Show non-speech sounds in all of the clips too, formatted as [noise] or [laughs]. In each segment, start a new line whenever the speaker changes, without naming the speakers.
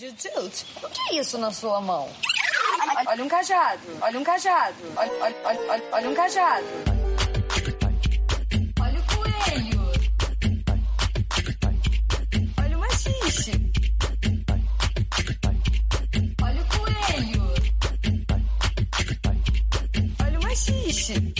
Jujut, o que é isso na sua mão? Olha um cajado, olha um cajado, olha, olha, olha, olha um cajado. Olha o coelho. Olha o machixe. Olha o coelho. Olha o machixe.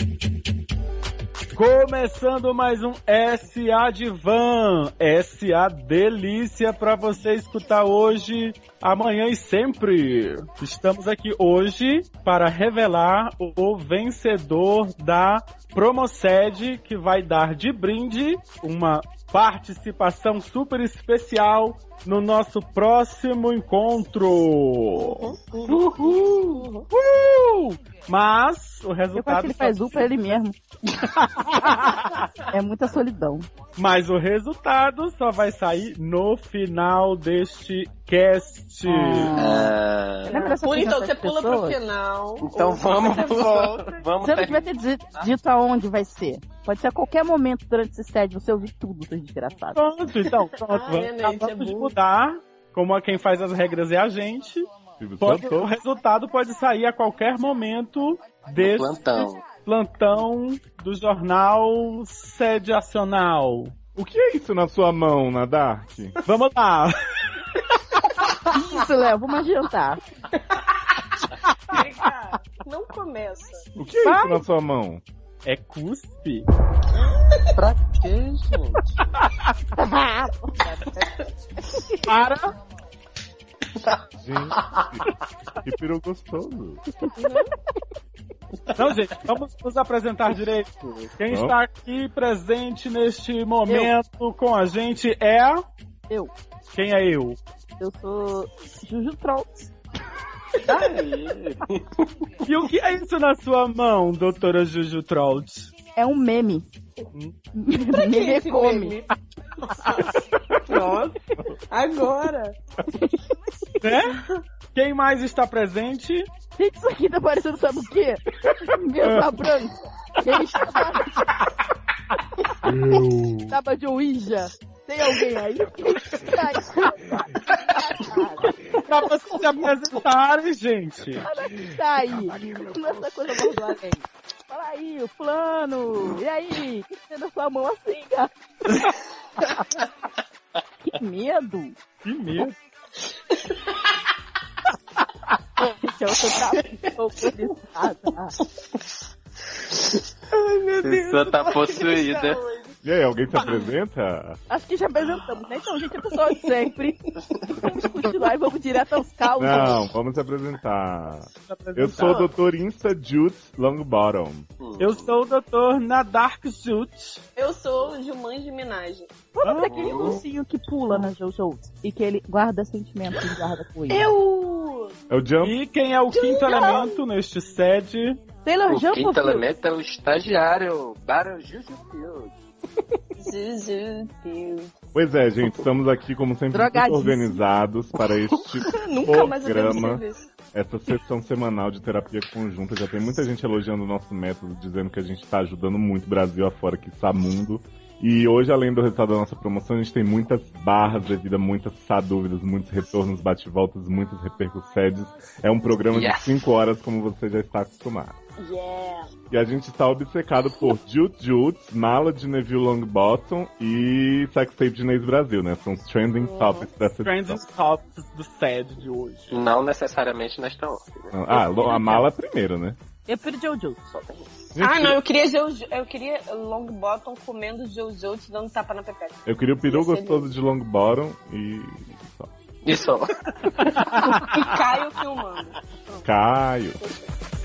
Começando mais um SA de Van, SA delícia pra você escutar hoje, amanhã e sempre. Estamos aqui hoje para revelar o, o vencedor da Promoced, que vai dar de brinde uma participação super especial no nosso próximo encontro. Uhul! Uhul! Mas
Eu acho
o
que
resultado
ele
só
faz U pra ele mesmo. é muita solidão.
Mas o resultado só vai sair no final deste cast.
Ah,
Lembra dessa
Pula, então
sensação
você
de
pula pro
pessoas?
final.
então
Ou
vamos,
você volta.
vamos
Você não
terminar.
devia ter dito, dito aonde vai ser. Pode ser a qualquer momento durante esse sede, você ouvir tudo, seus desgraçados.
Pronto, então, pronto.
Ah,
vamos
é, gente, é
vamos
burro.
mudar. Como a quem faz as regras é a gente. Pode- o resultado pode sair a qualquer momento desse
plantão.
plantão do jornal sede acional.
O que é isso na sua mão, na Dark?
Vamos lá.
Isso, Léo, vamos adiantar.
Vem cá, Não começa.
O que é isso na sua mão?
É cuspe?
Pra quê, gente?
Para.
Gente, que peru gostoso.
Não, gente, vamos nos apresentar direito. Quem
Vamos.
está aqui presente neste momento com a gente é.
Eu.
Quem é eu?
Eu sou Juju Trolls.
Tá
E o que é isso na sua mão, doutora Juju Trolls?
É um meme. meme
Esse
come.
meme. Nossa, agora.
Né? Quem mais está presente?
Gente, isso aqui tá parecendo, sabe o quê? Mesa branca. tá Quem estava... Quem estava de Ouija. Tem alguém aí?
[laughs]
Tá aí.
Pra vocês se apresentarem, gente.
Olha
[laughs]
que tá aí. Essa coisa bordoada aí. Fala aí, o plano. E aí? O que você tem na sua mão assim,
[laughs]
cara? que medo.
Que medo.
Gente, eu um tô traumatizada.
Pessoa tá
Então,
possuída.
E aí, alguém se apresenta?
Acho que já apresentamos, né? Então, gente, é pessoal de sempre. Vamos continuar e vamos direto aos causos.
Não, vamos se apresentar.
Se apresentar.
Eu sou o Dr. Insta Jutes Longbottom.
Eu sou o doutor Nadark Suit.
Eu sou Jumanji Minaj.
Vamos daquele ursinho que pula na Jojo e que ele guarda sentimentos e guarda coisas.
Eu!
É o Jump.
E quem é o quinto elemento neste sede?
Taylor
O
Jump
quinto elemento é o estagiário, Baron Jujutsu.
Juju, Deus.
Pois é, gente, estamos aqui, como sempre, muito
Drogadíssimo.
[laughs]
organizados para este
Nunca mais eu devo
programa.
escrever isso.
essa sessão semanal de terapia conjunta. Já tem muita gente elogiando o nosso método, dizendo que a gente está ajudando muito Brasil afora, que está mundo. E hoje, além do resultado da nossa promoção, a gente tem muitas barras de vida, muitas sá dúvidas, muitos retornos, bate-voltas, muitas repercussões. É um programa
Yes.
de 5 horas, como você já está acostumado.
Yeah.
E a gente está obcecado por Jute Jutes, Mala de Neville Longbottom e Sextape de Inês Brasil, né? São os trending topics dessa
Trends
edição.
and Tops do sede de hoje.
Não necessariamente nesta ordem. né?
Ah, a mala primeiro, né?
Eu prefiro Jojo.
Só tem isso.
Ah, não, eu queria, Jojo, eu queria Longbottom comendo Jojo te dando tapa na pepeca.
Eu queria o peru
Ia ser
gostoso de Longbottom e. só.
Isso. ó. [laughs]
E Caio filmando.
Caio.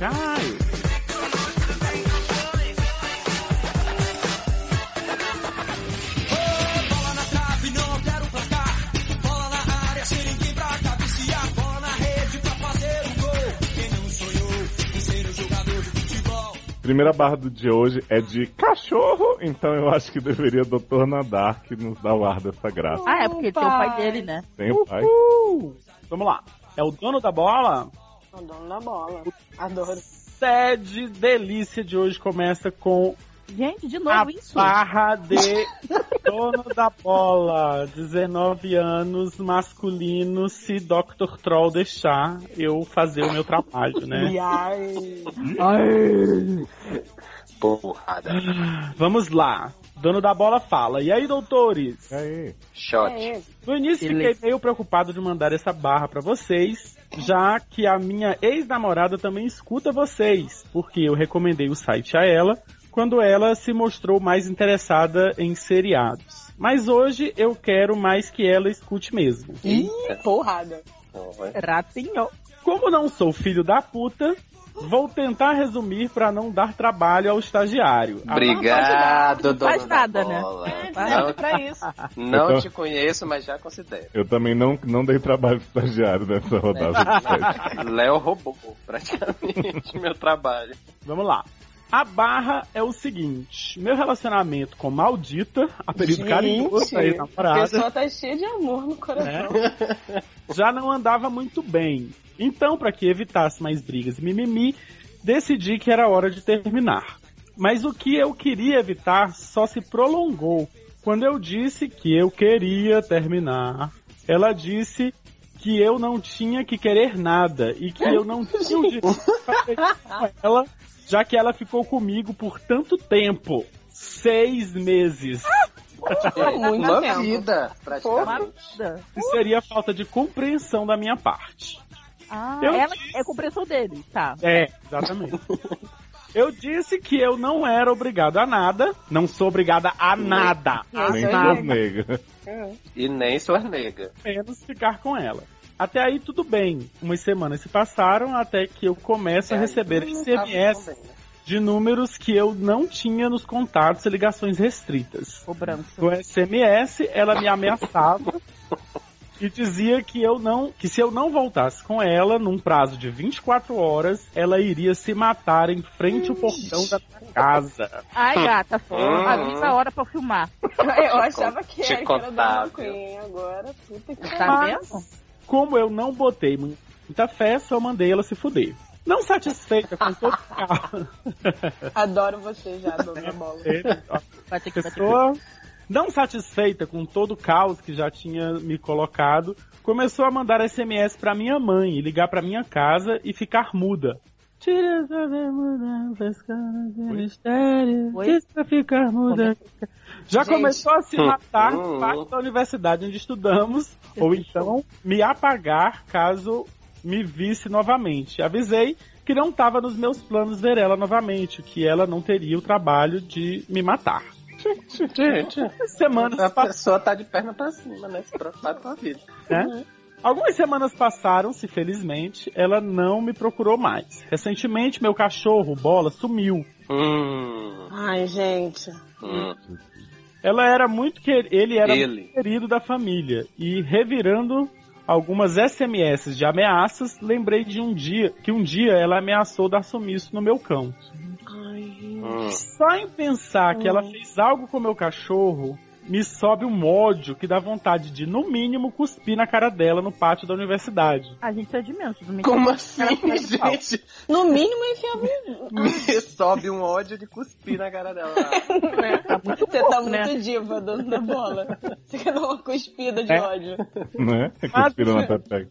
Caio.
Primeira barra do dia hoje é de cachorro, então eu acho que deveria Dr. Nadar que nos dar o ar dessa graça.
Ah, é porque ele tem o pai dele, né?
Tem o pai.
Uhul. Vamos lá. É o dono da bola?
O dono da bola. Adoro.
sede delícia de hoje começa com
Gente, de
A
novo, isso.
barra de [laughs] dono da bola, 19 anos, masculino, se Dr. Troll deixar eu fazer o meu trabalho, né?
Porrada.
Vamos lá. Dono da bola fala. E aí, doutores?
Aí.
Shot.
é
No início
Ele-
fiquei meio preocupado de mandar essa barra pra vocês, já que a minha ex-namorada também escuta vocês, porque eu recomendei o site a ela quando ela se mostrou mais interessada em seriados. Mas hoje eu quero mais que ela escute mesmo.
Porrada.
É. Ratinho.
Como não sou filho da puta, vou tentar resumir pra não dar trabalho ao estagiário. A
Obrigado, dono
faz nada,
da
né?
bola.
Nada pra isso.
Não,
Então-
não te conheço, mas já considero.
Eu também não, não dei trabalho pro estagiário nessa rodada. de teste.
Léo roubou praticamente meu trabalho.
Vamos lá. A barra é o seguinte: meu relacionamento com Maldita, apelido
Gente,
carinhoso da
A
ex-namorada,
pessoa tá cheia de amor no coração.
É,
já não andava muito bem. Então, para que evitasse mais brigas e mimimi, decidi que era hora de terminar. Mas o que eu queria evitar só se prolongou. Quando eu disse que eu queria terminar, ela disse que eu não tinha que querer nada e que eu não tinha o direito de fazer isso com ela, já que ela ficou comigo por tanto tempo. Seis meses.
Tá
Por muito
É Uma
tempo.
vida, praticamente.
Marunda.
Isso seria falta de compreensão da minha parte.
Ah,
Eu
ela é compreensão dele, tá.
É, exatamente. Eu disse que eu não era obrigado a nada, não sou obrigada a nada, a
Ah,
Nem
nada,
duas negras.
E nem suas nega.
menos ficar com ela. Até aí tudo bem. Umas semanas se passaram até que eu começo a receber
tá
SMS
né?
de números que eu não tinha nos contatos e ligações restritas.
Cobrança.
No SMS, ela me ameaçava e dizia que eu não, que se eu não voltasse com ela num prazo de 24 horas, ela iria se matar em frente ao portão da minha casa.
Ai, gata,
Hum.
avisa a hora pra filmar.
Eu achava que
Te
era que era da
contável.
Queen agora. Puta que
Tá
pariu.
vendo?
Como eu não botei muita fé, só mandei ela se fuder. Não satisfeita com todo o carro.
Adoro você já, dona Bola.
Vai ter que tipo vai ter que-
pessoa, não satisfeita com todo o caos que já tinha me colocado, começou a mandar SMS pra minha mãe, ligar pra minha casa e ficar muda. Tira essa bermuda, pescada de mistério,
Oi? é?
diz pra ficar muda. Já
Gente.
começou a se matar
Hum.
no pátio da universidade onde estudamos, ou então me apagar caso me visse novamente. Avisei que não estava nos meus planos ver ela novamente, que ela não teria o trabalho de me matar.
Gente, a
Semanas passaram,
pessoa tá de perna pra cima, né? Se preocupar com a vida.
né? Algumas semanas passaram-se, felizmente, ela não me procurou mais. Recentemente, meu cachorro, Bola, sumiu.
Hum,
Ai, gente.
hum.
Ela era muito quer... Ele era
Ele.
querido da família. E revirando algumas SMS de ameaças, lembrei de um dia que um dia ela ameaçou dar sumiço no meu cão.
Hum.
Só em pensar que ela fez algo com meu cachorro, me sobe um ódio que dá vontade de, no mínimo, cuspir na cara dela no pátio da universidade.
A gente é de menos, tudo bem.
Como assim, gente?
No mínimo, enfiava
Me sobe um ódio de cuspir na cara dela.
Você tá
pouco, né?
muito diva, dona da bola. Você quer dar uma cuspida de
É.
ódio.
Né? Cuspiram na pepeca.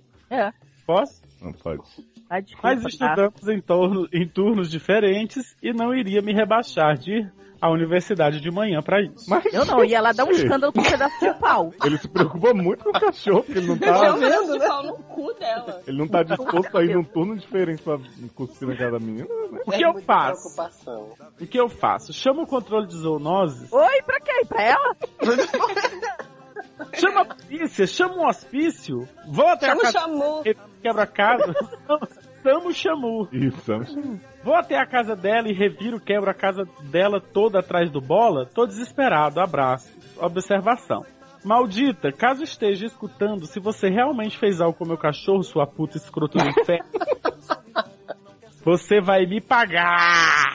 Posso?
Não pode.
Ai, desculpa,
Mas
tá?
estudamos em, torno- em turnos diferentes e não iria me rebaixar de ir à universidade de manhã pra isso.
Mas
Eu não, ia lá dar um escândalo com um pedaço de pau.
ele se preocupa muito com o cachorro, porque ele não
Enfiava
tá.
um dedo de pau no cu dela.
Ele não tá disposto a ir num turno diferente pra cuspir na cara da menina.
O
É
que eu
muita
Ah.
faço?
Preocupação.
O que eu faço? Chamo o controle de zoonoses?
Oi, pra quem? Pra ela?
Chama a polícia? Chama um hospício? Vou até a
Chama o
casa
Chamu. [laughs]
quebra-casa? Tamo chamu.
Isso, é um
Vou até a casa dela e reviro quebra a casa dela toda atrás do bola? Tô desesperado, abraço. Observação. Maldita, caso esteja escutando, se você realmente fez algo com meu cachorro, sua puta escroto do inferno, você vai me pagar!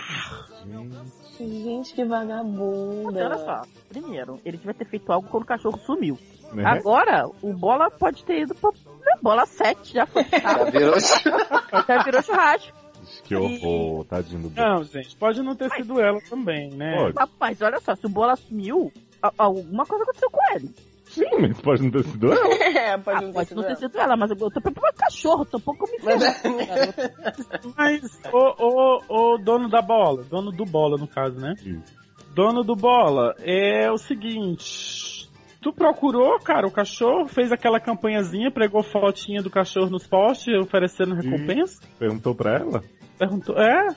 Gente, que vagabunda.
Olha só. Primeiro, ele devia ter feito algo quando o cachorro sumiu. Tá
né?
Agora, o bola pode ter ido pra. pra Bola 7 já foi.
Já virou
Até virou churrasco.
que horror, tadinho do Bola.
Não, gente, pode não ter sido ela também, né?
Pode.
Rapaz, olha só, se o Bola sumiu, a- alguma coisa aconteceu com ele.
Sim, mas pode não ter sido ela.
[laughs] É,
Ah,
pode não ter
pode
sido
não ter
ela.
sido ela, mas eu tô preocupado com cachorro, tô um pouco me
Mas-
é-
ferrando, garoto.
Mas o, o, o dono da bola, dono do bola no caso, né?
Isso.
Dono do bola, é o seguinte. Tu procurou, cara, o cachorro, fez aquela campanhazinha, pregou fotinha do cachorro nos postes, oferecendo recompensa?
Perguntou pra ela?
Perguntou, é?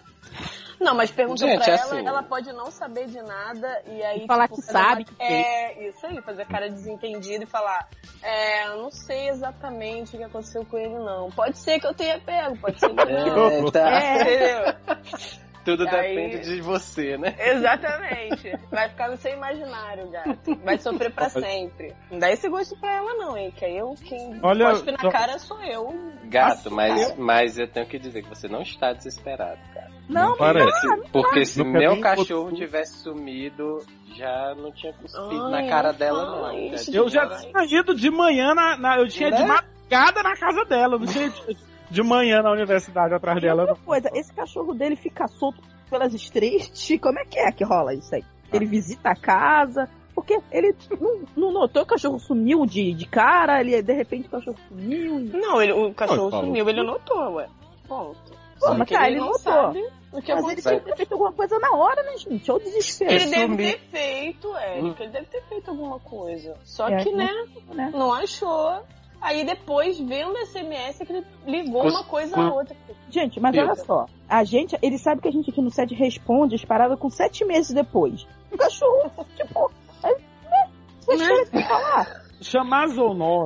Não, mas pergunta
Gente,
pra
é
ela,
assim.
ela pode não saber de nada e aí. tipo,
E falar que
fazer uma-
sabe que fez.
É, isso aí, fazer cara desentendida e falar: É, eu não sei exatamente o que aconteceu com ele, não. Pode ser que eu tenha pego, pode
[laughs]
ser que não.
É, tá.
[laughs] Entendeu?
Tudo
Aí-
depende de você, né?
Exatamente. Vai ficar no seu imaginário, gato. Vai sofrer pra sempre. Não dá esse gosto pra ela, não, hein? Que é eu quem
Olha,
cospe na
só-
cara sou eu.
Gato, mas, mas eu tenho que dizer que você não está desesperado, cara.
Não,
parece.
Se- porque se
Nunca
meu
vi um
cachorro
outro-
tivesse sumido, já não tinha cuspido
Ai,
na cara dela, não.
ai,
entendeu?
Eu já
Ai.
tinha ido de manhã, na, na- eu tinha de
Né?
madrugada na casa dela, não tinha de, de manhã na universidade atrás
E
dela.
outra
não.
coisa, esse cachorro dele fica solto pelas estrelas. [laughs] Como é que é que rola isso aí? Ele visita a casa. Porque ele não, não notou, o cachorro sumiu de, de cara, ele de repente o cachorro sumiu.
Não, ele, o cachorro
Mas falou.
sumiu, ele notou, ué. Ponto.
Pô,
Só
mas
Porque
tá, ele
não
notou.
sabe o que
Mas ele
aconteceu.
tinha que ter feito alguma coisa na hora, né, gente? Olha o desespero.
Ele deve
sumi-
ter feito, é.
Hum.
Ele deve ter feito alguma coisa. Só
É,
que, né,
né?
não achou. Aí depois, vendo a SMS, que ele ligou
Cus-
uma coisa a outra.
Gente, mas
Meu
olha
Deus.
só. A gente, ele sabe que a gente aqui no set responde as paradas com sete meses depois. O cachorro, [laughs] tipo, é, né? Deixa ele se falar.
Chamar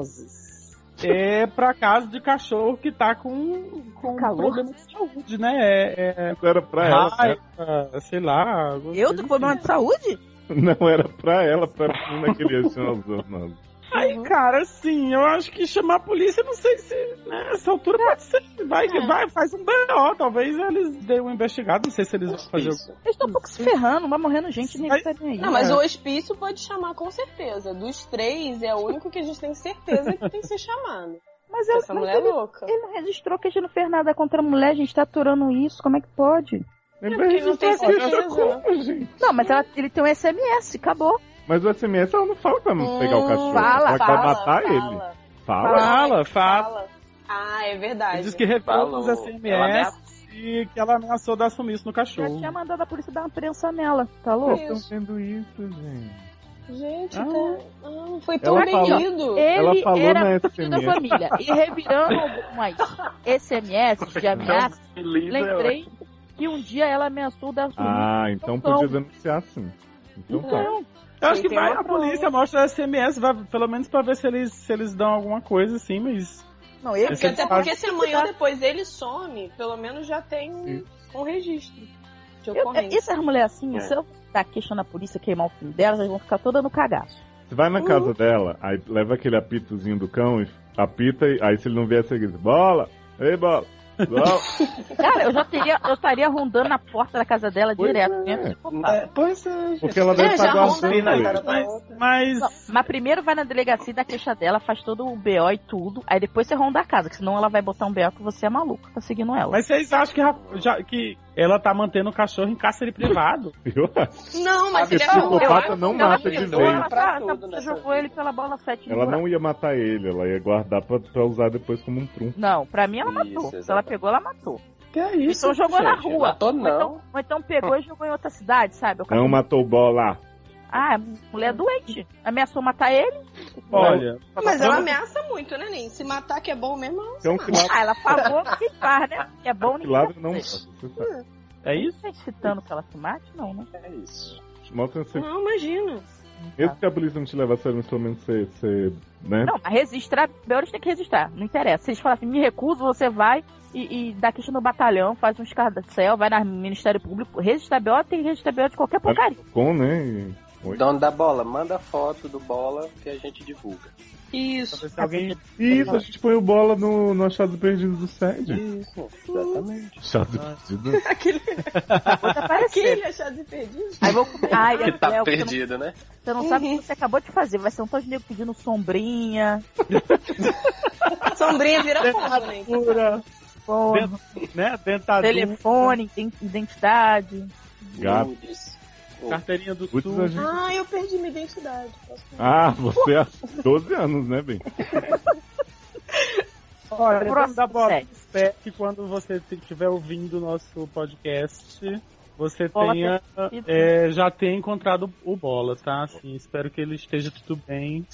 zoonoses é pra casa de cachorro que tá com, com
Calor.
problema de saúde, né? É, é
Era pra ela. né?
raiva, sei lá. alguma
Eu
coisa
tô com problema de saúde?
Não era pra ela, pra menina que ele ia chamar os outros.
Ai,
um.
cara, assim, eu acho que chamar a polícia, não sei se né, essa altura
É.
pode ser. Vai, que vai, faz um BO, talvez eles deem uma investigada, não sei se eles vão fazer alguma
Isso.
Eles estão um pouco se ferrando, vai morrendo gente, nem
Mas-
tá nem aí.
Não, mas o hospício pode chamar com certeza. Dos três, é o único que a gente tem certeza que tem que ser chamado.
[laughs] Mas, eu,
Essa
mas
mulher é
ele,
louca.
ele não registrou que a gente não fez nada contra a muller, a gente tá aturando isso, como é que pode?
porque não tem certeza,
gente.
Não, mas ela- ele tem um SMS, acabou.
Mas o SMS ela não fala pra não pegar o cachorro.
Hum, fala,
ela vai matar ele.
Hum, Fala,
Fala.
Fala, fala.
fala. Ah, é verdade.
Ele diz que revelou os
Falou. Ela
SMS
ameaça-
e que ela é ameaçou dar sumiço no
Já
cachorro.
tinha mandado a polícia dar uma prensa nela, tá
Meu
louco?
Estão
Deus.
vendo isso, gente.
Gente,
Ah.
tá... ah, foi tão
Ela fala-
vendido.
Ela
Ele
falou
era
na
filho da
SMS.
família. E revirando algumas SMS de ameaça, lembrei que um dia ela ameaçou dar sumiço.
Ah, então
Então-
podia denunciar sim. Então tá.
Não,
Eu acho
Sim,
que
tem
vai,
uma
a polícia mostra o SMS, vai, pelo menos pra ver se eles, se eles dão alguma coisa, assim, mas.
não,
É
ele
porque,
Esse
até
fala-
porque se amanhã ou depois ele some, pelo menos já tem um, um registro de
Eu,
ocorrência.
essas mulheres assim,
É.
se eu dar queixa na polícia, queimar o filho delas, elas vão ficar todas no cagaço.
Você vai na casa dela, aí leva aquele apitozinho do cão, e apita, e aí se ele não vier, você grita, bola! Ei, bola! Bola!
Cara, eu já teria, eu estaria rondando na porta da casa dela
Pois
direto,
é.
mesmo psicopata.
É, Pois é, gente.
Porque ela deve
É,
estar
já ronda
guardando
na
ele.
cara da outra.
Mas.
Não, mas primeiro vai na delegacia e dá queixa dela, faz todo o BO e tudo, aí depois você ronda a casa, que senão ela vai botar um BO que você é maluco, tá seguindo ela.
Mas vocês acham que, Rafa- já- que ela tá mantendo o cachorro em cárcere privado?
Eu acho.
Não, mas
Sabe,
ele é
psicopata
arrumado.
não
Então,
mata
ela-
de
então
vez.
Ela,
Pra
ela-
tudo né,
ela
nessa
jogou
vida.
ele pela bola 7
Ela não ia matar ele, ela ia guardar pra, pra usar depois como um trunfo.
Não, pra mim ela
Isso,
matou. Se ela
exatamente.
pegou, ela matou.
Que é isso?
Então jogou na
gente?
rua.
Não tô,
Ou
não.
então, ou então pegou e jogou em outra cidade, sabe?
É
Eu-
um
Não matou bola!
Ah, mulher doente. Ameaçou matar ele.
Olha,
Mas ela ameaça muito, né, Nin? Se matar que é bom mesmo, ela
Então que ladra,
Ah, ela
[laughs]
pagou que faz, né? Que é bom
que
nem
ladra não mata.
fazer.
Você sabe.
é isso?
Tá excitando que ela se mate? Não, né?
É isso.
Mostra você.
Não, imagina.
Mesmo que a polícia não te leva a sério, mas pelo menos você. você
É.
né?
Não, mas registrar, piores tem que registrar. Não interessa. Se eles falarem assim, me recuso, você vai e, e dá queixa no batalhão, faz um escarcel, vai no Ministério Público. Registrar BO tem que registrar BO de qualquer porcaria.
Com, né? E- Oi?
Dono da bola, manda foto do bola que a gente divulga.
Pra
Isso.
ver se alguém.
E isso, a gente põe o bola no, no Achado Perdido do SED.
Isso, exatamente.
Achado Perdido?
Aquele,
Vou
[laughs]
aparecer.
aquele achado de perdido.
Aí vou comer. Ai,
Que
Gabriel,
tá
você não
perdido, né?
Você não sabe o que você acabou de fazer. Vai ser um tal de nego pedindo sombrinha.
Sombrinha vira fogo, Nin.
Pura.
Telefone,
[laughs] né? Dentadura,
telefone, ident- identidade.
Gato.
Nudes.
carteirinha do
Putz, a
SUS.
gente-
Ah, eu perdi minha identidade. Posso falar?
Ah, você há 12 anos, né, bem?
Olha,
Próximo
da bola
set.
espero que quando você estiver ouvindo o nosso podcast, você
Bola
tenha
sido-
é, já tenha encontrado o Bola, tá? Assim, espero que ele esteja tudo bem.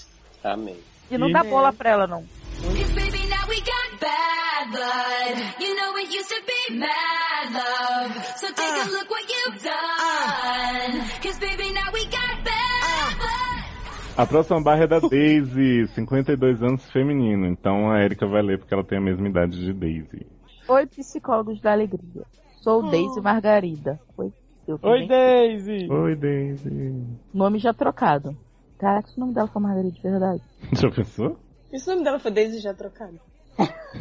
Amém.
E não dá
É.
bola pra ela, não.
Yes, baby, now we got bad blood. You know it used to be mad love. So take a look what you've done. Cause baby, now we got bad blood.
A próxima barra é da Daisy, 52 anos feminino. Então a Erika vai ler porque ela tem a mesma idade de Daisy.
Oi, psicólogos da alegria. Sou Daisy Margarida. Oi, eu
Hum.
também.
Oi,
[laughs]
Daisy!
Oi, Daisy.
Nome já trocado. Caraca, se o nome dela foi Margarida de verdade.
Já pensou?
E se o nome dela foi Daisy já trocado?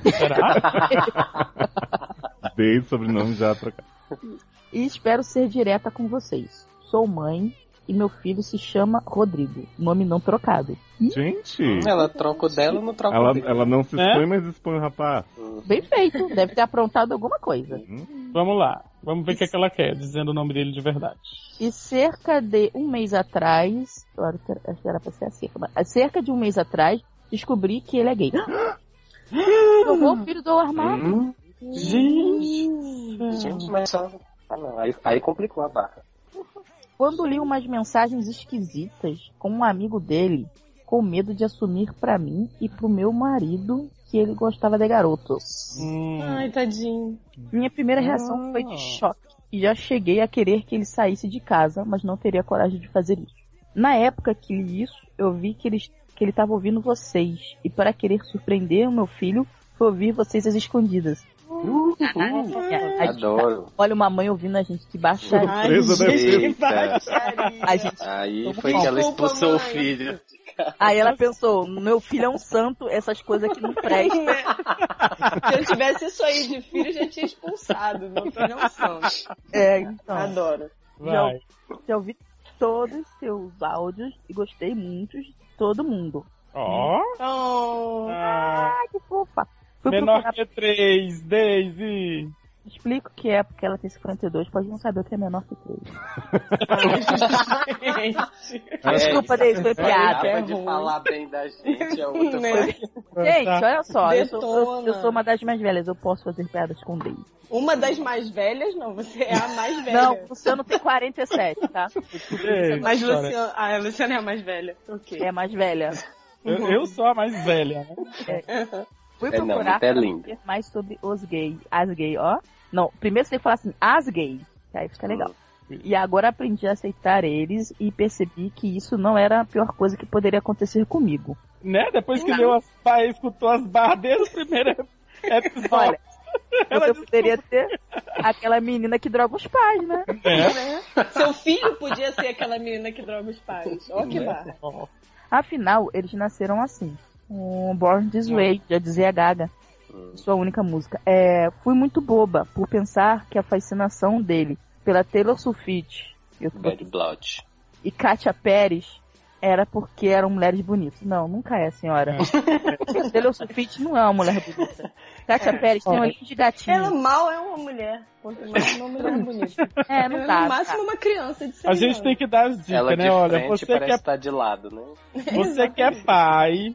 Será?
Daisy, sobrenome já trocado.
E espero ser direta com vocês. Sou mãe e meu filho se chama Rodrigo. Nome não trocado.
Gente,
Ela troca o dela ou não troca
ela,
o dele?
ela não se
É?
expõe, mas expõe o rapaz. Hum?
Bem feito. Deve ter aprontado alguma coisa.
Vamos lá. Vamos ver o que, é que ela quer, dizendo o nome dele de verdade.
E cerca de um mês atrás, claro que era- acho que era pra ser a cerca, mas ah, cerca de um mês atrás, descobri que ele é gay. [gasps] Jogou o filho do armário.
Hum,
Gente!
gente, mas só. Ah, não. Aí, aí complicou a barra.
Quando li umas mensagens esquisitas com um amigo dele, com medo de assumir pra mim e pro meu marido que ele gostava de garotos.
Hum,
Ai, tadinho.
Minha primeira reação foi de choque e já cheguei a querer que ele saísse de casa, mas não teria coragem de fazer isso. Na época que li isso, eu vi que ele que ele estava ouvindo vocês e para querer surpreender o meu filho, foi ouvir vocês às escondidas. A- a-
Adoro.
olha uma mãe ouvindo a gente que baixaria.
Ai,
Surpresa, né?
gente,
Eita.
baixaria.
A gente
Aí
Desculpa,
foi que ela expulsou o
mãe.
filho.
Aí ela pensou, meu filho é um santo, essas coisas aqui não prestam.
Se eu tivesse isso aí de filho, eu já tinha expulsado. Não tem noção.
É, então.
um Adoro.
vai.
Já ouvi todos os seus áudios e gostei muito de todo mundo.
Ó.
Oh.
Ah,
Ai, que fofa. Fui
menor
procurar,
que três, Daisy!
explico o que é, porque ela tem 52, pode não saber o que é menor que 3.
É,
Desculpa,
isso.
Deise, foi piada.
Acaba
é
de
ruim.
falar bem da gente
[laughs]
é outra
Né?
coisa.
Gente,
Tá,
olha só, eu sou, eu,
Detona.
eu sou uma das mais velhas, eu posso fazer piadas com Deise.
Uma das mais velhas, não. Você é a mais velha.
Não, o Luciano tem 47, tá?
Gente,
Mas
olha,
Luciana. Ah, a Luciana é a mais velha. Ok.
É a mais velha.
eu, eu sou a mais velha, né?
Fui
É, não,
procurar
até
pra
lindo.
saber mais sobre os gays. As gays, ó. Não, primeiro você tem que falar assim, as gays. que Aí fica É legal. E agora aprendi a aceitar eles e percebi que isso não era a pior coisa que poderia acontecer comigo.
Né? Depois que leu as pá, escutou as barras desde o
[laughs]
primeiro episódio.
Olha,
Ela
eu poderia ter aquela menina que droga os pais, né?
Seu filho podia ser aquela menina que droga os pais. Ó
Né?
que barra.
Afinal, eles nasceram assim. Um Born This Way, já dizia a Gaga. Sua única música. É, fui muito boba por pensar que a fascinação dele pela Taylor Swift eu-
Bad Blood.
e Katia Pérez era porque eram mulheres bonitas. Não, nunca é, senhora. [laughs] Taylor Swift não é uma mulher bonita. Katia Pérez tem um olhinho de gatinho.
Ela mal é uma mulher.
[laughs]
Quanto mais uma mulher bonita.
É,
Ela
não
é
dá.
no máximo uma criança de seis
A gente tem
anos.
que dar as dicas,
Ela de
né? Olha,
frente
você
parece
que, é,
estar de lado, né?
você que é pai,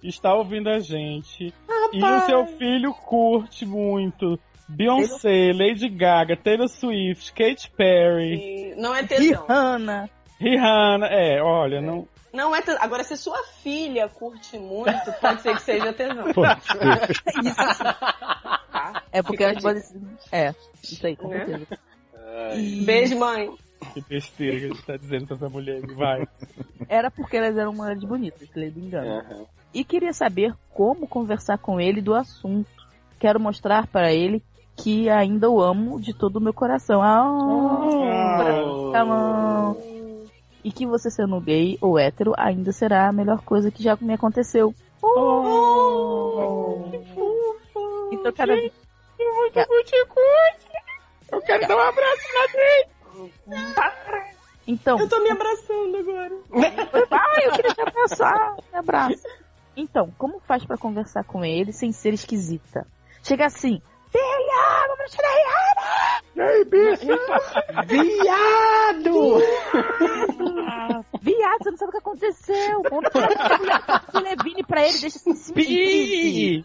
está ouvindo a gente, e o seu filho curte muito Beyoncé, Lady Gaga, Taylor Swift, Katy Perry,
E Não é tesão.
Rihanna.
Rihanna. É, olha, não.
Não é tesão. Agora, se sua filha curte muito, pode ser que seja tesão.
Pode ser.
É porque elas podem... É, isso aí, com certeza.
Beijo, mãe.
Que besteira que a gente tá dizendo pra essa mulher. Vai.
Era porque elas eram mulheres bonitas, se não me engano.
Aham.
e queria saber como conversar com ele do assunto. Quero mostrar para ele que ainda o amo de todo o meu coração. Ah,
Oh.
tá bom. E que você sendo gay ou hétero ainda será a melhor coisa que já me aconteceu.
Oh.
Então cada vez.
Eu quero dar um abraço.
Então,
Eu tô me abraçando agora.
ai, eu queria te abraçar. Me abraça. Então, como faz pra conversar com ele sem ser esquisita? Chega assim, Filha, vamos tirar a
Ei, bicho!
Viado!
Viado, você não sabe o que aconteceu. Contrata o Levine pra ele, deixa assim, se sentir.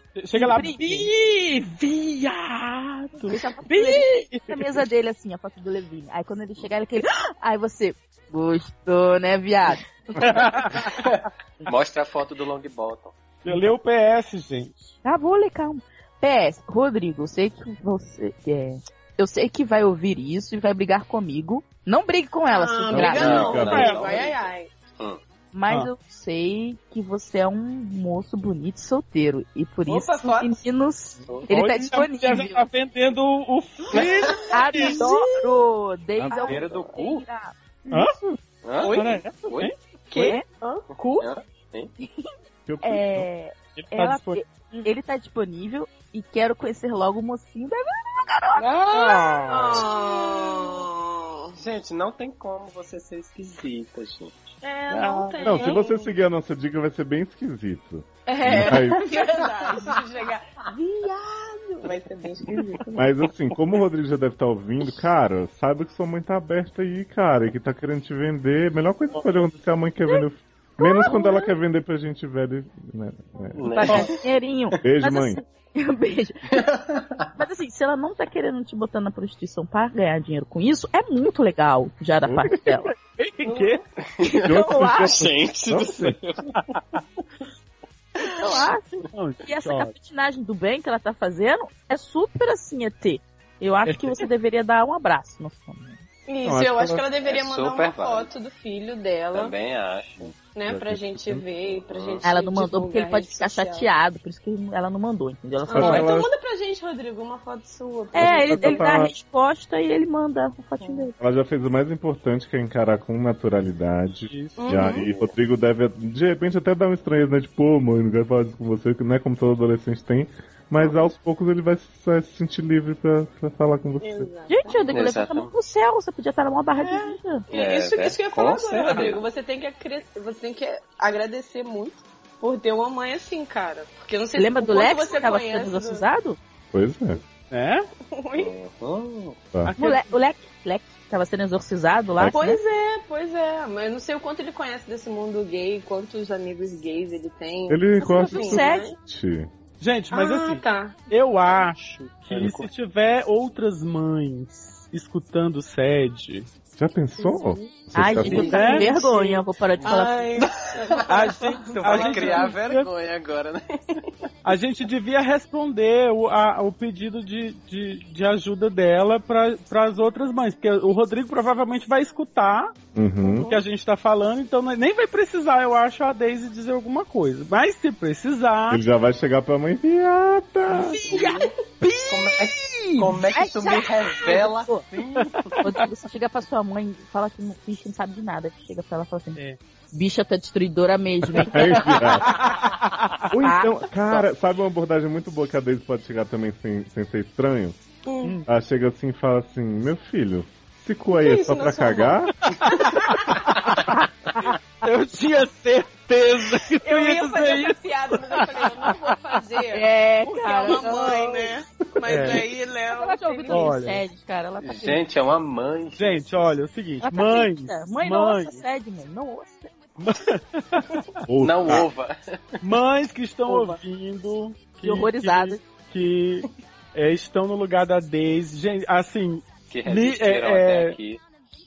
Bi! Chega lá,
Bi.
bi! Viado!
Deixa a foto
Bi!
dele na mesa dele, assim, a foto do Levine. Aí quando ele chegar, ele aquele... [gasps] Aí você... Gostou, né, viado?
[laughs] Mostra a foto do Long Bottom.
Eu li o PS, gente.
Tá, vou ler, calma. PS, Rodrigo, eu sei que você... É... Eu sei que vai ouvir isso e vai brigar comigo. Não brigue com ela,
Ah,
seu
briga
graça.
não,
Não,
Rodrigo. Ai, ai, ai.
Mas
Ah.
eu sei que você é um moço bonito e solteiro. E por
Opa,
isso,
foto.
meninos, ele tá
Hoje a mulher já
disponível.
tá vendendo o filho.
Adoro!
Na
Desde a
beira do cu?
primeira.
Hã?
Olha essa,
Oi?
hein?
Que? Cu?
Eu-
É,
Ele tá
ela,
disponível.
ele tá disponível e quero conhecer logo o mocinho da
Ah.
Gente, não tem como você ser esquisita, gente.
É, não tem.
Não, né? se você seguir a nossa dica, vai ser bem esquisito.
É,
Mas-
verdade. Chegar. Viado! Vai ser bem esquisito.
Mas assim, como o Rodrigo já deve estar ouvindo, cara, saiba que sua mãe tá aberta aí, cara, e que tá querendo te vender. Melhor coisa que pode acontecer, a mãe quer vender. Menos quando ela quer vender pra gente velho. né? É.
pra
Né?
ganhar [laughs] dinheirinho.
Beijo,
Mas
mãe.
assim,
[laughs]
beijo. Mas assim, se ela não tá querendo te botar na prostituição pra ganhar dinheiro com isso, é muito legal já da parte
[laughs]
dela.
Que?
Eu
[laughs]
acho,
Tá Gente,
Não sei.
eu acho.
Não,
E essa
ó,
capitulagem do bem que ela tá fazendo é super assim, ET. Eu acho que você deveria dar um abraço no fundo.
Não,
Isso,
acho
eu
que
acho que ela deveria
é
mandar uma
super válido.
foto do filho dela,
também acho.
né?
Eu
Pra
acho que
gente
sim.
ver, pra gente.
Ah, Ela não mandou porque
divulgar
ele pode
em rede
ficar
social.
chateado, por isso que ela não mandou, entendeu? Ela só
Ah,
Mas
então
ela-
manda pra gente, Rodrigo, uma foto sua. pra gente.
É, ele, ele dá a
Ela-
resposta e ele manda o fotinho dele.
Ela já fez o mais importante, que é encarar com naturalidade.
isso.
E aí, o Rodrigo deve, de repente, até dar uma estranheza, né? Tipo, ô mãe, não quero falar isso com você, que não é como todo adolescente tem. Mas aos poucos ele vai se, vai se sentir livre pra, pra falar com
Uhum.
você.
Exato.
Gente, eu digo, levanta a mão
Exatamente.
pro céu, você podia estar numa barra de vida.
É,
isso,
é,
isso que eu ia
com
falar agora,
certeza.
Rodrigo. Você tem, que acre- você tem que agradecer muito por ter uma mãe assim, cara. Porque eu não sei
Lembra
o
do
quanto
Lex que
você
tava
conhece
sendo
do- [laughs]
exorcizado?
Pois é.
É?
Oi?
Uhum.
O, Le, o Lex, Lex que tava sendo exorcizado lá.
Lex,
né?
Pois é, pois é. Mas eu não sei o quanto ele conhece desse mundo gay, quantos amigos gays ele tem.
Ele
Essas
gosta
coisas,
de
né?
Gente,
Gente, mas
ah,
assim,
tá.
eu acho que
Ele
se tiver outras mães escutando sede,
já pensou? Você
Ai,
tá
gente, eu
pensando?
tô com
É,
vergonha, vou parar de falar.
Ai,
a gente, a
Vai
gente
criar
devia-
vergonha agora, né?
A gente devia responder o, a- o pedido de, de, de ajuda dela para as outras mães, porque o Rodrigo provavelmente vai escutar
Uhum.
o que a gente tá falando, então nem vai precisar, eu acho, a Daisy dizer alguma coisa. Mas se precisar,
Ele já vai chegar pra mãe, viada!
Como é, que- como é que tu me revela assim?
Rodrigo, você chega pra sua mãe e fala que não, bicho não sabe de nada. Você chega pra ela e fala assim,
É.
bicha tá destruidora mesmo. hein?"
Aí, viado. [laughs] Ou então, cara, sabe uma abordagem muito boa que a Daisy pode chegar também sem, sem ser estranho?
hum.
Ela chega assim e fala assim, meu filho, esse cu aí
Que
é
isso,
só
não
pra
sou
cagar?
[laughs] eu tinha certeza que tu
[laughs] eu
ia
ia fazer
dizer
essa
isso.
piada, mas eu falei, eu não vou
[laughs]
fazer.
É,
porque
cara.
é uma mãe, né? Mas
É.
aí, Léo.
Ela tá ouvindo
Olha.
isso, Sede, cara. Ela tá
Gente, é uma mãe.
Gente, olha, é o seguinte,
Ela tá
mães,
feita.
mães,
mãe, não ouça Sede, mãe. Não ouça.
Ou
Não
tá.
ova.
mães que estão
Opa.
ouvindo, que,
E horrorizada.
que, que, é, estão no lugar da Daisy. Gente, assim,
Que
Li-
resistiram
é,
até
é,
aqui.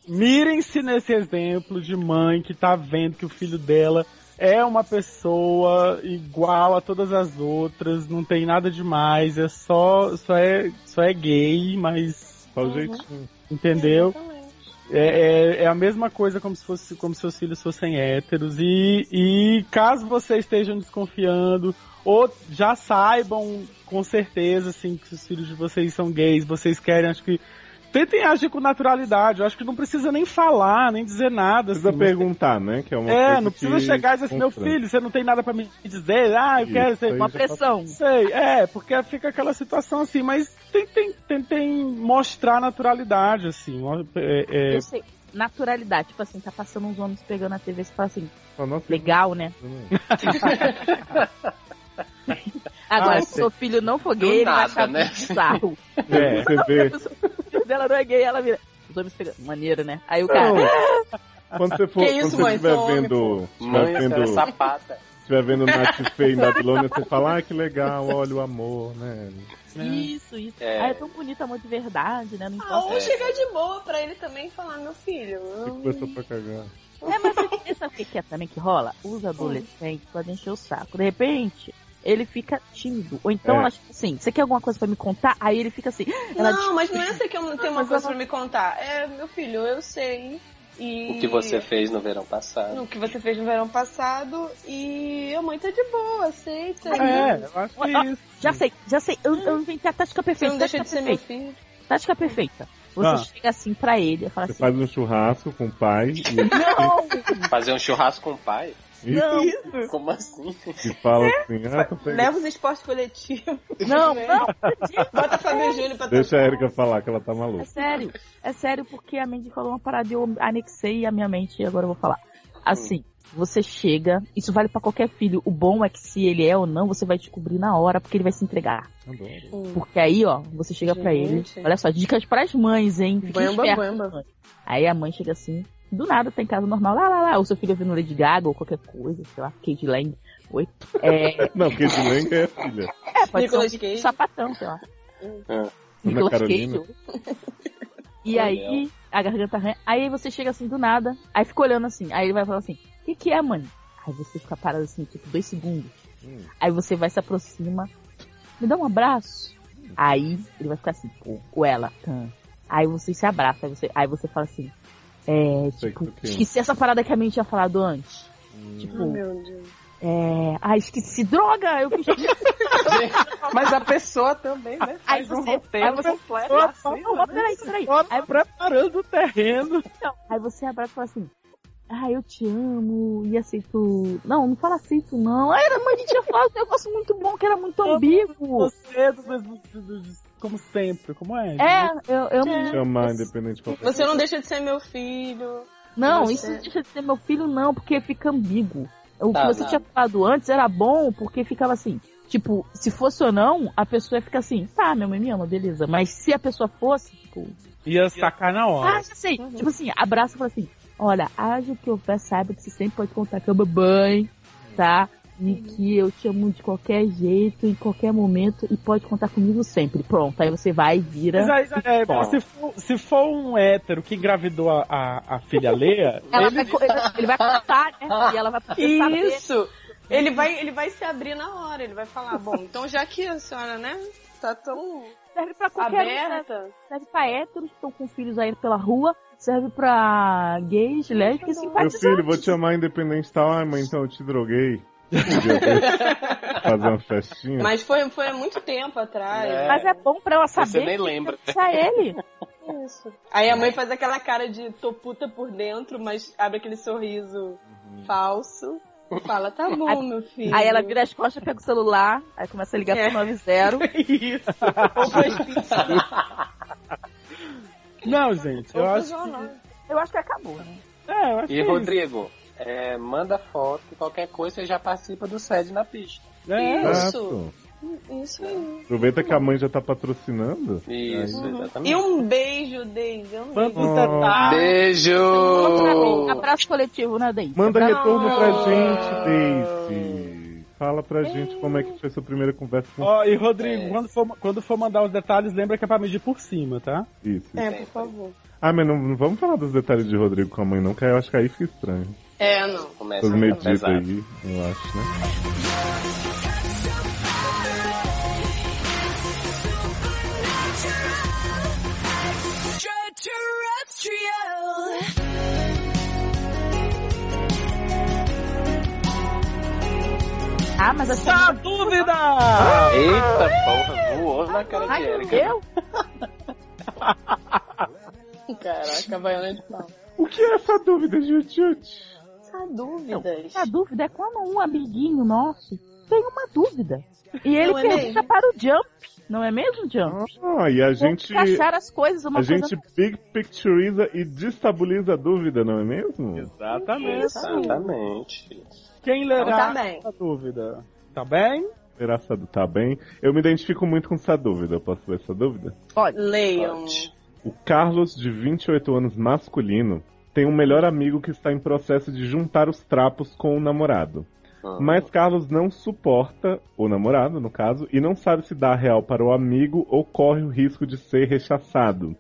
Mirem-se nesse exemplo de mãe que tá vendo que o filho dela é uma pessoa igual a todas as outras, não tem nada demais, é só, só é, só é gay, mas
Só o jeitinho.
entendeu? É, é, é a mesma coisa como se fosse, como se seus filhos fossem héteros e, e caso vocês estejam desconfiando ou já saibam com certeza assim que os filhos de vocês são gays, vocês querem, acho que tentem agir com naturalidade. Eu acho que não precisa nem falar, nem dizer nada.
Precisa
assim.
perguntar, né? Que é uma
É,
coisa
não precisa
que
chegar e dizer assim, meu
confronta.
filho, você não tem nada pra me dizer, ah, eu
Isso, é
quero ser
aí
uma
já
Pressão.
Sei, é, porque fica aquela situação assim, mas tentem, tentem mostrar naturalidade, assim. ó, é, é,
Eu sei. Naturalidade. Tipo assim, tá passando uns homens pegando a
né?
TV e você fala assim,
Fala, "Nossa,
legal, né? Agora,
Ah,
se seu filho não for gay,
Do
ele vai
nada,
achar
né?
bizarro.
É, você vê.
Se dela não é gay, ela vira. Os homens pegando. Maneiro, né? Aí
É.
o cara.
Quando você for,
Que isso,
quando você
mãe?
estiver
Sou homem,
vendo,
Mãe, essa
estiver
é
vendo,
sapata.
estiver vendo Nath Fey em Babilônia, você fala, ah, que
[laughs]
legal, olha o amor, né?
Isso, isso.
É.
Ah, é tão bonito, amor de verdade, né? Não
Ah,
importa.
ou chegar de boa pra ele também e falar, meu filho,
Que
eu-
coisa pra cagar.
É, [laughs] mas você você sabe o que que é também que rola? Os adolescentes podem encher o saco. De repente, ele fica tímido. Ou então
É.
ela fica assim, você quer alguma coisa pra me contar? Aí ele fica assim. Ela diz,
Não, mas não é essa que eu tenho uma
mas
coisa
ela-
pra me contar. É, meu filho, eu sei. E...
O que você fez no verão passado.
O que você fez no verão passado e a mãe tá de boa, aceita.
É, eu acho que é isso.
já sei, já sei, eu, eu inventei a tática
Você
perfeita.
não deixa
tática
de ser meu
perfeita,
filho.
tática perfeita. Você
Ah.
chega assim pra ele e fala
Você
assim,
faz um churrasco com o pai e,
Fazer um churrasco com o pai?
não,
Como assim?
e fala assim, ah, tô pegando.
Leva os esportes coletivos. [laughs]
não, não,
Bota Fábio Júnior pra
Deixa a
tocar.
Erika falar que ela tá
é
maluca.
sério. É sério porque a Mandy falou uma parada e eu anexei a minha mente e agora eu vou falar. Assim, você chega, isso vale pra qualquer filho. O bom é que se ele é ou não, você vai descobrir na hora, porque ele vai se entregar.
Adoro.
Porque aí, ó, você chega pra ele.
Gente.
Olha só, dicas pras mães, hein? Fiquem
Bamba,
espertas.
bamba.
Aí a mãe chega assim, do nada tá em casa normal, lá, lá, lá, o seu filho ouvindo Lady Gaga ou qualquer coisa, sei lá, Kate Lang. Oi. É,
Não, porque de lenga é filha.
é, pode
[laughs] Nicolas
ser um
Cage.
sapatão, sei lá.
É.
Ana
Nicolas
Carolina.
Cage. [laughs] E aí, a garganta arranha. Aí você chega assim do nada, aí fica olhando assim, aí ele vai falar assim, o que que é, mãe? Aí você fica parado assim, tipo, dois segundos.
Hum.
Aí você vai se aproxima, me dá um abraço. Aí ele vai ficar assim, ou, ou ela. Tan. Aí você se abraça, aí você, aí você fala assim, é,
Sei
tipo,
que Hum. tu quer.
esqueci essa parada que a minha tinha falado antes.
Oh,
Tipo,
meu Deus.
é, ah, esqueci, droga, eu fiz
Mas a pessoa também, né?
Aí
Faz um
você, aí
roteiro
você,
completo.
Só-
assim,
só-
né?
não, não, peraí, peraí.
Só
Aí,
preparando o terreno.
não, aí você abraça e fala assim, ah, eu te amo e aceito, não, não fala aceito não, ah, era mãe de tinha falado um negócio muito bom que era muito ambíguo.
Você, do- do- do- do- como sempre, como é?
É, eu, eu
Chamar independente de qualquer
Você não deixa de ser meu filho.
Não,
Você-
isso não deixa de ser meu filho, não, porque fica ambíguo. O que
Tá,
você
tá.
tinha falado antes era bom, porque ficava assim. Tipo, se fosse ou não, a pessoa fica assim, tá, minha mãe me ama, beleza. Mas se a pessoa fosse, tipo,
Ia sacar na hora.
ah, já sei. Tipo assim, abraça e fala assim, olha, age o que eu faço, saiba que você sempre pode contar que eu babanho, tá? E que eu te amo de qualquer jeito, em qualquer momento, e pode contar comigo sempre. Pronto, aí você vai e
Mas
vira.
aí, é,
Bom.
se, for, se for um hétero que engravidou a, a, a filha Leia,
Ela vai, co- ele vai contar, né? E ela vai poder saber.
Isso. Ele vai, ele vai se abrir na hora. Ele vai falar, bom, então já que a senhora, né? Tá tão
Serve pra qualquer um, né?
aberta.
Serve pra héteros que estão com filhos aí pela rua. Serve pra gays, lésbicas e
Meu
simpatizantes.
filho, vou te chamar independente e tal. Ai, mãe, então eu te droguei. Um Podia ter- Fazer uma festinha.
Mas foi, foi há muito tempo atrás.
É.
Mas é bom pra ela saber
Você nem lembra.
que é ele.
Isso. Aí a mãe faz aquela cara de tô puta por dentro, mas abre aquele sorriso falso. Fala, tá bom, meu filho.
Aí ela vira as costas, pega o celular, aí começa a ligar
É.
pro 90.
é
Isso. Ou pro hospício.
não, gente,
Ou
eu
pro
acho.
jornal.
Eu acho que acabou, né?
É, eu acho
E
que é
Rodrigo, é, manda foto, qualquer coisa você já participa do SED na pista.
isso. É,
Exato.
Isso aí.
Aproveita que a mãe já tá patrocinando.
Isso,
Uhum.
E
exatamente.
um beijo, Deise. Um
Vamos
beijo.
tentar.
Oh.
Outro
Beijo!
abraço coletivo, né, Deise?
Manda
Abraço-
retorno pra gente, Daisy. Fala pra gente como é que foi sua primeira conversa
Tipo,
com
Ó, e Rodrigo,
É.
quando, for, quando for mandar os detalhes, lembra que é pra medir por cima, tá?
isso.
É, por favor.
Ah, mas não, não vamos falar dos detalhes de Rodrigo com a mãe, não, que eu acho que aí fica estranho.
É, não.
Começa
Essas
a ficar
medidas
pesado.
aí, eu acho, né?
Extraterrestrial.
Ah, mas assim...
Tá dúvida! Ah,
Eita porra, voou na cara de
Ai, meu
Erika.
Deus!
Caraca, baiana de pau.
O que é essa dúvida, Jutjut?
Essa dúvidas.
A dúvida é quando um amiguinho nosso tem uma dúvida. E ele
Não é
pergunta para o Jump, não é mesmo, Jump?
Ah, e a gente.
Como encaixar as coisas, uma
A
coisa
gente big picturiza e destabiliza a dúvida, não é mesmo?
tá
Exatamente.
Exatamente.
Quem
Então
lerá
tá bem.
essa dúvida? Tá bem?
Será que Sadu tá bem? Eu me identifico muito com essa dúvida. Eu posso ler essa dúvida?
Leiam.
um-
O Carlos, de 28 anos masculino, tem um melhor amigo que está em processo de juntar os trapos com o namorado. Hum. Mas Carlos não suporta o namorado, no caso, e não sabe se dá a real para o amigo ou corre o risco de ser rechaçado.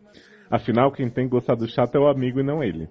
Afinal, quem tem gostado do chato é o amigo e não ele.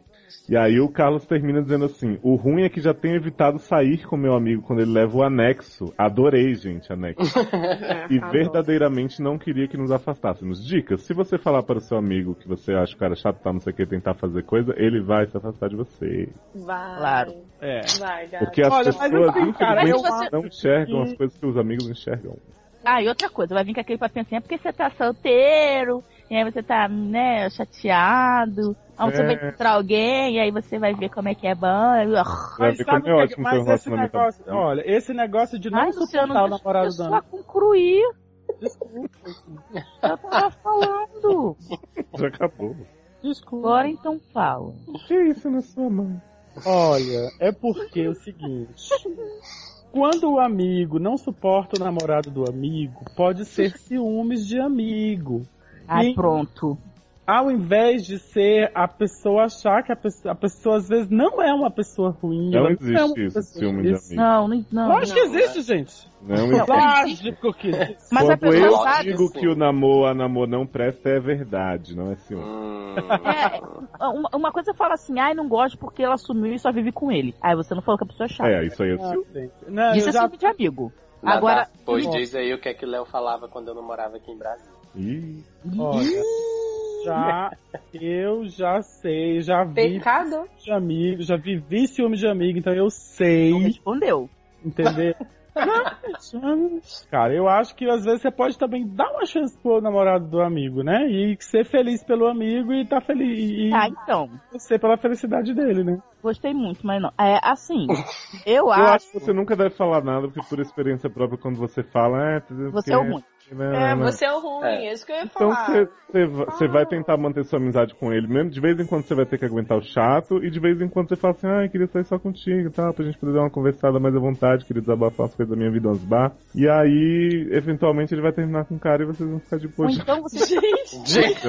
E aí o Carlos termina dizendo assim: O ruim é que já tenho evitado sair com meu amigo quando ele leva o anexo. Adorei, gente, anexo.
É,
e
Tá
verdadeiramente não queria que nos afastássemos. Dicas: se você falar para o seu amigo que você acha o cara chato, tá, não sei o que, tentar fazer coisa, ele vai se afastar de você.
Vai.
Claro.
É.
Vai, gato.
Porque as
Olha, mas
pessoas
assim, cara,
infelizmente,
eu acho
não enxergam as coisas que os amigos enxergam.
Ah, e outra coisa, vai vir com aquele papinho assim, é porque você tá solteiro, e aí você tá, né, chateado, aí você
É.
vai encontrar alguém, e aí você vai ver como é que é bom. e, ah,
Vai ver como é
o que
ótimo ter um
mas esse
relacionamento
negócio,
aberto.
olha, esse negócio de não
Ai,
suportar
Luciano,
o namorado
deixa
do
eu
Ana.
só concluir. Desculpa. Eu tava falando.
Já acabou.
Agora então fala.
Que isso na sua mão?
Olha, é porque é o seguinte. Quando o amigo não suporta o namorado do amigo, pode
[laughs]
ser ciúmes de amigo.
Ai,
E-
pronto.
Ao invés de ser a pessoa achar que a pessoa, a pessoa às vezes não é uma pessoa ruim.
Não
ela é uma
existe isso,
pessoa
ciúme de
difícil.
Não,
amigo.
não, não. é.
Lógico que existe, gente. É
Não existe.
Lógico que existe.
Mas a
Quando
pessoa
eu
sabe.
digo
assim.
que o namoro, a namoro não presta, é verdade, não é ciúme.
Hum.
[laughs] É, uma, uma coisa fala assim, ai, não gosto porque ela sumiu e só vive com ele. Aí você não falou que a pessoa é chata.
É, isso aí é ciúme.
Não,
Isso
eu
é
já
ciúme de amigo.
Agora,
Agora-
Nada, pois diz aí o que é que Léo falava quando eu não morava aqui em Brasília.
Ih,
Olha, já, eu já sei, já vi
Pecado?
de amigo, já vivi ciúme de amigo, então eu sei,
Não respondeu.
entendeu?
[laughs]
[laughs] Não, gente, Cara, eu acho que às vezes você pode também dar uma chance pro namorado do amigo, né? E ser feliz pelo amigo e tá feliz. E
Tá, então.
torcer pela felicidade dele, né?
Gostei muito, mas não. É [laughs] assim, eu
Eu acho
acho
que você nunca deve falar nada, porque por experiência própria, quando você fala, é,
você é o ruim.
É, você é o ruim, é. isso que eu ia
Então
falar.
você- você va- você vai tentar manter sua amizade com ele mesmo. De vez em quando você vai ter que aguentar o chato, e de vez em quando você fala assim, ah, eu queria sair só contigo e tal, pra gente poder dar uma conversada mais à vontade, queria desabafar as coisas da minha vida aos bar. E aí, eventualmente, ele vai terminar com o cara e vocês vão ficar de
Ou
poxa.
então você [laughs]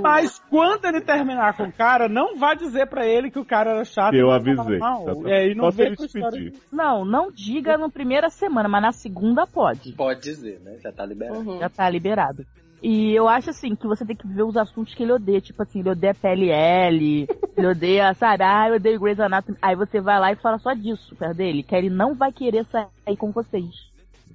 Mas quando ele terminar com o cara, não vá dizer pra ele que o cara era chato.
Eu
não
avisei.
tava mal.
Tá certo.
E aí
Só
não
se
vem
ele
com
te
história
pedir.
Não, não diga na primeira semana, mas na segunda pode.
Pode dizer, né? Já tá liberado.
Uhum.
Já tá liberado. E eu acho assim que você tem que ver os assuntos que ele odeia. Tipo assim, ele odeia PLL, ele odeia, sabe, ah, eu odeio Grey's Anatomy. Aí você vai lá e fala só disso perto dele, que ele não vai querer sair com vocês.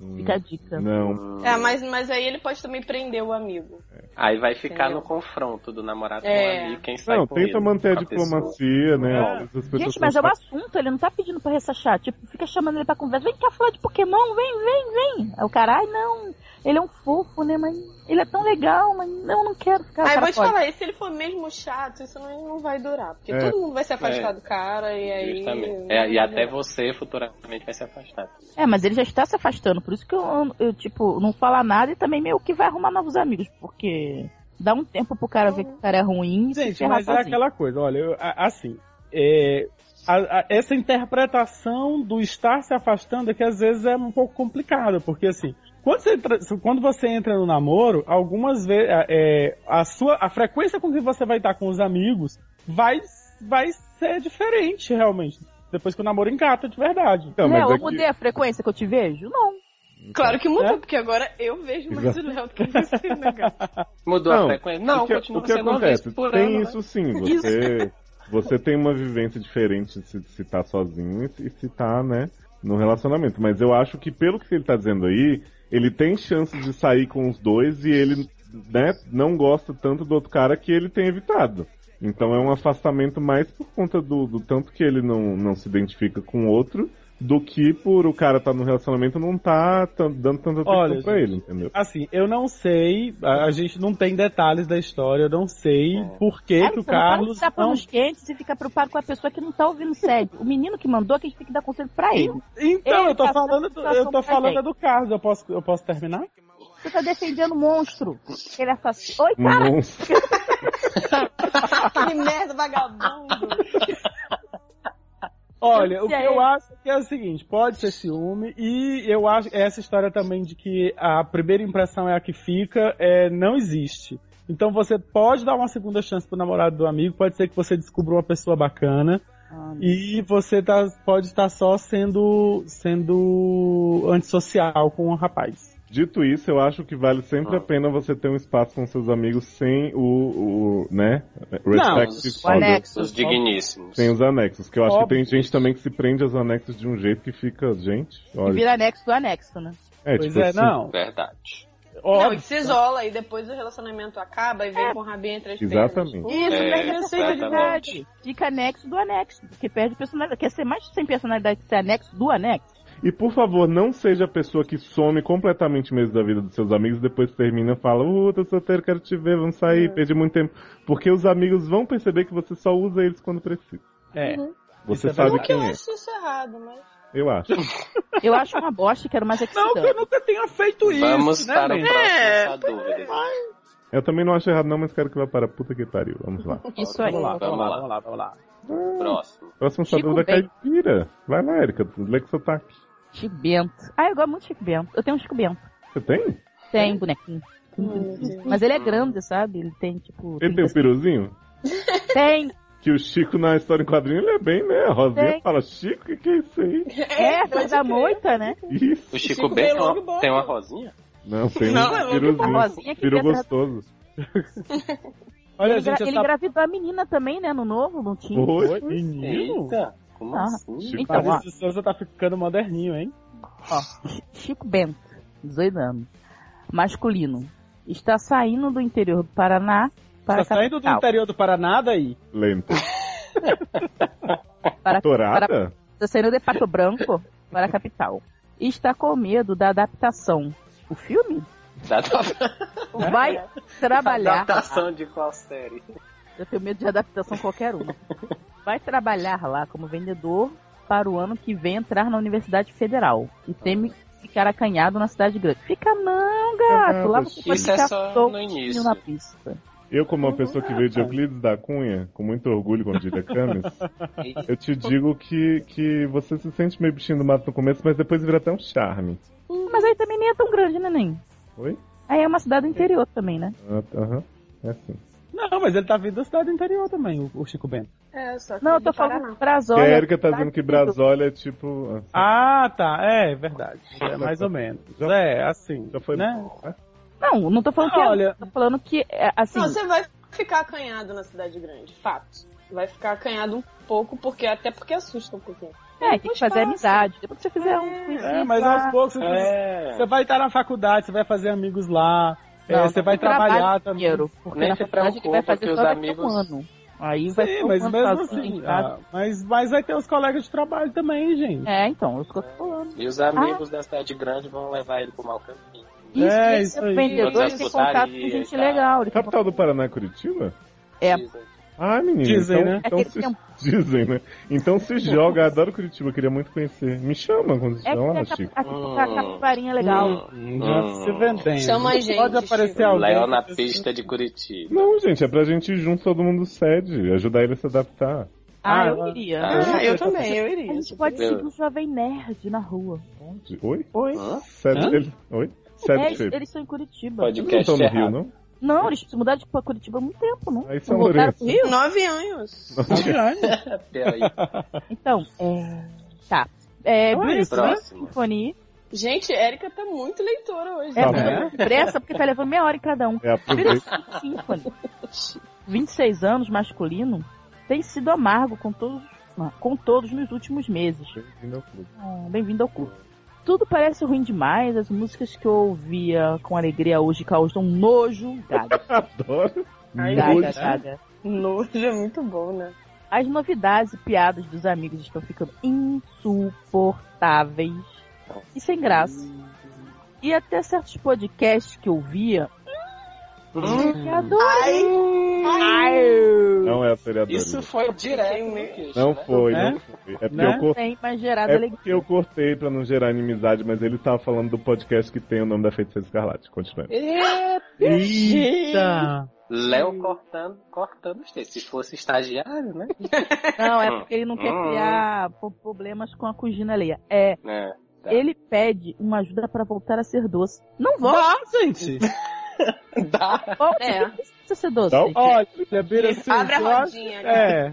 Hum. Fica a dica.
Não,
É, mas, mas aí ele pode também prender o amigo.
Aí vai ficar
É.
no
Entendeu?
confronto do namorado
É.
com o amigo, quem sai
não
com
tenta
ele,
manter a
com pessoa.
diplomacia, né?
É.
Às vezes as pessoas
Gente, mas é
são
um assunto, ele não tá pedindo pra ressachar. Tipo, fica chamando ele pra conversa. Vem cá falar de Pokémon, vem, vem, vem. Aí o cara, ai não, ele é um fofo, né? Mas ele é tão legal, mas não, não quero ficar.
Aí
o
eu
cara
vou te
pode.
falar, e se ele for mesmo chato, isso não, não vai durar. Porque
É.
todo mundo vai se afastar
É.
do cara e aí.
Justamente. É, e até você futuramente vai se afastar.
É, mas ele já está se afastando, por isso que eu, eu, tipo, não falar nada e também meio que vai arrumar novos amigos, porque dá um tempo pro cara ver que o cara é ruim e se
Gente,
ferrar
mas é
sozinho.
aquela coisa, olha, eu- a- assim, é, a- a- essa interpretação do estar se afastando é que às vezes é um pouco complicada, porque assim, quando você entra, quando você entra no namoro, algumas vezes a sua a frequência com que você vai estar com os amigos vai vai ser diferente realmente depois que o namoro engata de verdade.
Não, mas é
Léo, eu
aqui-
É, mudei a frequência que eu te vejo? Não.
[laughs]
Claro que
É.
mudou, porque agora eu vejo mais o Léo do que você, né, [laughs] cara?
Mudou
Não,
a frequência? Não,
o que,
continua
o que
sendo uma vez
acontece?
por
Tem
ano, né?
isso sim,
[laughs]
você, você tem uma vivência diferente se, se tá sozinho e se tá, né, no relacionamento. Mas eu acho que pelo que ele tá dizendo aí, ele tem chance de sair com os dois e ele, né, não gosta tanto do outro cara que ele tem evitado. Então é um afastamento mais por conta do, do tanto que ele não, não se identifica com o outro, do que por o cara tá no relacionamento e não tá tan- dando tanta atenção
Olha,
pra ele, entendeu?
Assim, eu não sei, a, a gente não tem detalhes da história, eu não sei por que,
Ai,
que o
você tá não para de
Carlos
dar
não
panos quentes e ficar preocupado com a pessoa que não tá ouvindo sério. O menino que mandou que a gente tem que dar conselho pra ele.
Então,
Ele
eu tô
passou por
falando, do-
situação
eu tô
pra
falando
gente.
é do Carlos, eu posso, eu posso terminar?
Você tá defendendo o monstro. Ele é assassino. Oi,
[laughs]
cara!
Não
Aquele merda vagabundo.
Olha,
Eu
o que
sei.
eu acho que é o seguinte, pode ser ciúme, e eu acho essa história também de que a primeira impressão é a que fica, é, não existe. Então você pode dar uma segunda chance pro namorado do amigo, pode ser que você descubra uma pessoa bacana,
Ah,
e você tá, pode estar só sendo, sendo antissocial com o rapaz.
Dito isso, eu acho que vale sempre a pena você ter um espaço com seus amigos sem o, o né? Respective
os anexos.
others.
Os digníssimos.
Sem os anexos, que eu acho
Óbvio.
que tem gente também que se prende aos anexos de um jeito que fica, gente,
E
olha.
vira anexo do anexo, né?
É,
Pois
tipo
é,
assim,
não. é.
Verdade.
Não, e se isola e depois o relacionamento acaba e vem com o rabinho entre as pernas.
Exatamente.
Isso,
É,
perde a sua
exatamente.
identidade. Fica anexo do anexo. Porque perde personalidade. Quer ser mais sem personalidade que ser anexo do anexo?
E por favor, não seja a pessoa que some completamente mesmo da vida dos seus amigos e depois termina e fala, uh, tô solteiro, quero te ver, vamos sair,
É.
perdi muito tempo. Porque os amigos vão perceber que você só usa eles quando precisa.
É. Isso
Você
é
sabe
verdade.
Tipo, Eu
quem é.
acho isso errado, mas.
Eu acho.
Eu acho uma bosta e quero mais excitante.
Não que eu nunca tenha feito isso,
Vamos
né,
para o
Lê?
próximo
É,
É.
Essa dúvida.
Eu também não acho errado não, mas quero que vá para a puta que pariu. Vamos lá.
Isso aí.
Vamos lá,
Vamos
vamos lá,
lá.
vamos lá, vamos lá.
Próximo.
Próximo
Chico
estado da
Bento.
caipira. Vai lá, Erika. Lê com sotaque.
Chico Bento. Ah, eu gosto muito de Chico Bento. Eu tenho um Chico Bento.
Você tem?
Tem bonequinho. Mas ele é grande, sabe? Ele tem, tipo...
Ele tem um
30
piruzinho?
Tem,
Que o Chico na história em quadrinho ele é bem, né? A Rosinha
Tem.
fala, Chico, o que, que é isso aí?
[laughs]
é, faz a moita, né?
Isso.
O Chico,
Chico
é
Bento
Belo,
tem
logo
uma-
bom.
tem uma rosinha?
Não, tem
Não, é
um
louco.
A
piruzinho.
Rosinha assim, que é
Piru
quer tra-
gostoso.
Olha,
ele gra-
É, gente,
ele
essa... tá-
engravidou a menina também, né? No novo, não tinha.
Oi?
Oi, menino?
Eita, como
Ah.
assim?
Chico,
Então, ó.
Fabrício Souza tá ficando moderninho, hein?
Chico Bento, 18 anos, masculino, está saindo do interior do Paraná para,
Tá
a capital,
saindo do interior do Paraná daí?
Lento.
para, para,
Torada?
está saindo de Pato Branco para a capital. E está com medo da adaptação. O filme
Dá pra-
É.
vai trabalhar.
Adaptação de qual série?
Eu tenho medo de adaptação qualquer uma. Vai trabalhar lá como vendedor para o ano que vem entrar na Universidade Federal e teme
Ah.
ficar acanhado na cidade grande. Fica não, gato. Lá você pode
Isso é
ficar
só no
soltinho
início.
na pista.
Eu, como uma pessoa que veio
assim.
de Euclides da Cunha, com muito orgulho, como diria Camis,
[laughs]
eu te digo que, que você se sente meio bichinho do mato no começo, mas depois vira até um charme.
Hum, Mas aí também nem é tão grande, né, Nen?
Oi?
Aí é uma cidade do interior também, né?
Ah, tá, Aham. É assim.
Não, mas ele tá vindo da cidade do interior também, o- o Chico Bento.
É, só que
Não, eu
do
tô
Paraná.
falando de
E a
Brasólia.
Erika tá dizendo que Brasólia é tipo. assim,
Ah, tá. É, é verdade. É, mais ou menos. É, assim.
Já foi.
Né?
Ah, Não, não tô falando que é.
Olha,
Tô falando que, é, assim,
Não, você vai ficar acanhado na cidade grande, fato. Vai ficar acanhado um pouco, porque até porque assusta um pouquinho.
é, tem que fazer
passa.
amizade. Depois que você fizer um...
é,
coisinha
mas
lá.
aos poucos você,
É.
você vai estar na faculdade, você vai fazer amigos lá, é,
Não,
você vai
não trabalha
trabalhar também.
Dinheiro, porque
Nem
na
se
faculdade ele vai
preocupa que
fazer
os
só daqui a
amigos-
um ano. Aí vai
Sim,
ficar um
mas
ano
mesmo
sozinho em
assim.
casa.
ah, mas, mas vai ter os colegas de trabalho também, gente.
É, então, eu estou falando.
E os amigos da cidade grande vão levar ele pro mau caminho.
Isso,
É,
esse
isso aí.
vendedor
Quantas
tem contato com
putarias,
gente
cara.
legal. Ele tem
Capital do Paraná, é Curitiba?
É.
Dizem.
Ah, menina.
Dizem,
então,
né?
então
É aquele
se...
tempo.
[laughs] Dizem, né? Então se joga. Adoro Curitiba, queria muito conhecer. Me chama quando
É
estiver lá,
que tem
Chico.
a, a, a,
Hum.
capivarinha legal.
Hum, Já se vendendo.
Chama a gente,
Pode aparecer
Chico.
alguém.
Léo
[laughs]
na pista de Curitiba.
Não, gente, é pra gente ir junto, todo mundo cede, ajudar ele a se adaptar.
Ah, eu
Ah,
iria.
ah,
Ah, eu também, eu iria. tipo,
A gente pode
Eu-
seguir o Jovem Nerd na rua.
Onde? Oi?
Oi.
Hã?
Sad
Hã? é
Trip. Oi? Sad
É, eles,
Trip.
eles estão em Curitiba.
Pode-
Eles não estão no
Podcast
Rio,
errado.
não?
Não, eles se mudaram de- pra Curitiba há muito tempo, né? não?
Aí São
Não voltaram
Lourenço.
pro Rio?
Nove anos.
Peraí.
Então, é... Tá. É, Beautiful
próximo.
Symphony.
Gente, Érica tá muito leitora hoje.
É,
Tá
tá com pressa, porque tá levando meia hora em cada um.
É,
[laughs]
aproveita.
Beautiful Symphony. 26 anos, masculino, tem sido amargo com todos, com todos nos últimos meses.
Bem-vindo ao clube. [laughs]
Hum, Bem-vindo ao clube. Tudo parece ruim demais, as músicas que eu ouvia com alegria hoje causam nojo, Tá, gaga,
Adoro.
Ai,
gaga,
Nojo.
gaga.
Nojo é muito bom, né?
As novidades e piadas dos amigos estão ficando insuportáveis e sem graça. E até certos podcasts que eu via. Hum, eu adorei.
Não é a seriadora.
Isso foi direto no queixo,
Não
né?
foi,
É?
não foi. É porque,
Né?
eu, cor-
Tem mais gerado
é
alegria.
porque eu cortei pra não gerar inimizade, mas ele tava falando do podcast que tem o nome da Feiticeira Escarlate. Continuando.
Eita!
Léo cortando, cortando os textos. Se fosse estagiário, né?
Não, é porque ele não quer
Hum.
criar po- problemas com a cugina alheia. É,
É, tá.
ele pede uma ajuda pra voltar a ser doce. Não [laughs] volta!
Dá, gente!
Dá.
Volta,
É.
não precisa ser doce.
Então, olha, beira assim,
Abre a
eu acho-
rodinha.
É,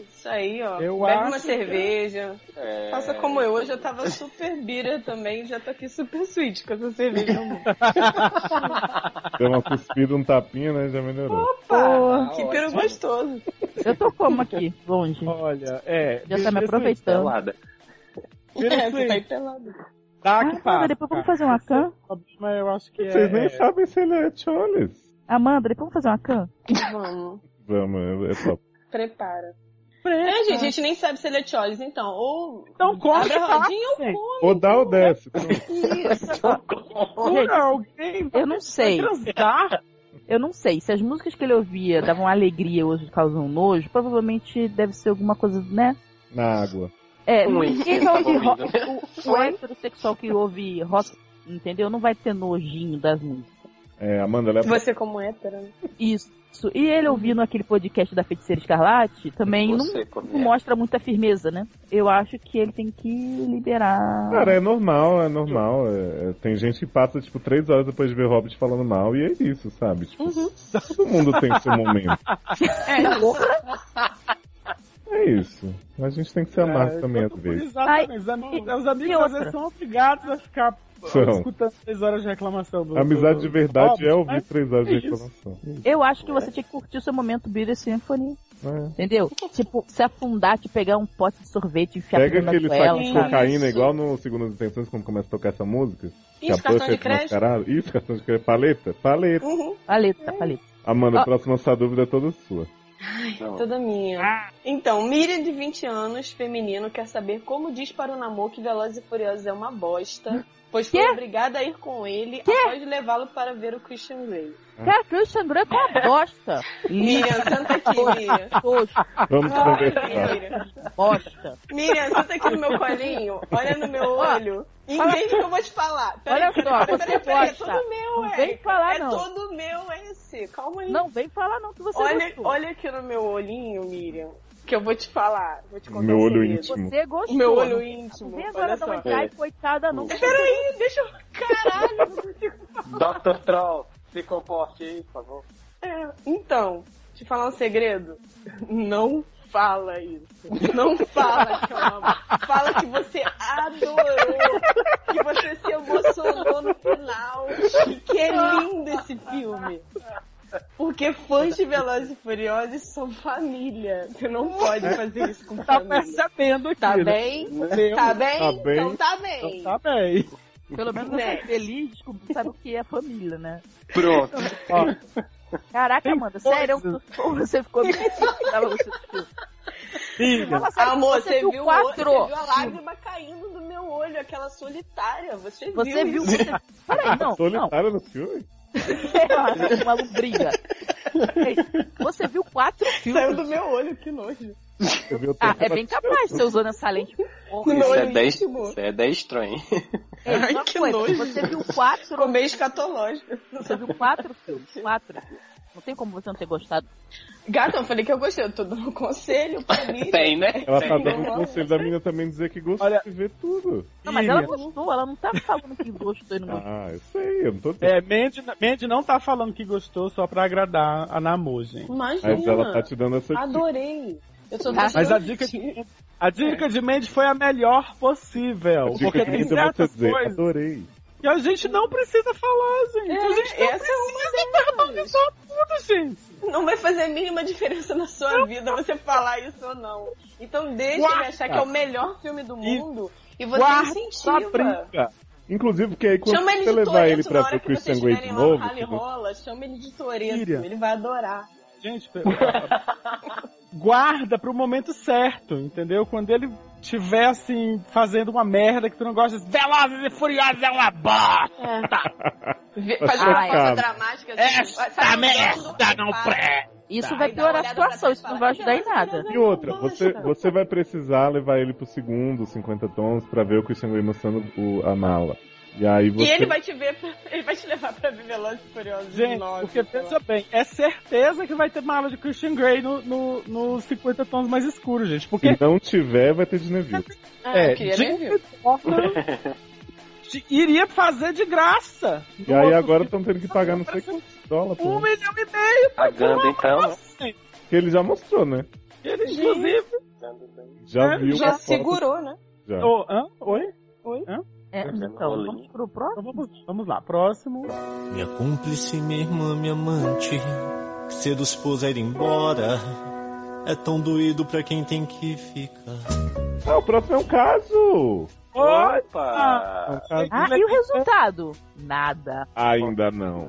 Isso aí, ó.
Eu
Bebe
acho
uma
que-
cerveja.
É.
Faça como eu. Hoje eu tava super bira também. Já tô aqui super sweet com essa cerveja.
[laughs]
Deu uma cuspida, um tapinha, né? Já melhorou.
Opa!
Ah,
que
ótimo.
piro gostoso.
Eu tô como aqui, longe.
olha, é.
Já tá me
Beira
aproveitando.
Pelada.
assim, beira
É, você tá aí
assim,
pelado.
dá
Ah,
que
Amanda,
passa,
depois
cara.
vamos fazer uma can?
O problema eu acho que é.
Vocês nem sabem se ele é Choles.
Amanda, depois vamos fazer uma can?
Vamos.
Vamos, é só.
Prepara. É,
Tá.
gente, a gente nem sabe se ele é Cholis, então. Ou
Então corre
abre a
lá,
rodinha ou
gente.
come.
Ou dá ou desce.
Gente,
Procura alguém pra
Eu não sei.
transar.
Eu não sei. Se as músicas que ele ouvia davam alegria ou causam nojo, provavelmente deve ser alguma coisa, né?
Na água.
É,
Ruim.
ninguém vai ouvir
[laughs] Tá
rock. O, o heterossexual que ouve rock, entendeu? Não vai ter nojinho das músicas.
É, Amanda, leva.
Você como hétero. né?
Isso. E ele ouvindo aquele podcast da Feiticeira Escarlate também não,
Você
não
como é.
mostra muita firmeza, né? Eu acho que ele tem que liberar.
Cara, é normal, é normal. é- é- tem gente que passa, tipo, três horas depois de ver Hobbit falando mal, e é isso, sabe? Tipo,
Uhum.
Todo mundo tem seu momento. É isso. A gente tem que se amar
É,
também, às
todo mundo-
vezes.
Exatamente. Os amigos, os amigos às
outra?
vezes são obrigados a ficar
São.
escutando três horas de reclamação. Do,
A Amizade
do-
de verdade
do
é
Hobbit,
ouvir três horas de
é isso.
reclamação.
Eu acho que você
é.
tinha que curtir o seu momento Beauty Symphony,
É.
entendeu? tipo, se afundar, te pegar um pote de sorvete e enfiar
Pega
tudo na
aquele
goela,
saco de
sabe?
cocaína,
Isso.
igual no Segundas Intenções, quando começa a tocar essa música. que a
Isso, cartão
Buffett
de crédito.
mascarada- Isso, cartão de crédito. Paleta? Paleta.
Uhum.
Paleta, paleta.
Amanda,
Ah.
a próxima sua dúvida é toda sua.
Não.
Toda minha.
Ah.
Então, Miriam, de 20 anos, feminino, quer saber como diz para o namor que Velozes e Furiosos é uma bosta, pois foi
Quê?
obrigada a ir com ele após levá-lo para ver o Christian Grey.
Cara, Christian Grey é uma bosta.
[laughs] Miriam, senta aqui, Miriam.
Tosco,
Ah.
Vamos conversar.
Miriam.
É bosta.
Miriam, senta aqui no meu colinho, olha no meu olho e entende o que eu vou te falar.
Olha só,
peraí,
você
peraí, peraí, é
gosta.
todo meu,
Não
é.
vem falar,
é
não.
todo meu esse. Calma aí.
Não vem falar, não, que você
olha,
gostou.
olha aqui no meu olhinho, Miriam, que eu vou te falar. Vou te contar
Meu
um
olho
segredo.
íntimo.
Você gostou.
O meu
Não
olho íntimo.
Vem
olha
agora um dar
só. É.
uma de ai, coitada, não.
Peraí, deixa eu. Caralho!
Dr. Troll, tá, se comporte aí, por favor.
É, então, te falar um segredo? Não fala isso. Não fala que eu amo. Fala que você adorou. Que você se emocionou no final. E que é lindo esse filme. Porque fãs de Velozes e Furiosos são família. Você não pode fazer isso com
Tá
família.
percebendo aqui.
Tá
né?
bem?
Meu,
Tá bem?
Tá bem.
Então tá bem.
Tá bem.
Pelo menos
Né?
você é feliz, descobri, sabe o que é família, né?
Pronto.
[laughs]
Caraca, Amanda, sério,
coisas.
eu- [laughs] você ficou meio que tava gostando.
Filha,
Fala sério,
Amor,
você viu
o olho-
quatro?
Você viu a lágrima caindo do meu olho, aquela solitária. Você,
Você viu?
viu?
Você... Peraí, não, não.
Solitário no filme?
Porra, Uma lombriga. Ei, Você viu quatro
Saiu
filmes?
do meu olho, que nojo.
Eu vi o
Ah,
tempo
é bem capaz de você usando essa lente. Porra.
Isso é
Olho
10
íntimo.
isso é 10 estranho.
Ei,
Ai,
uma
que
coisa,
nojo.
Você viu quatro
Ficou meio escatológico.
Você viu quatro filmes? Quatro. Não tem como você não ter gostado.
Gata, eu falei que eu gostei. Eu tô dando um conselho
[laughs]
pra mim.
Tem, né?
Ela
Tem.
tá dando o conselho da menina também dizer que gostou
Olha-
de ver tudo.
Não, mas ela
filha.
gostou, ela não tá falando que gostou e não gostou.
Ah, eu sei, eu não tô dizendo.
É, Mandy, Mandy não tá falando que gostou só pra agradar a Namor, gente.
Mas
Imagina.
ela tá te dando essa dica.
Adorei. Eu tô
Mas
Mas
gostando
a dica
de ti.
de, a dica de Mandy foi a melhor possível.
A dica
porque
que
tem
eu vou te
certas
dizer,
coisas
adorei.
que a gente não precisa falar, gente.
É,
a gente não
essa é uma delas.
precisa tudo, gente.
Não vai fazer a mínima diferença na sua vida você falar isso ou não. Então deixa
Guarda.
ele achar que é o melhor filme do mundo e você
Guarda
incentiva.
Só brinca.
Inclusive, porque aí quando
Chama ele
você
de
levar ele
Toreto
pra
na
ver
hora
o
que vocês
Christian Grey
estiverem lá
de
no
novo,
Rally
que-
Rola, chama ele de Toreto,
Miriam.
ele vai adorar. [laughs]
Gente, pe- guarda pro momento certo, entendeu? Quando ele tiver, assim, fazendo uma merda que tu não gosta, diz, Velozes e Furiosos é uma bosta!
Vê-
Vai
Faz uma
chocar.
coisa dramática assim. vai-
Essa
faz um
merda
dando
não
para.
presta!
Isso
Tá.
vai
Aí dá
piorar
uma
a
olhada pra
situação,
trás
isso
e
não vai
fala,
ajudar em
"Beleza,
nada.
E outra, você,
Bosta.
você vai precisar levar ele pro segundo, 50 tons, pra ver o Christian Grey mostrando o, a mala. E aí você.
E ele vai te ver, [laughs] pra- ele vai te levar pra ver Velozes e Furiosos
Gente,
9.
porque pensa bem, é certeza que vai ter uma aula de Christian Grey no, no, no 50 tons mais escuros, gente. Porque
Se não tiver, vai ter Disneyville.
Ah,
é,
eu queria
de-
nem ver.
[laughs] de- iria fazer de graça.
E aí agora Uhum. estão tendo que pagar não sei quantos dólares.
Um
pô.
milhão e meio pra
Pagando
Uhum.
então.
Que ele já mostrou, né?
ele, inclusive.
Já
É,
viu.
Já
uma foto-
segurou, né?
Já.
Ô, hã? Oi?
É, então, vamos pro próximo.
Então vamos, vamos lá, próximo.
Minha cúmplice, minha irmã, minha amante, cedo se pôs a ir embora. É tão doído pra quem tem que ficar.
Ah, o próximo é um caso!
Oi!
Opa!
É um caso.
Ah, e o resultado? Nada.
Ainda não.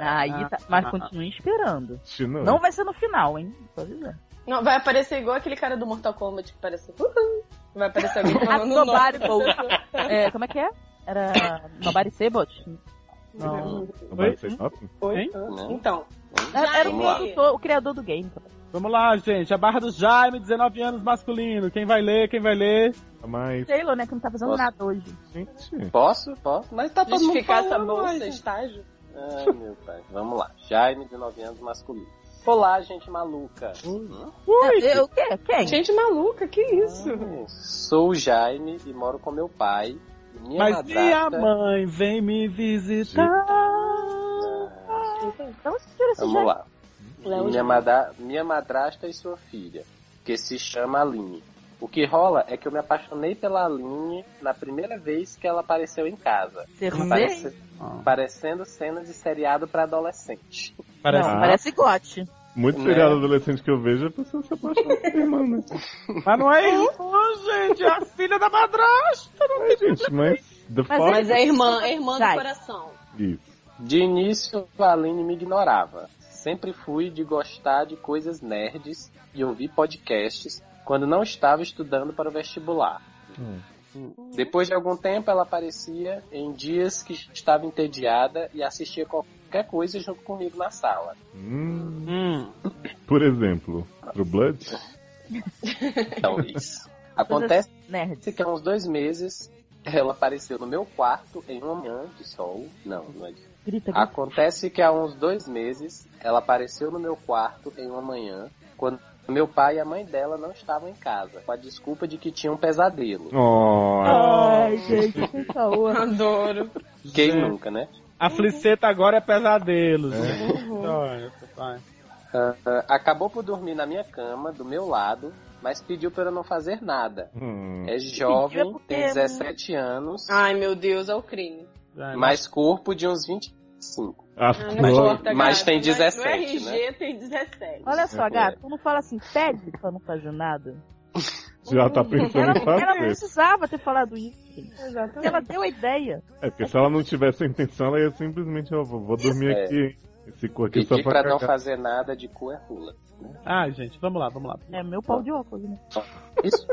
Aí tá- mas continue esperando.
Não.
Não vai ser no final, hein? Tô avisando.
Não, vai aparecer igual aquele cara do Mortal Kombat que parece. Uhul. Vai aparecer alguém falando [laughs] o
Nobody
nome.
Bolt. É, como é que é? Era Nobody Sabot? Não.
Não vai ser nothing?
Hein?
Então,
Era, um era o,
Vamos lá.
produtor, o criador do game.
Vamos lá, gente. A barra do Jaime, 19 anos masculino. Quem vai ler? Quem vai ler?
Mas,
Taylor, né? Que não tá fazendo
Nossa.
nada hoje.
gente.
Posso? Posso?
mas tá todo mundo
Justificar
falando,
essa bolsa,
mas- estágio.
Ai, meu pai. Vamos lá. Jaime, de 9 anos, masculino. Olá, gente maluca.
eu, É, o quê? Quem?
Gente maluca, que isso?
Sou o Jaime e moro com meu pai. E Minha
Mas minha
madrasta...
mãe vem me visitar.
Ah,
Então, esse tira esse
Vamos
jeito.
lá. Minha, madra- minha madrasta e sua filha, que se chama Aline. O que rola é que eu me apaixonei pela Aline na primeira vez que ela apareceu em casa.
Terceiro?
Parece- Parecendo cena de seriado pra adolescente.
Parece.
Não, parece gote.
Muito
Né?
seriado adolescente que eu vejo é a pessoa se apaixonar pela irmã, né?
Mas não é isso, gente. É a filha da madrasta.
É, gente, mas. The
Mas
fuck
Mas é irmã, é irmã
Sai.
do coração.
isso?
De início, a Aline me ignorava. Sempre fui de gostar de coisas nerds e ouvir podcasts quando não estava estudando para o vestibular.
Hum.
Depois de algum tempo, ela aparecia em dias que estava entediada e assistia qualquer coisa junto comigo na sala.
Hum. Por exemplo, pro Blood?
Talvez. Então, é Acontece
Nerd.
Disse que há uns dois meses ela apareceu no meu quarto em uma manhã de sol. Não, não é. de-
Grita, grita.
Acontece que há uns dois meses ela apareceu no meu quarto em uma manhã quando meu pai e a mãe dela não estavam em casa, com a desculpa de que tinha um pesadelo.
Oh,
Ai, gente, que caô.
Adoro.
Quem nunca, né?
A fliceta agora é pesadelo, gente. Olha, vai.
Ah, ah, acabou por dormir na minha cama, do meu lado, mas pediu para eu não fazer nada.
hum.
Pediu
É
é
jovem,
porque-
tem 17 anos,
Ai, meu Deus, é o crime.
Vai,
mas corpo de uns 25.
Ah,
Não,
Mas-
não é importa,
mas
cara.
tem né?
No
17,
RG tem 17.
Olha só, gato, tu não fala assim, pede pra não fazer nada.
já tá pensando
Ela,
em
ela não
fazer.
precisava ter falado isso. gente.
Exatamente.
Ela deu a ideia.
É, porque se ela não tivesse a intenção, ela ia simplesmente, ó, vou vou dormir
É.
aqui, hein? Esse cu aqui só
Pedir
pra
pra não
cagar.
fazer nada de cu é rula.
Ai, Ah, gente, vamos lá, vamos lá.
É meu pau de óculos, né?
Isso,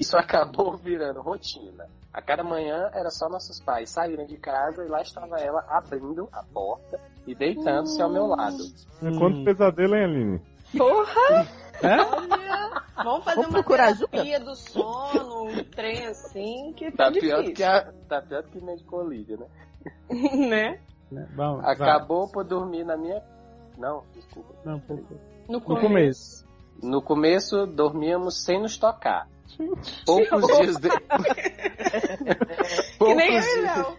isso acabou virando rotina. A cada manhã era só nossos pais saírem de casa e lá estava ela abrindo a porta e deitando-se ao meu lado.
Hum,
Hum.
Hum.
Quanto pesadelo, hein, Aline?
Vamos fazer
Vamos
uma
procurar
terapia do sono, um trem assim, que tá,
Tá pior
difícil.
que a, tá pior que medicolídia, né?
né?
Né, Vamos, vai.
Acabou por dormir na minha. Não, desculpa.
Não, por favor.
No
No
começo.
começo.
No começo dormíamos sem nos tocar. [laughs] Poucos dias depois.
[laughs] Que nem eu
Poucos
e
dias
Léo.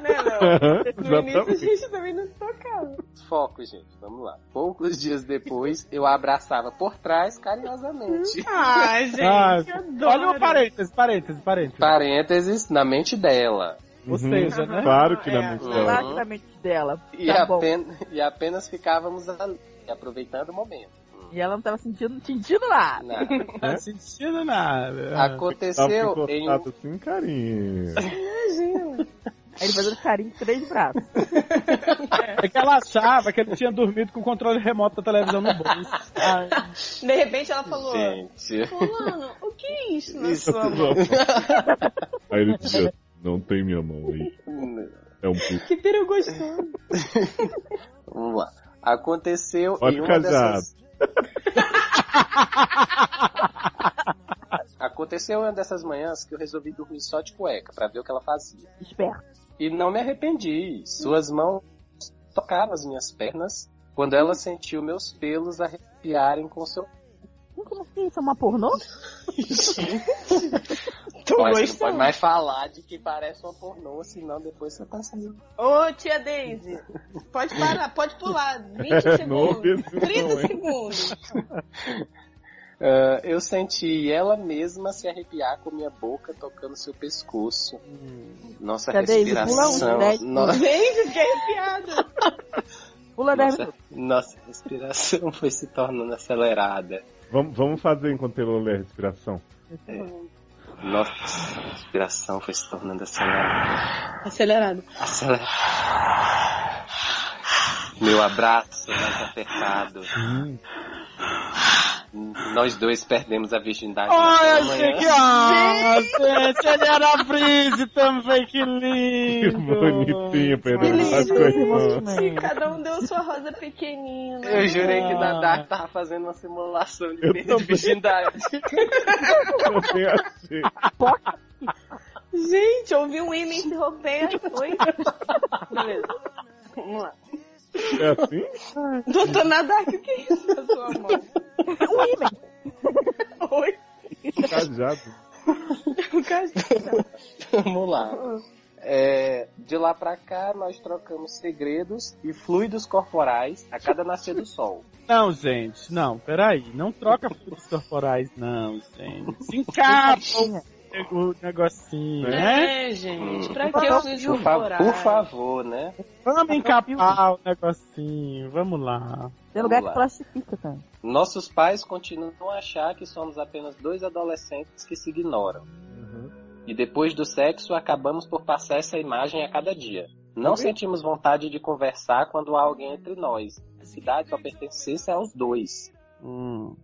Né,
[laughs]
Léo? No início a
Exatamente.
gente também não se [laughs] tocava.
Foco, gente, vamos lá. Poucos dias depois, eu a abraçava por trás
Hum.
carinhosamente.
Ai, gente,
Ah,
adoro.
olha o parênteses, parênteses, parênteses.
Tá. Parênteses, na mente dela.
Ou seja, né?
Uhum. Claro que
É.
na mente
Uhum.
dela.
Lá na mente dela.
E,
Tá bom.
apen- e apenas ficávamos ali, aproveitando o momento.
E ela não tava sentindo, sentindo nada. [laughs]
Na-
Não faz sentido
É, tá
nada.
Tava
Aconteceu em
encostado assim, carinho.
Aí ele fazendo carinho com três braços.
É que ela achava que ele tinha dormido com o controle remoto da televisão no bolso.
De repente ela falou:
Gente, [laughs]
Fulano, o que é isso na
Isso,
sua mão?
[laughs] Aí ele dizia, não tem minha mão aí. É um puto.
Que peru gostoso.
vamos lá. Aconteceu
Olha
em
o
uma
cajado.
dessas. [laughs] Aconteceu em uma dessas manhãs que eu resolvi dormir só de cueca pra ver o que ela fazia.
Esperto.
E não me arrependi. Suas mãos tocaram as minhas pernas quando ela sentiu meus pelos arrepiarem com seu.
Como assim? Isso é uma pornô?
Tu Mas não pode mais falar de que parece uma pornô, senão depois você tá saindo.
Ô, tia Daisy, pode parar, pode pular. 20
É, [laughs] não,
segundos.
isso não,
30
hein?
segundos.
Ah, eu senti ela mesma se arrepiar com minha boca tocando seu pescoço. Nossa
Tia Daisy, pula
respiração.
uns dez
no-
Gente, fiquei arrepiada.
Pula
nossa, nossa respiração [laughs] foi se tornando acelerada.
Vamos, vamos fazer enquanto ele olha a respiração.
Nossa, a respiração foi se tornando acelerada.
Acelerado.
Acelerada. Meu abraço mais apertado. Nós dois perdemos a virgindade.
Ai,
naquela
achei
manhã.
que. Ah, gente, ele era a Brise também, que
Que
lindo!
bonitinho, Pedro. As coisas-
Cada um deu sua rosa pequenina.
Eu Ah. jurei que na Dark tava fazendo uma simulação de perda de virgindade.
Gente, eu ouvi um hino interrompendo. Oi? Beleza. Vamos lá.
[laughs] É assim?
Doutor Nadar, o que é isso na sua mão? Um ímã. Oi?
Cajado.
Um cajado.
[laughs] Vamos lá. É, de lá pra cá, nós trocamos segredos e fluidos corporais a cada nascer do sol.
Não, gente, não, peraí. Não troca
[laughs]
fluidos corporais, não, gente. Se encapa o, o negocinho, né?
É, gente,
Hum.
pra que eu fiz
Por, fa- por favor, né?
Vamos encapar o negocinho, vamos lá.
Tem lugar que
classifica, cara.
Nossos pais continuam a achar que somos apenas dois adolescentes que se ignoram. E depois do sexo, acabamos por passar essa imagem a cada dia. Não
Oi?
sentimos vontade de conversar quando há alguém entre nós. A cidade só pertencesse aos dois.
Hum.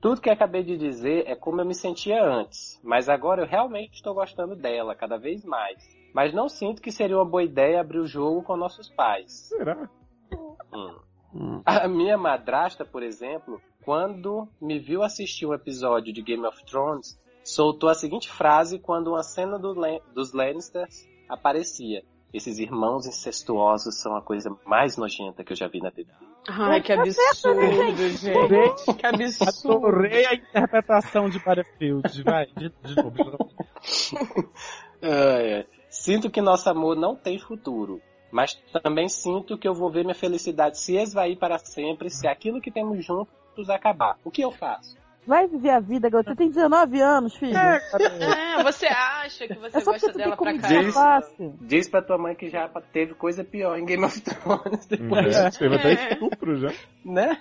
Tudo que acabei de dizer é como eu me sentia antes, mas agora eu realmente estou gostando dela cada vez mais. Mas não sinto que seria uma boa ideia abrir o jogo com nossos pais.
Será?
Hum. A minha madrasta, por exemplo, quando me viu assistir um episódio de Game of Thrones, soltou a seguinte frase quando uma cena do Lan- dos Lannisters aparecia. Esses irmãos incestuosos são a coisa mais nojenta que eu já vi na TV.
Ai, que absurdo, gente. Que absurdo.
Adorei a interpretação de Battlefield, vai, de, de
[laughs]
novo.
Ai, ai. Sinto que nosso amor não tem futuro, mas também sinto que eu vou ver minha felicidade se esvair para sempre se aquilo que temos juntos acabar. O que eu faço?
Vai viver a vida, garota. Você tem 19 anos, filho.
É, você acha que
É
você
só
gosta
preciso
dela
ter
É pra
comida.
caralho?
fácil.
Diz pra tua mãe que já teve coisa pior em Game of Thrones [laughs] depois.
É, teve até estupro já.
Né?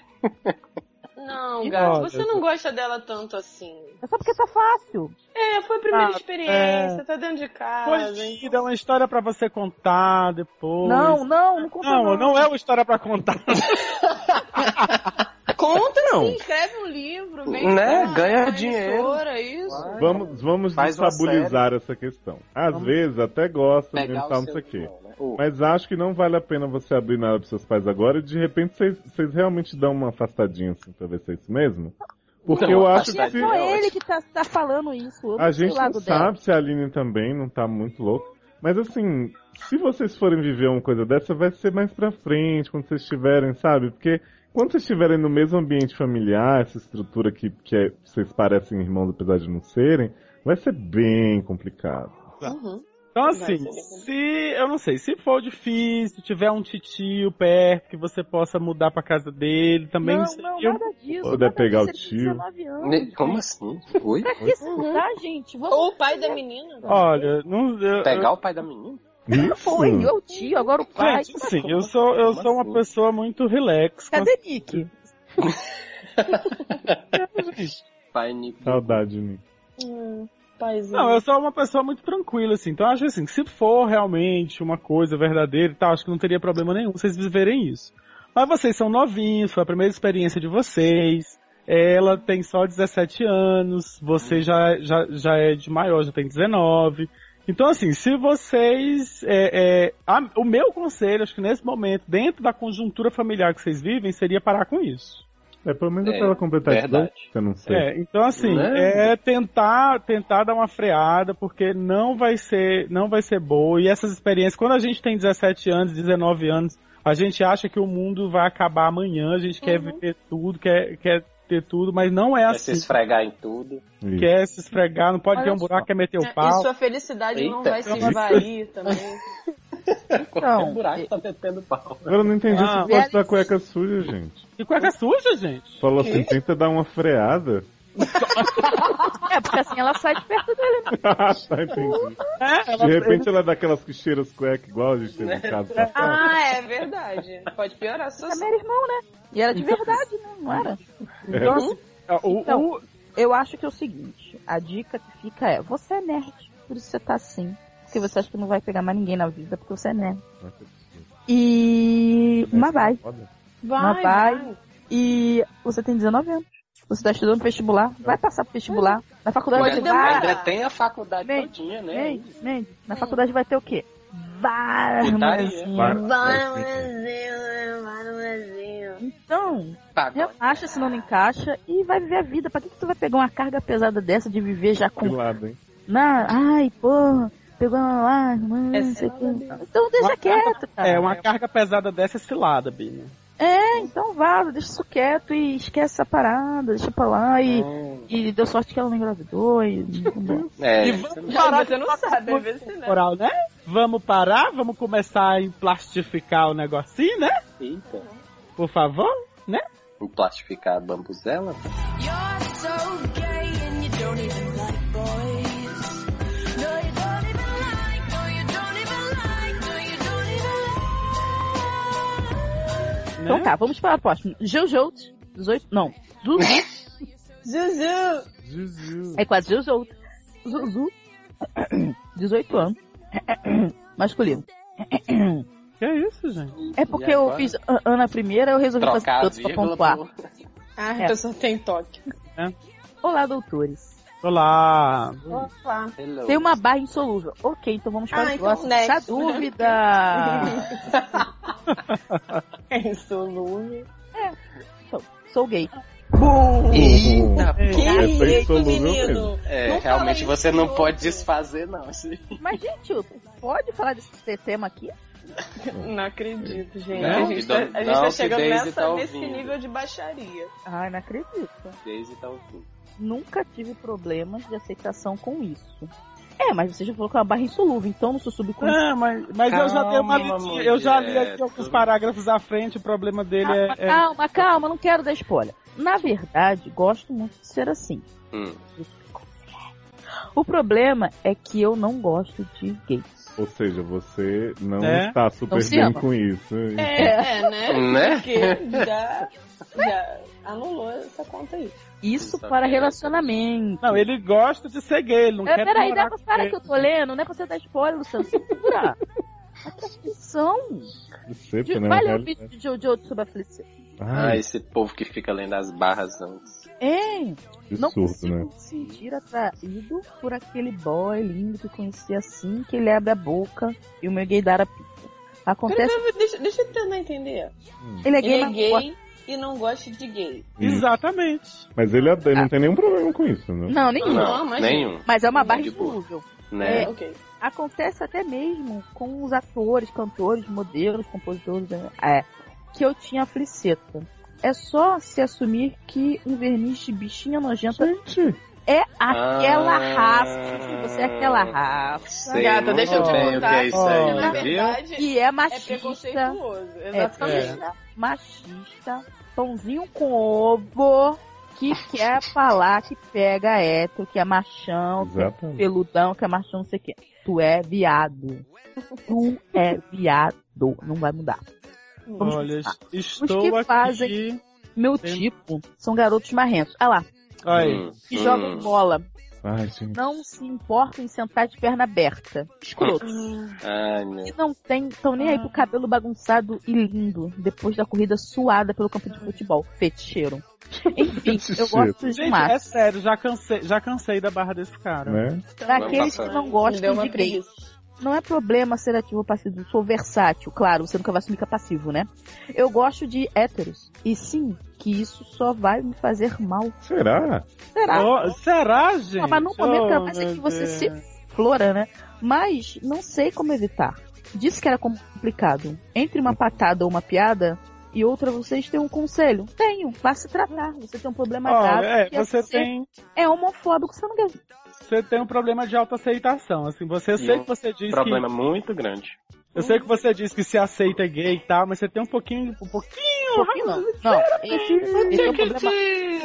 Não,
Que
gato,
droga.
você não gosta dela tanto assim.
É só porque tá fácil.
É, foi a primeira
Ah,
experiência,
é.
tá dentro de casa.
Pois é, é uma história pra você contar depois.
Não,
não, não
conta
Não,
não.
não é uma história pra contar.
Conta,
Não.
sim, escreve um livro, vem
Né?
cá,
Ganha
uma
dinheiro.
emissora, isso.
Vamos, vamos
Faz uma
desfabulizar essa questão. Às vezes até gosto de
Pegar
inventar
o
isso
seu
tá aqui.
né? O-
Mas acho que não vale a pena você abrir nada pros seus pais agora e de repente vocês- vocês realmente dão uma afastadinha assim pra ver se é isso mesmo. Porque
Não,
eu acho
E é
que
só ele que tá, tá falando isso. eu
a
não sei
gente
o lado
não
dela.
sabe se a Aline também não tá muito louca. Mas assim, se vocês forem viver uma coisa dessa, vai ser mais pra frente, quando vocês estiverem, sabe? Porque quando vocês estiverem no mesmo ambiente familiar, essa estrutura que, que é- vocês parecem irmãos apesar de não serem, vai ser bem complicado.
Uhum.
Então, assim,
é.
se, eu não sei, se for difícil, tiver um titio perto que você possa mudar pra casa dele, também
Não,
seria
não,
um-
nada disso.
Puder
nada
é pegar o
disso, ele tem
tio.
19 anos.
Ne- Como assim? Oi?
Pra que se
Uhum.
mudar, tá, gente? Vamos
Ou o pai da menina.
Olha, não. eu-
Pegar
eu-
o pai da menina?
Foi, eu o tio, agora o pai.
né?
Gente, sim, eu sou,
assim?
eu sou uma pessoa muito relax.
Cadê Nick?
assim? Pai Nico.
Saudade de mim.
Hum, paizinho.
Não, eu sou uma pessoa muito tranquila, assim. Então, eu acho assim, se for realmente uma coisa verdadeira e tal, acho que não teria problema nenhum vocês viverem isso. Mas vocês são novinhos, foi a primeira experiência de vocês. Ela tem só 17 anos, você já, já, já é de maior, já tem 19. Então, assim, se vocês. é, é, a- o meu conselho, acho que nesse momento, dentro da conjuntura familiar que vocês vivem, seria parar com isso.
É, pelo menos
É,
é, pra ela completar
verdade.
isso, eu não sei.
É, então assim, é tentar, tentar dar uma freada, porque não vai ser, não vai ser boa. E essas experiências, quando a gente tem 17 anos, 19 anos, a gente acha que o mundo vai acabar amanhã, a gente quer viver tudo, quer, quer ter tudo, mas não é
Vai se
assim.
esfregar em tudo.
Quer se esfregar, não pode
Olha
ter um
só.
buraco, quer meter
É,
o pau. É.
E sua felicidade não
Eita.
vai se esvair
[laughs]
também.
Qualquer buraco tá metendo pau.
Agora eu não entendi
Ah,
esse negócio da cueca suja, gente.
Que cueca suja, gente?
Falou assim,
Que?
tenta dar uma freada.
É, porque assim ela sai de perto dele. né?
Ah, tá, entendi.
É,
De repente ela é daquelas que cheira as cuecas igual a gente teve em casa.
Ah, é verdade. Pode piorar a sua
Também era irmão, né? E era de verdade, né? Não era?
Então,
Uhum. Então, eu acho que é o seguinte: a dica que fica é, você é nerd, por isso você tá assim. Porque você acha que não vai pegar mais ninguém na vida, porque você é nerd. E.
Uhum.
Mas vai. Mas vai. E você tem 19 anos. Você tá estudando pro vestibular, vai passar pro vestibular.
Uhum.
Na faculdade
Ainda,
você vai.
ainda tem a faculdade todinha, né?
Mendes, Mendes,
Uhum.
na faculdade vai ter o quê? Várias
Putaria.
mãozinhas.
Várias-
Várias Então,
Pagode.
relaxa se não me encaixa e vai viver a vida. Pra que, que tu vai pegar uma carga pesada dessa de viver já com.
lado, hein?
Na... Ai, porra, pegou uma lá, irmã, não
é
sei o quê. Então deixa quieto, cara.
É, uma carga pesada dessa é cilada, Bini.
É, então vaza, deixa isso quieto e esquece essa parada, deixa pra lá e, e deu sorte que ela não engravidou e.
[laughs]
É.
E
Mas
vamos parar
você não sabe, às vezes não.
temporal, né? Vamos parar, vamos começar a emplastificar o negocinho, né?
Eita.
Por favor, né?
Vou plastificar a bambuzela.
You're so gay and you don't even like boys. No, you don't even like, no, you don't even like, no, you don't even like.
Então
né?
tá, vamos para o próximo. Jojo, 18. Não,
[laughs]
Zuzu.
Zuzu!
Zuzu.
É quase Jojo. Zuzu. [coughs] 18 anos. Masculino.
Que isso, gente?
É porque
E
eu
agora?
fiz a- Ana primeiro, eu resolvi
Trocar
fazer todos
a
pra
vírgula
pontuar.
Ah,
É.
a pessoa tem toque.
Olá, doutores.
Olá.
Olá.
Tem uma barra insolúvel. Ok, então vamos para
Ah,
o
então
próximo.
next.
Da
[laughs]
dúvida.
É insolúvel.
Sou- Sou gay.
Eita,
Que
porra.
isso,
Foi insolúvel
menino?
mesmo. É,
Não fala
realmente
isso,
você não
não.
pode desfazer, não.
Mas, gente, pode falar desse tema aqui?
Não acredito, gente.
Não,
a gente
que
tá,
dom-
a gente
não,
tá
que
chegando
Daisy
nessa,
tá
nesse
ouvindo.
nível de baixaria.
Ai, Ah, não acredito.
Daisy tá ouvindo.
Nunca tive problemas de aceitação com isso. É, mas você já falou que é uma barra insolúvel, então no seu subconsciente.
Ah, mas, mas eu já dei uma
Calma,
lidinha. Eu já li aqui
mulher,
alguns parágrafos à frente, o problema dele
Calma,
é. é-
calma, calma, não quero dar spoiler. Na verdade, gosto muito de ser assim.
Hum.
O problema é que eu não gosto de gays.
Ou seja, você não
É.
está super
Não se
bem
ama.
com isso.
É, é, né?
Né?
[laughs] Porque já, já anulou essa conta aí.
Isso para relacionamento.
Não, ele gosta de ser gay, ele não
É,
quer
peraí,
namorar
dá pra
com
cara
gay.
que eu tô lendo, não é pra você dar spoiler, Luciano. [laughs] Segura. Atenção.
Sempre, né?
Vai ler o
Realidade.
vídeo de Jojo sobre a felicidade.
Ah,
Ai.
esse povo que fica lendo as barras antes.
Hein?
Que
Não
surto, né?
me sentir atraído por aquele boy lindo que conheci assim que ele abre a boca e o meu gaydar apita.
Peraí,
Acontece.
peraí, deixa, deixa eu tentar entender.
Ele é gay, mas
gay e não gosta de gay.
Exatamente.
Mas ele, ele não tem nenhum problema com isso, né?
Não, nenhum.
Não, Não, nenhum.
Mas é uma barra
De boa.
insolúvel.
Né?
É, Acontece até mesmo com os atores, cantores, modelos, compositores, né? é, que eu tinha a fliceta. É só se assumir que um verniz de bichinha nojenta é aquela
Ah.
raça. Você é aquela raça.
Sei Ah, Gata, muito deixa eu te bem o que é contar isso aí, que, na viu?
verdade,
que é machista.
preconceituoso,
É
exatamente.
machista, machista, pãozinho com ovo, que quer falar que pega hétero, que é machão, que é
Exatamente.
peludão, que é machão, não sei o quê. Tu é viado. Tu é viado. Não vai mudar. Vamos
Olha,
pensar.
estou
Os que
aqui-
fazem meu tipo são garotos marrentos. Ah lá.
Olha aí.
Que
Hum.
jogam bola.
Ai, gente.
Não se importam em sentar de perna aberta. Escrotos.
[laughs] Ai, meu.
que não tem, estão nem aí pro cabelo bagunçado e lindo depois da corrida suada pelo campo de futebol. Feticheiro. Enfim, eu gosto de
Gente,
macho.
é sério, já cansei, já cansei da barra desse cara.
Né?
é.
Daqueles que não gostam de gay. Não é problema ser ativo ou passivo, eu sou versátil, claro, você nunca vai assumir que é passivo, né? Eu gosto de héteros. E sim, que isso só vai me fazer mal.
Será?
Será?
Oh, será, gente?
Ah, Tá. mas no momento
Oh,
ela pensa
meu
que você
Deus.
se flora, né? Mas não sei como evitar. Disse que era complicado. Entre uma patada ou uma piada e outra, vocês têm um conselho. Tenho, vá se tratar. Você tem um problema
Ó,
grave.
é,
que
você tem-
É homofóbico, você não quer.
Você tem um problema de autoaceitação, assim, você eu
E
sei
um
que você diz
problema
que...
muito grande.
Eu sei que você diz que se aceita gay e tal, mas você tem um pouquinho, um pouquinho...
Um pouquinho não. Não,
é
ele, ele tem um problema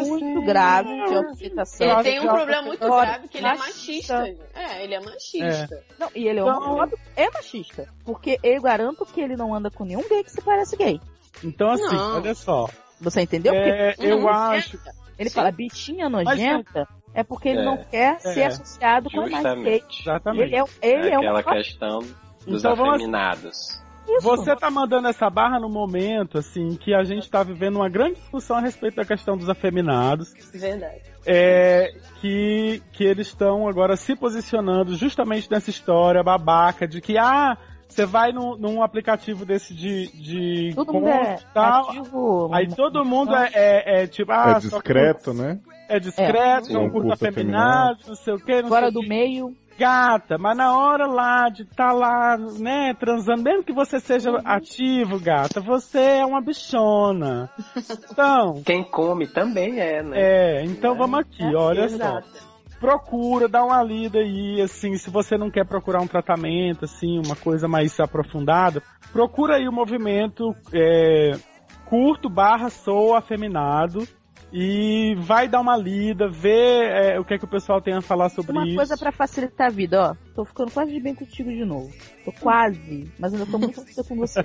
muito grave de autoaceitação.
Ele tem um problema muito grave que ele é machista.
Machista.
É, ele é machista.
Não, e ele é
Então-
homofóbico, é machista. Porque eu garanto que ele não anda com nenhum gay que se parece gay.
Então assim,
Não.
olha só.
Você entendeu?
É,
Porque-
eu
Não,
acho...
é.
Ele fala bichinha
Mas-
nojenta, é porque ele
É.
não quer ser
É.
associado com a mais gay.
Justamente.
Ele é, ele é,
aquela
um
questão dos
Então vamos-
afeminados.
Você tá mandando essa barra no momento, assim, que a gente tá vivendo uma grande discussão a respeito da questão dos afeminados.
Verdade.
é, que, que eles estão agora se posicionando justamente nessa história babaca de que, ah, você vai num, num aplicativo desse de, de
Todo
encontro
mundo é
e tal,
ativo,
tá?
né? Então-
aí todo mundo é, é- é tipo, ah,
é discreto, né?
só que é discreto,
É.
não
Sim.
curta
Curta
afeminado,
afeminado.
não sei o que, não
Fora
sei o
do
quê.
meio.
Gata, mas na hora lá de tá lá, né, transando, mesmo que você seja ativo, gata, você é uma bichona. Então.
Quem come também é, né?
É, então vamos aqui, olha
assim,
Exato.
só. Procura, dá uma lida aí, assim, se você não quer procurar um tratamento, assim, uma coisa mais aprofundada, procura aí o movimento é, curto barra sou afeminado e vai dar uma lida, vê é, o que é que o pessoal tem a falar sobre
Uma
isso.
coisa pra facilitar a vida, ó. Tô ficando quase de bem contigo de novo. Tô quase, mas ainda tô muito
[laughs]
puta com você.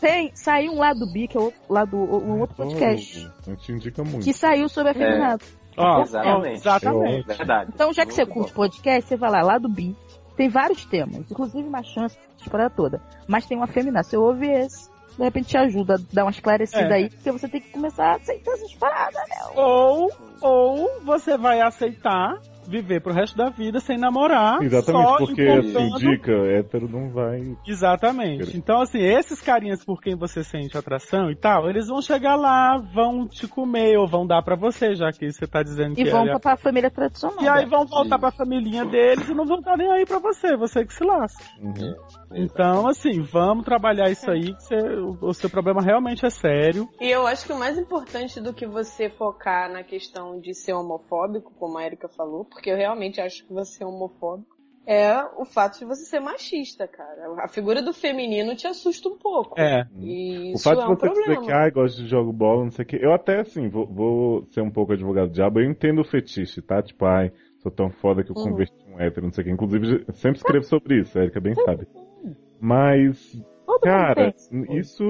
Tem, saiu um lado B, que é o outro, lado, um outro
Hum.
podcast,
Não É te indica muito.
que saiu sobre
É.
afeminado.
Ó,
exatamente.
Ah, exatamente.
Verdade.
Então, já que você curte podcast, você vai lá, lá do BIM. Tem vários temas, inclusive uma chance para toda. Mas tem uma feminina. Você ouve esse, de repente te ajuda a dar uma esclarecida
É.
aí, porque você tem que começar a aceitar essas paradas, né?
Ou, ou você vai aceitar viver pro resto da vida sem namorar.
Exatamente,
só
porque
encontrando-
assim, dica, hétero não vai.
Exatamente. Então, assim, esses carinhas por quem você sente atração e tal, eles vão chegar lá, vão te comer ou vão dar pra você, já que você tá dizendo
E
que
vão
é.
pra, pra família tradicional.
E aí
né?
vão voltar pra família deles e não vão estar nem aí pra você, você que se lasca.
uhum,
Então, assim, vamos trabalhar isso aí, que você- o- o seu problema realmente é sério.
E eu acho que o mais importante do que você focar na questão de ser homofóbico, como a Erika falou, porque eu realmente acho que você é homofóbico, é o fato de você ser machista, cara. A figura do feminino te assusta um pouco.
É.
E
o
isso
fato
é
de
um
você dizer que
problema.
ah, gosto de jogo bola, não sei o que. Eu até assim, vou, vou ser um pouco advogado do diabo, eu entendo o fetiche, tá? Tipo, ai, sou tão foda que eu
Hum.
Uhum.
converti um hétero, não sei o que. Inclusive, eu sempre
Tá.
escrevo sobre isso, a Erika bem sabe. Mas, cara, isso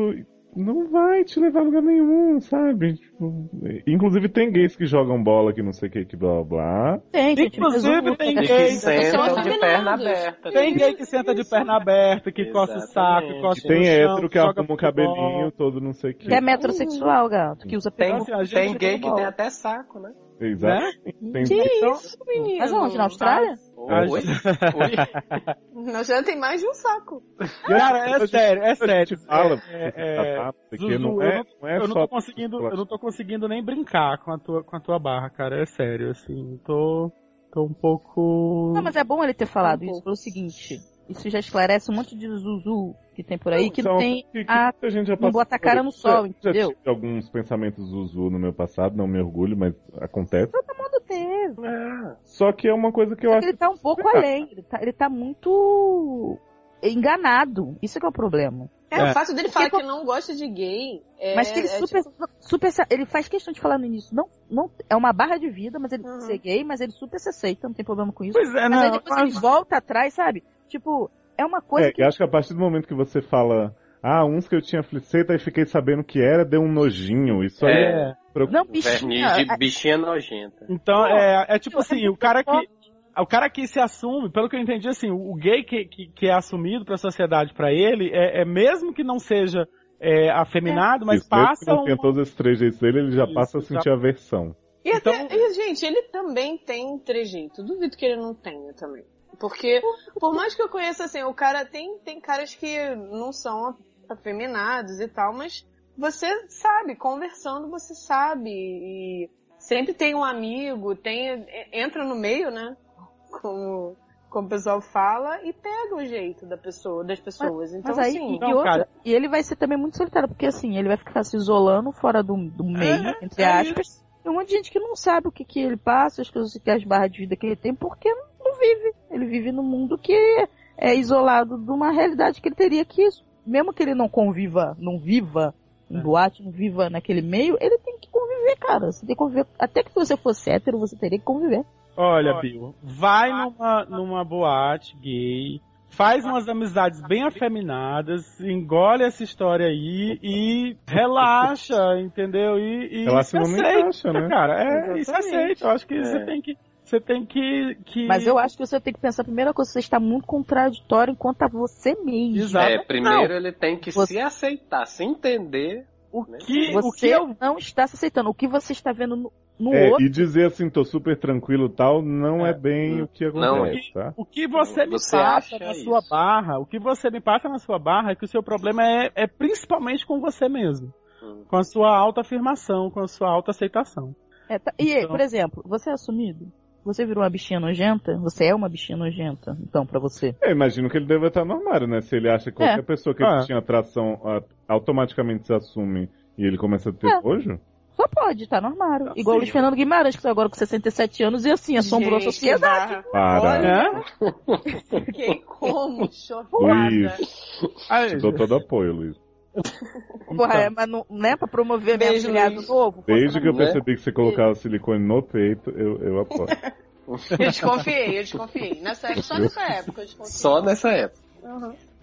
não vai te levar a lugar nenhum, sabe? Tipo, inclusive tem gays que jogam bola que não sei o que, que blá blá blá.
Tem,
gente, Inclusive,
né?
tem
E que
Então,
gay
sentam de
perna aberta.
Tem gay que senta de perna aberta, que coça o saco, que coça
Que tem
o chão,
hétero que
joga
arruma o
futebol. Então, assim,
cabelinho todo, não sei o que.
Que é metrosexual, gato, que usa
Tem,
peruca.
tem
é
gay que tem até saco, né?
Exato. Tem
Que
então,
isso, menino? tá?
Mas é onde? Na Austrália?
tá?
a
Oi?
gente-
Nós já tem mais de um saco.
Cara, é sério, é sério.
fala,
É,
porque
é,
tá, porque
Zuzu, eu
não é- não é
eu não
só-
tô conseguindo, eu não tô conseguindo nem brincar com a tua, com a tua barra, cara. É sério, assim, tô, tô um pouco.
Não, mas é bom ele ter falado isso pelo seguinte. Isso já esclarece um monte de Zuzu que tem por aí, que não
Então,
tem
que- que
a.
muita gente já
não
passou
bota a
por
cara
isso.
no sol,
Já-
entendeu?
Já tive alguns pensamentos Zuzu no meu passado, não me orgulho, mas acontece.
Todo teve.
Só que é uma coisa que eu
Só
acho.
que ele tá um pouco além, ele tá, ele tá muito enganado. Isso é que é o problema.
É, o fato dele falar que não gosta de gay. É,
Mas que ele
é
super, super se- ele faz questão de falar no início, não, não é uma barra de vida, mas ele ser gay, mas ele super se aceita, não tem problema com isso.
Pois é,
mas
não,
aí depois ele volta atrás, sabe? Tipo, é uma coisa
É,
que
eu acho que a partir do momento que você fala, ah, uns que eu tinha fliceta e fiquei sabendo que era, deu um nojinho. Isso aí
É.
Não,
Verniz
é
de bichinha nojenta.
Então, é, é tipo assim, o cara que. O cara que se assume, pelo que eu entendi, assim, o gay que, que, que é assumido pra sociedade pra ele, é, é mesmo que não seja é, afeminado, mas
Isso, mesmo que
passa
não
um.
tenha todos esses três jeitos dele, ele já
Isso,
passa a
já-
sentir aversão.
E
Então,
até, e, gente, ele também tem trejeito. Duvido que ele não tenha também. Porque, por mais que eu conheça, assim, o cara tem, tem caras que não são afeminados e tal, mas você sabe, conversando você sabe. E sempre tem um amigo, tem, entra no meio, né? Como, como o pessoal fala, e pega o jeito da pessoa, das pessoas. então,
Mas aí,
assim.
e, outra, e ele vai ser também muito solitário, porque assim, ele vai ficar se isolando fora do, do meio, entre
é
aspas. E um monte de gente que não sabe o que, que ele passa, as coisas que as barras de vida que ele tem, porque não, não vive. Ele vive num mundo que é isolado de uma realidade que ele teria que, mesmo que ele não conviva, não viva em boate, não viva naquele meio, ele tem que conviver, cara. Você tem que conviver. Até que se você fosse hétero, você teria que conviver.
Olha, Bill, vai numa, numa boate gay, faz umas amizades bem afeminadas, engole essa história aí e relaxa, entendeu? E, e
Ela
se
se não
aceita,
[laughs]
encaixa, né?
cara. É, isso
Exatamente.
aceita. Eu acho que
É.
você tem que. Você tem que, que.
Mas eu acho que você tem que pensar, a primeira coisa, você está muito contraditório enquanto a você mesmo.
É, primeiro ele tem que se aceitar, se entender.
O
que,
você não está se aceitando. O que você está vendo no, no
É,
outro.
e dizer assim, tô super tranquilo e tal, não é, bem o que acontece,
é.
Não
tá?
O que você me
Você
passa
acha
na sua barra, o que você me passa na sua barra é que o seu problema é, é principalmente com você mesmo. Com a sua autoafirmação, com a sua autoaceitação.
É, tá- E,
Então-
por exemplo, você é assumido? Você virou uma bichinha nojenta? Você é uma bichinha nojenta, então, pra você.
Eu imagino que ele deve estar no armário, né? Se ele acha que qualquer
É.
pessoa que
Ah.
ele tinha atração a- automaticamente se assume e ele começa a ter
É.
nojo?
Só pode, tá no armário. Igual o Luiz Fernando Guimarães, que tá agora com 67 anos e assim, assombrou
Gente,
a
[laughs]
sociedade.
É?
Para.
Fiquei como chocada.
Luiz. Te dou todo apoio, Luiz.
Porra, é, mas não, né, pra promover meu
Beijo,
afilhado
Luiz.
novo.
Desde que eu
é?
Né?
percebi que você colocava silicone no peito, eu,
[laughs]
eu apoio.
Eu desconfiei, eu desconfiei. Nessa época, só nessa época eu desconfiei.
Só nessa época.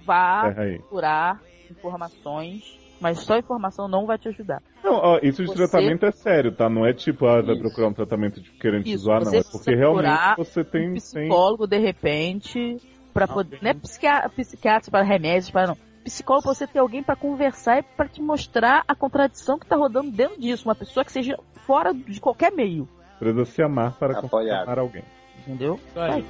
Vá
Erra aí.
procurar informações, mas só informação não vai te ajudar.
Não, ó, isso de
Você-
tratamento é sério, tá? Não é tipo, ah, vai procurar um tratamento de querendo te
Isso,
zoar, não.
você
É porque realmente
procurar
você tem.
um
tem...
psicólogo de repente para poder, não é psiquiatra, psiquiatra para remédios, para não. Psicólogo pra você ter alguém pra conversar e pra te mostrar a contradição que tá rodando dentro disso, uma pessoa que seja fora de qualquer meio.
Precisa se amar para amar alguém.
Entendeu?
Vai.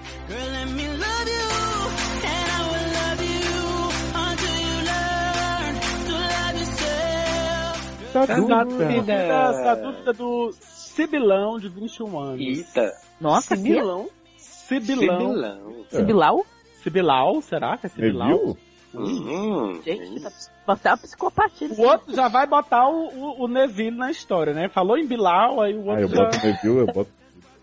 Tá
Essa
dúvida.
dúvida, essa dúvida tá do Sibilão de 21 anos.
Eita.
Nossa,
Sibilão?
Sibilão.
Sibilão.
Sibilau?
Sibilau, será que é Sibilau?
Hum.
Gente, tá, tá uma psicopatia.
O outro já vai botar o, o, o Neville na história, né? Falou em Bilau, aí o
Ah,
outro
eu
já...
boto review, eu boto.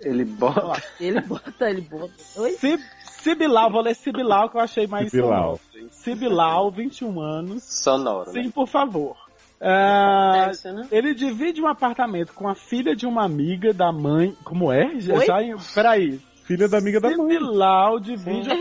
Ele bota.
Ele bota, ele bota. Oi?
Sib- Sibilau, vou ler Sibilau que eu achei mais
Sibilau.
sonoro. Sibilau, 21 anos.
Sonoro. né?
Sim, por favor. Ah,
Deve ser, né?
ele divide um apartamento com a filha de uma amiga da mãe. Como é? Já, já, peraí.
Filha da amiga da mãe.
Sibilau divide um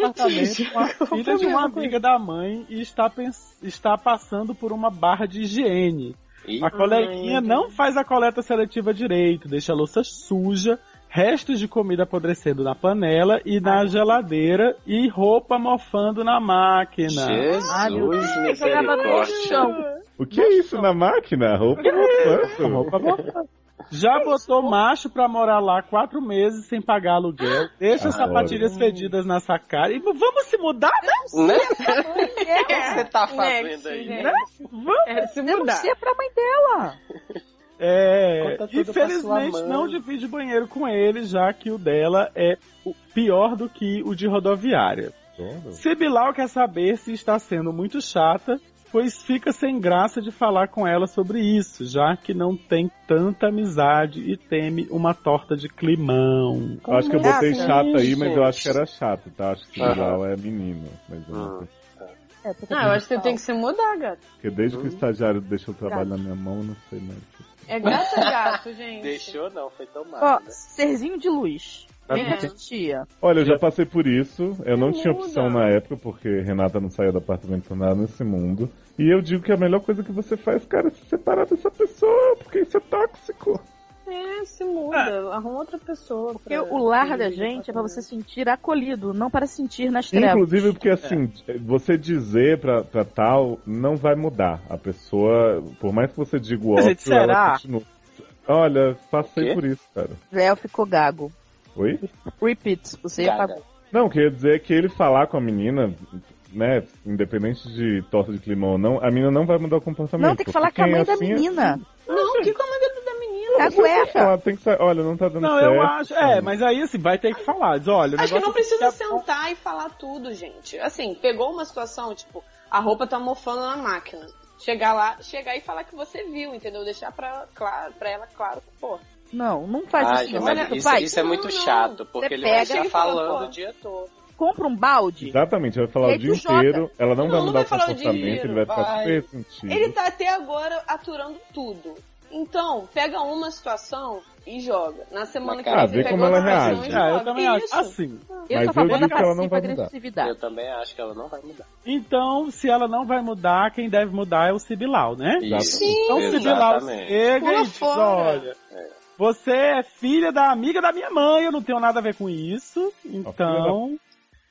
apartamento
Sim. [laughs]
com a filha de uma
problema com
amiga da mãe e está, pens- está passando por uma barra de higiene. A coleguinha não faz a coleta seletiva direito, deixa a louça suja, restos de comida apodrecendo na panela e na geladeira e roupa mofando na máquina.
Ah, meu Deus,
Jesus,
jogava no
misericórdia.
chão.
O que é isso na máquina? Roupa é mofando.
Roupa mofando. Já botou macho pra morar lá quatro meses sem pagar aluguel, deixa as
Adoro.
sapatilhas fedidas na sacada e vamos se mudar, né?
Né?
É,
O que você tá fazendo aí?
gente.
né?
Vamos!
É se
Eu não
mudar.
sei pra mãe dela.
É,
Conta tudo pra
infelizmente
sua mãe.
não divide banheiro com ele, já que o dela é o- pior do que o de rodoviária. Sibilau quer saber se está sendo muito chata, pois fica sem graça de falar com ela sobre isso, já que não tem tanta amizade e teme uma torta de climão.
Eu acho que eu
é
botei
assim?
assim?
Caraca,
chato aí, mas eu
gente.
acho que era chato, tá? Acho que
Aham.
Bilal é menino. Mas eu não sei.
É, porque-
Não, eu acho que você tem que se mudar, gato.
Porque desde que o estagiário deixou o trabalho na minha mão, eu não sei mais.
É gato é [laughs] gato, gente.
Deixou não, foi tomado.
Ó,
né?
serzinho de luz. Vem
É.
com a tia.
Olha, eu já passei por isso. Eu não tinha
muda.
opção na época, porque Renata não saía do apartamento por nada nesse mundo. E eu digo que é a melhor coisa que você faz, cara, é se separar dessa pessoa, porque isso é tóxico.
É, se muda. Arruma outra pessoa. pra-
Porque o lar da gente é pra você sentir acolhido, não para sentir nas trevas.
Inclusive,
É.
porque assim, você dizer pra, pra tal não vai mudar. A pessoa, por mais que você diga o
Gente,
óbvio,
será?
ela continua. Olha,
O
passei
quê?
por isso, cara.
Léo ficou gago.
Oi?
Repeat, você
Gaga.
é
apagou.
Não, queria dizer que ele falar com a menina, né, independente de torta de clima ou não, a menina não vai mudar o comportamento.
Não, tem que falar que é a
Quem
mãe
é
da
assim é-
menina.
Não, que comandante da menina?
Tá cueca.
Ela tem que sa- Olha, não tá dando
Não,
certo.
eu acho. É, mas aí assim, vai ter que falar. Diz, olha, o
Acho que não
negócio. tá
precisa um sentar e falar tudo, gente. Assim, pegou uma situação, tipo, a roupa tá mofando na máquina. Chegar lá, chegar e falar que você viu, entendeu? Deixar pra, claro, pra ela claro que, pô.
assim.
Não, não faz
Ah,
isso. não.
mas
Olha,
isso-
pai,
isso é muito
não, não.
chato, porque
Você
ele vai
pega
ficar
e fala,
falando
pô,
o dia todo.
Compra um balde.
Exatamente, ela vai falar
E
o
aí
dia
tu joga.
inteiro, ela não,
Não,
vai
não
mudar
vai falar o
o comportamento,
dia,
ele vai ficar
vai.
super sentido.
Ele tá até agora aturando tudo. Então, pega uma situação e joga. Na semana que
cara,
vem,
vê
você pega
como ela
outra situação e
reage.
Ah,
joga.
eu também acho.
é Isso.
Assim.
Eu
Mas
sou a
eu
favor da
digo que ela
passiva
não vai mudar.
agressividade.
Eu também acho que ela não vai mudar.
Então, se ela não vai mudar, quem deve mudar é o Sibilau, né?
Isso.
Então, o Sibilau
Exatamente.
chega
Pula
e diz:
fora.
olha. Você é filha da amiga da minha mãe, eu não tenho nada a ver com isso. Então.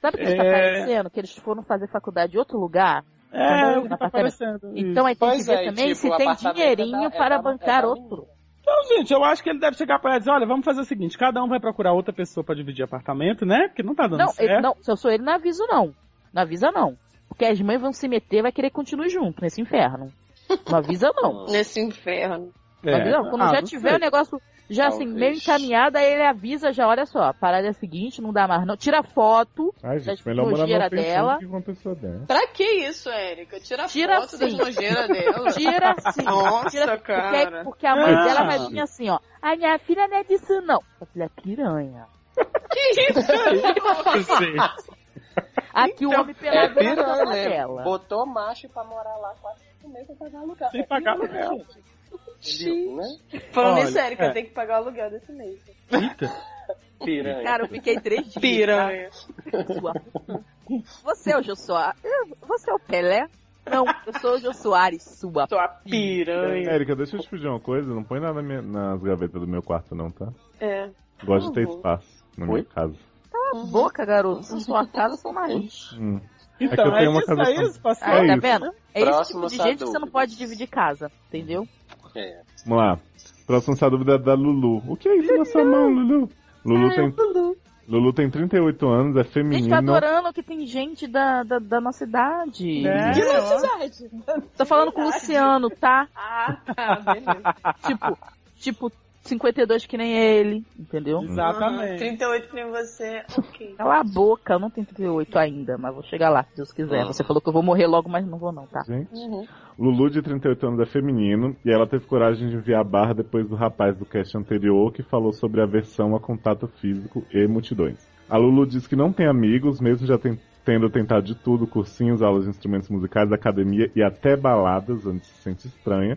Sabe o que está
É.
parecendo? Que eles foram fazer faculdade em outro lugar?
É,
Também
o que tá
apartamento.
aparecendo. isso.
Então aí tem que
Pois
ver
é,
também
tipo,
se
o
tem
apartamento é da-
dinheirinho
é da-
para
é da
bancar
menina.
outro.
Então, gente, eu acho que ele deve chegar pra ela e dizer, olha, vamos fazer o seguinte, cada um vai procurar outra pessoa pra dividir apartamento, né? Porque não tá dando
Não,
É.
certo.
ele, não, se eu sou ele, não aviso não. Não avisa não. Porque as mães vão se meter e vai querer que continue junto nesse inferno. Não avisa não.
Hum.
Nesse inferno.
É.
Não avisa não. Quando
Ah,
já
não
tiver
sei.
o negócio já assim,
Talvez.
meio encaminhado, aí ele avisa já, olha só, a parada é a seguinte, não dá mais não. Tira foto,
Ai,
Tá
gente,
da
melhor morar
nojeira
numa pensão
dela.
do que com uma pessoa dela.
Pra que isso, Érica? Tira,
Tira
foto
sim.
da
[laughs]
nojeira dela.
tira sim.
Nossa,
tira, porque-
cara.
Porque, a mãe
Ah.
dela vai vir assim, ó. A minha filha não é disso não. A filha é piranha.
é [laughs]
Aqui o homem
É
pelado na
piranha,
cama
né?
dela.
Botou macho pra morar lá quase um mês sem pagar aluguel.
Sem
É
pagar
piranha,
aluguel.
gente. Né?
Falando
Olha,
isso, Érica,
é.
eu tenho que pagar o aluguel desse mês.
Piranha.
Cara, eu fiquei três dias.
Piranha.
Sua
Você é o Jô Soares. Você é o Pelé? Não, eu sou o Jô Soares, sua.
Sua piranha.
Érica, deixa eu te pedir uma coisa, não põe nada na minha- nas gavetas do meu quarto não, tá?
É.
Gosto de ter
Por favor.
espaço na minha
Oi?
casa.
boca, garoto. Sua casa, seu nariz.
Hum.
Então,
eu
é,
tenho uma
isso
casa
aí,
tão-
isso, parceiro.
Aí,
É
tá
isso.
vendo? É esse tipo
Próximo
de
só
gente que você não
dúvidas.
pode dividir casa, entendeu?
É.
Vamos lá. Próximo essa dúvida é da Lulu. O que é isso na sua mão, Lulu? Lulu tem, Lulu tem 38 anos, é
Gente, tá
feminina.
adorando que tem gente da, da, da nossa idade.
É.
Né?
Tô falando com o Luciano, tá?
Ah, tá, beleza.
Tipo, tipo, 52 que nem ele,
Uhum.
entendeu?
Aham,
Exatamente.
38 pra você,
[laughs]
ok.
Cala a boca, eu não tenho 38 ainda, mas vou chegar lá, se Deus quiser. Você falou que eu vou morrer logo, mas não vou não, tá?
Gente.
Uhum.
Lulu, de 38 anos, é feminino e ela teve coragem de enviar barra depois do rapaz do cast anterior que falou sobre aversão a contato físico e multidões. A Lulu diz que não tem amigos, mesmo já ten- tendo tentado de tudo, cursinhos, aulas de instrumentos musicais, academia e até baladas, onde se sente estranha.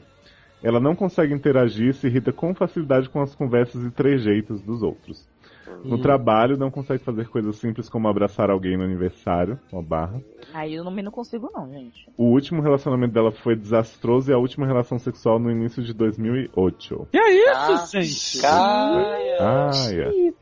Ela não consegue interagir e se irrita com facilidade com as conversas e trejeitos dos outros. No trabalho, não consegue fazer coisas simples como abraçar alguém no aniversário, uma barra.
Aí eu não, não consigo não, gente.
O último relacionamento dela foi desastroso e a última relação sexual no início de 2008.
Que é
Ah,
isso, gente?
Caia.
Ah, é.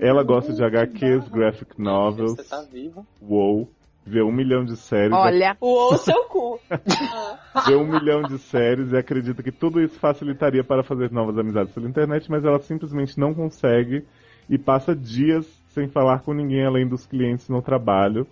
Ela gosta de HQs, graphic novels,
Você tá vivo.
WoW, vê um milhão de séries,
Olha,
Uou, seu cu. [laughs]
vê um milhão de séries e acredita que tudo isso facilitaria para fazer novas amizades pela internet, mas ela simplesmente não consegue e passa dias sem falar com ninguém além dos clientes no trabalho.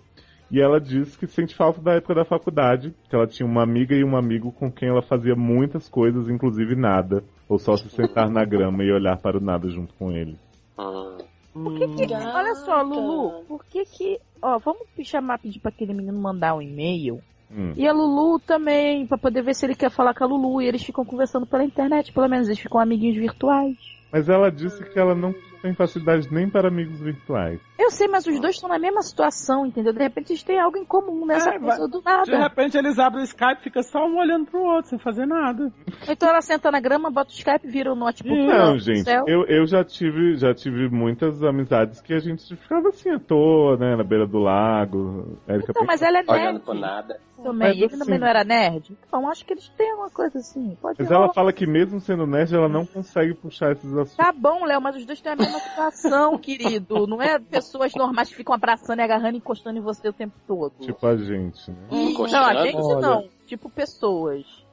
E ela diz que sente falta da época da faculdade, que ela tinha uma amiga e um amigo com quem ela fazia muitas coisas, inclusive nada, ou só se sentar na grama e olhar para o nada junto com ele.
Hum.
por que que... Olha só, Lulu, por que que... Ó, vamos chamar, pedir pra aquele menino mandar um e-mail
Hum.
E a Lulu também, pra poder ver se ele quer falar com a Lulu. E eles ficam conversando pela internet, pelo menos eles ficam amiguinhos virtuais.
Mas ela disse que ela não tem facilidade nem para amigos virtuais.
Eu sei, mas os dois estão na mesma situação, entendeu? De repente eles têm algo em comum nessa
É,
coisa
vai-
do
De
nada.
repente eles abrem o Skype e fica só um olhando pro outro, sem fazer nada.
Então ela senta na grama, bota o Skype, vira o notebook.
Não,
do
gente,
céu.
eu, eu já tive já tive muitas amizades que a gente ficava assim à toa, né? Na beira do lago. Érica
Então,
bem-
mas ela é
Olhando
nerd
pro nada.
também.
Mas
Ele
assim-
também não era nerd. Então acho que eles têm uma coisa assim. Pode
Mas
rolar.
ela fala que mesmo sendo nerd, ela não consegue puxar esses assuntos.
Tá bom, Léo, mas os dois têm a mesma situação, querido. Não é pessoas normais que ficam abraçando e agarrando e encostando em você o tempo todo.
Tipo a gente,
Hum,
né?
não, a
Encostando.
gente não. Tipo pessoas.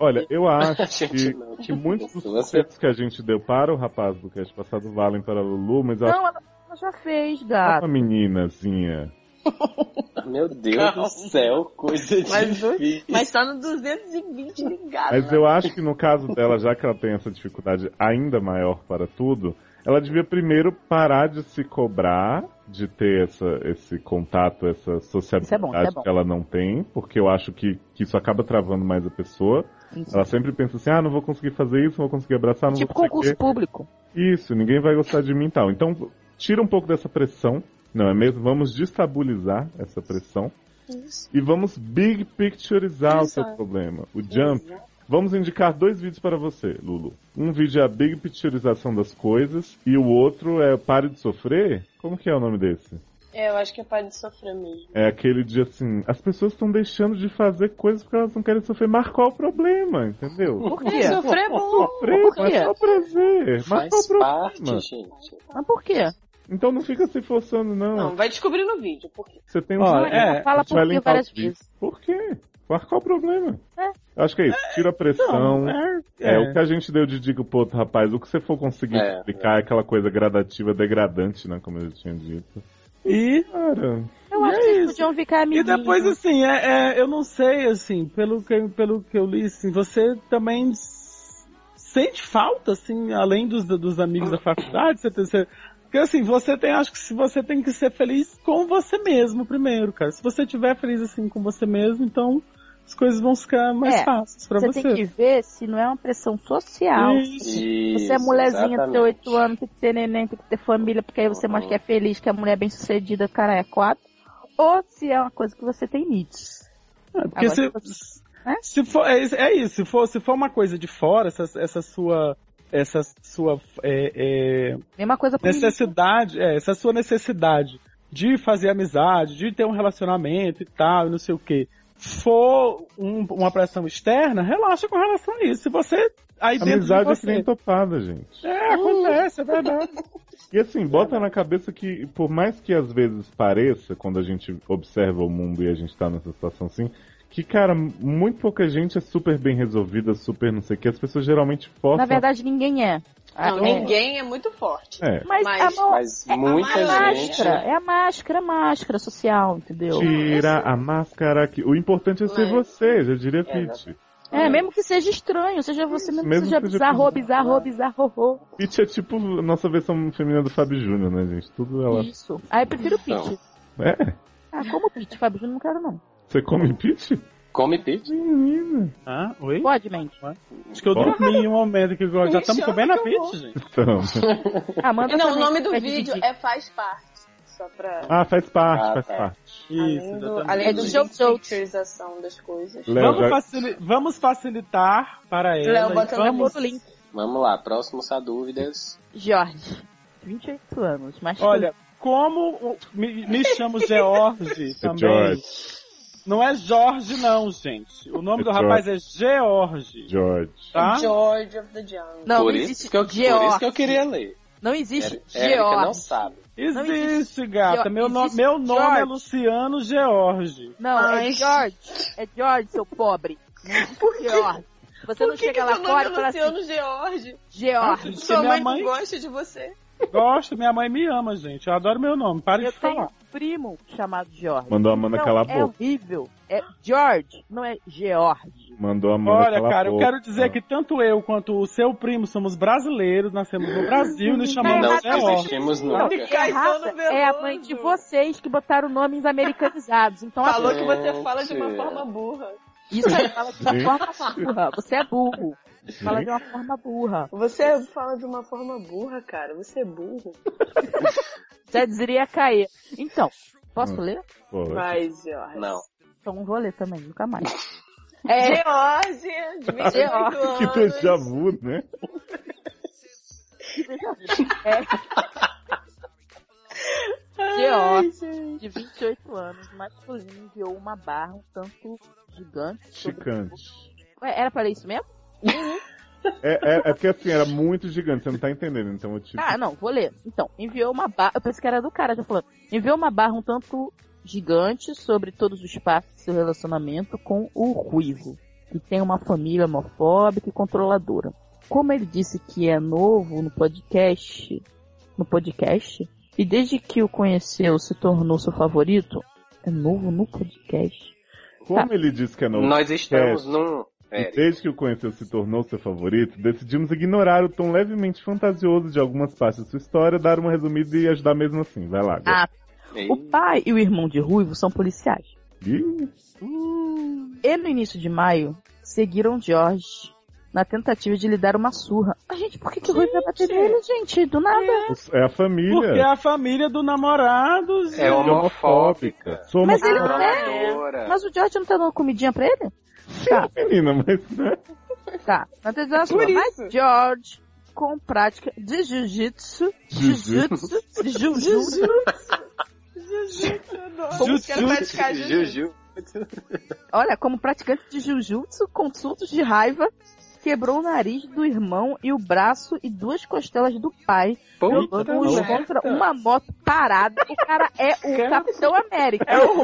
Olha, eu
[laughs]
acho
A gente não. né?
que muitos dos
[laughs] Você-
conselhos que a gente deu para o rapaz do cast passado valem para a Lulu, mas ela
Não, ela, ela já fez,
é
gato.
uma meninazinha.
Meu Deus
Calma.
do céu, coisa
Mas,
difícil.
mas tá no 220 ligado.
Mas
né?
eu acho que no caso dela, já que ela tem essa dificuldade ainda maior para tudo, ela devia primeiro parar de se cobrar, de ter essa, esse contato, essa sociabilidade
Isso é bom, isso é bom.
que ela não tem, porque eu acho que, que isso acaba travando mais a pessoa.
Isso.
Ela sempre pensa assim, ah, não vou conseguir fazer isso, não vou conseguir abraçar, não
Tipo
vou
concurso
conseguir...
público.
Isso, ninguém vai gostar de mim e tal. Então, tira um pouco dessa pressão, não é mesmo? Vamos destabilizar essa pressão. E vamos big pictureizar o seu problema. O jump. Vamos indicar dois vídeos para você, Lulu. Um vídeo é a big pictureização das coisas e o outro é Pare de Sofrer. Como que é o nome desse?
É, eu acho que é para de sofrer mesmo.
É aquele de assim, as pessoas estão deixando de fazer coisas porque elas não querem sofrer. Mas qual o problema, entendeu?
Por quê? É, sofrer é bom.
Sofrer,
Por
mas
quê?
só prazer. Mas tá
Faz
qual o problema?
parte,
Mas por quê?
Então não fica se forçando, não.
Não, vai descobrir no vídeo. Por quê?
Você tem um
Ó,
vídeo,
é,
né?
fala
A gente vai
por quê
linkar
várias
os vídeos. Por quê? Qual qual o problema? Eu Acho que é isso. Tira a pressão.
Não, é-
é,
é.
o que a gente deu de dica pro outro rapaz. O que você for conseguir
É,
explicar é aquela coisa gradativa, degradante, né? Como eu já tinha dito.
E.
Cara.
Eu acho
é
que eles
isso.
podiam ficar
E
amiguinhos.
depois, assim, é, é- eu não sei, assim, pelo que, pelo que eu li, assim, você também s- sente falta, assim, além dos, dos amigos da faculdade, você tem... Você, porque assim, você tem, acho que se você tem que ser feliz com você mesmo primeiro, cara. Se você estiver feliz assim com você mesmo, então as coisas vão ficar mais
É,
fáceis pra você.
tem que ver se não é uma pressão social.
Isso.
Você é
Isso,
mulherzinha, tem que ter
exatamente.
8 anos, tem que ter neném, tem que ter família, porque aí você mostra que é feliz, que a mulher é bem sucedida, cara, é quatro. Ou se é uma coisa que você tem nítido.
É, Porque
Agora,
se, se for, é, isso- é isso, se for, se for uma coisa de fora, essa, essa sua. Essa sua. É, é,
Mesma coisa pra mim.
necessidade, é, essa sua necessidade de fazer amizade, de ter um relacionamento e tal, e não sei o quê. For um- uma pressão externa, relaxa com relação a isso. Se você. Aí dentro de
Amizade é que
você.
nem topada, gente.
É, acontece, é verdade.
E assim, bota na cabeça que, por mais que às vezes pareça, quando a gente observa o mundo e a gente tá nessa situação assim, que, cara, muito pouca gente é super bem resolvida, super não sei o que. As pessoas geralmente forçam.
Na verdade, ninguém é.
Não, ninguém é muito forte.
É.
Mas, a mão- é a
muita
máscara,
gente-
É a máscara, a máscara social, entendeu?
Tira a máscara que O importante é ser você, já diria Pete.
né?
É, mesmo que seja estranho, seja você mesmo,
Mesmo
que seja
que seja
bizarro,
bizarro.
bizarro, bizarro, ho.
Pete é tipo a nossa versão feminina do Fábio Júnior, né, gente? Tudo ela.
Isso. Ah, eu prefiro o
Então.
Pete.
É?
Ah, como Pete, Fábio Júnior, não quero não.
Você come Pete?
Come Pete?
Menina.
Ah, oi?
Pode, mente.
Acho que eu dormi em um momento que agora já estamos
Chama
comendo a
que eu vou.
pizza, gente. [laughs]
Então.
Amanda
não, o
também
nome do
quer
vídeo
dividir.
é Faz Parte. Só pra.
Ah, faz parte,
Ah,
faz
tá.
parte.
Isso,
Além do
exatamente.
jogo picturização das coisas.
Vamos, facili- vamos facilitar para ela.
Léo,
e
bota na
vamos...
lista. Link.
Vamos lá, próximo a dúvidas.
Jorge, 28 anos, mas... tipo,
Olha, como o- me, me
[laughs]
chamo George também.
É George.
Não é Jorge, não, gente. O nome
É
do rapaz é George,
George.
tá?
George of the Jungle.
Não,
por,
não
isso
existe
que eu, por isso
George.
que eu queria ler.
Não existe
É, Érica não
George.
sabe.
Existe, gata.
Geo-
Meu, no-
existe
meu nome é
George.
Luciano George.
Não, é George. É George, seu pobre. Não existe George. Você não
Por que
chega
que
lá
seu nome
fora
é
e fala
Luciano
assim...
George?
George.
Porque
Sua
minha
mãe,
mãe-
não gosta de você.
Gosto, minha mãe me ama, gente. Eu adoro meu nome. Para de
Tem um
falar.
primo chamado George.
Mandou a Amanda
Então,
calar a
É
boca.
horrível. É George, não é George.
Mandou a mão
Olha, cara, eu quero dizer que tanto eu quanto o seu primo somos brasileiros, nascemos no Brasil e nos chamamos
é
Não
George.
desistimos
Não,
nunca.
porque a raça é a mãe de vocês que botaram nomes americanizados. Então,
Falou
assim,
que você fala de uma
Gente.
forma burra.
Isso aí fala de
Gente.
uma forma burra. Você é burro.
Hum?
Fala
é
de uma forma burra.
Você fala de uma forma burra, cara. Você é burro.
Você diria cair. Então, posso ler?
Vai, George.
Não.
Então não vou ler também, nunca mais.
É. George, de 28
Que
anos.
déjà vu, né?
George, de 28 anos, masculino, enviou uma barra, um tanto gigante.
Chicante.
Ué, era pra ler isso mesmo?
É, é, é porque assim, era muito gigante, você não tá entendendo, então eu tipo.
Ah, não, vou ler. Então, enviou uma barra. Eu pensei que era do cara, já falando. Enviou uma barra um tanto gigante sobre todos os passos de seu relacionamento com o ruivo, que tem uma família homofóbica e controladora. Como ele disse que é novo no podcast, no podcast, e desde que o conheceu se tornou seu favorito, É novo no podcast.
tá.
Como ele disse que é novo
Nós estamos
podcast,
num.
E desde que o conheceu se tornou seu favorito, decidimos ignorar o tom levemente fantasioso de algumas partes da sua história, dar uma resumida e ajudar mesmo assim. Vai lá. Gal.
Ah, o pai e o irmão de Ruivo são policiais. Ah.
Ih,
E no início de maio, seguiram George na tentativa de lhe dar uma surra. A gente, por que, que o Ruivo vai bater nele, gente? Do nada.
os- é a família.
Porque é a família do namorado,
É
gente.
homofóbica.
Somos
Mas ele não é?
Controladora.
Mas o George não tá dando comidinha pra ele? Tá,
menina, mas né?
tá. Não tá dando uma surra. Mas George, com prática de jiu-jitsu, jiu-jitsu, jiu-jitsu,
Como quero praticar jiu-jitsu.
Juju.
Olha, como praticante de jiu-jitsu, com surtos de raiva, quebrou o nariz do irmão e o braço e duas costelas do pai,
Puta
jogando os
merda.
contra uma moto parada. O cara é o Capitão América. É o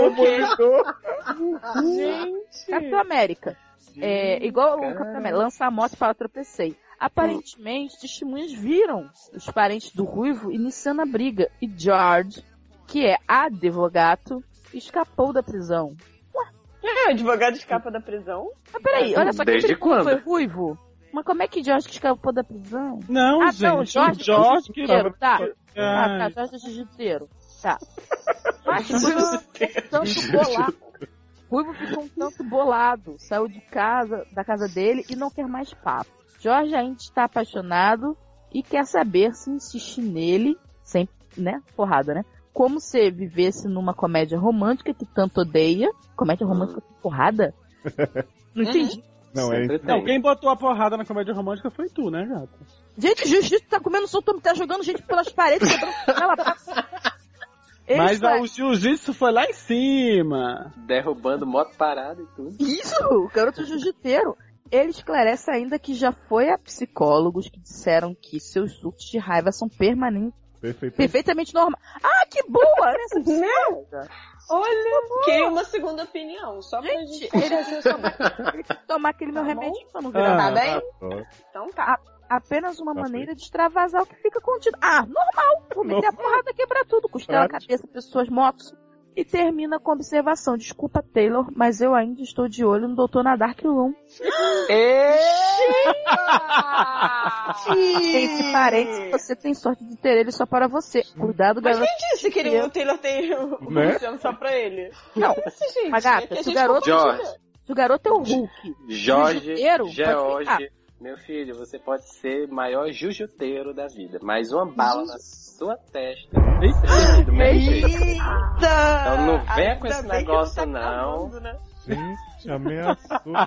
Capitão América. É, igual o Capitão América, lança a moto para tropecei. Aparentemente, testemunhas viram os parentes do Ruivo iniciando a briga e George, que é advogado, escapou da prisão.
É, advogado escapa da prisão.
Mas peraí, olha só
É, Desde
que aquele
quando?
foi ruivo. Mas como é que Jorge que escapou da prisão?
Não,
ah,
gente.
não, Jorge,
o Jorge que
jiu-jiteiro, tá.
Ah,
Ah, tá, Jorge é jiu-jiteiro. Tá. Mas o Ruivo ficou um tanto bolado. Ruivo ficou um tanto bolado. Saiu de casa, da casa dele e não quer mais papo. Jorge ainda está apaixonado e quer saber se insiste nele, sem, né, porrada, né? Como se vivesse numa comédia romântica que tanto odeia. Comédia romântica com porrada? Não entendi.
Não, é
Sempre
Não,
tem.
quem botou a porrada na comédia romântica foi tu, né, gata?
Gente, Jiu-Jitsu tá comendo soltando, tá jogando gente pelas paredes, quebrando
[laughs]
ela tá... Eles
Mas
fa-
ah, o jiu-jitsu foi lá em cima.
Derrubando moto parada e tudo.
Isso, o garoto jiu-jiteiro. Ele esclarece ainda que já foi a psicólogos que disseram que seus surtos de raiva são permanentes,
perfeito.
perfeitamente normais. Ah, que boa! Né? essa psicóloga?
Queria uma segunda opinião, só pra gente.
Gente, ele precisa
[laughs]
tomar, ele precisa tomar aquele meu remédio pra não virar
Ah.
Tá
nada.
bem? Então tá.
Apenas uma
Tá
maneira de extravasar o que fica contido. Ah, normal! Vou meter a porrada, quebrar tudo, costela,
Prático.
cabeça, pessoas, motos. E termina com a observação. Desculpa, Taylor, mas eu ainda estou de olho no Dr. Nadar Quilon. Entre parênteses, você tem sorte de ter ele só para você. Cuidado,
Mas
garoto.
quem disse que ele, o Taylor tem o o
Né?
Luciano só pra ele?
Não.
Isso, gente,
Mas, gata,
é que a
se o
gente
garoto-
Jorge,
Se O garoto é o Hulk.
Jorge,
Jujuteiro? Pode
George,
ficar.
meu filho, você pode ser o maior jujuteiro da vida. Mais uma bala na sua testa. Do mesmo jeito. Então não venha com esse
tá
negócio, não.
Gente,
[laughs]
ameaçou.
né?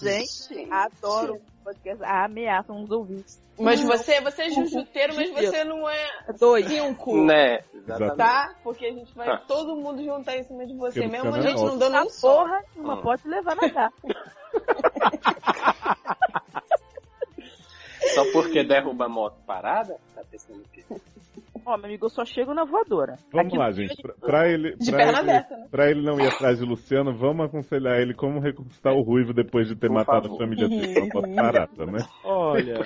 Gente, adoro um podcast. Ameaçam os ouvintes.
Mas você, você é jujuteiro, mas você não é
Dois.
cinco,
Né?
Exatamente.
tá? Porque a gente vai
Tá.
todo mundo juntar em cima de você,
Porque
mesmo a
fica
gente
nervosa.
não dando
A
um só.
porra nenhuma
Ah.
Hum.
pode levar na cara.
Só porque derruba a moto parada? Tá pensando o quê?
Ó, meu amigo, eu só chego na voadora.
Vamos
Aqui-
lá, gente. Pra, pra ele,
De
pra
perna
ele,
aberta, né?
pra ele não ir atrás de Luciano, vamos aconselhar ele como reconquistar o Ruivo depois de ter
Por
matado
favor.
a família
[laughs]
dele com a moto parada, né?
Olha.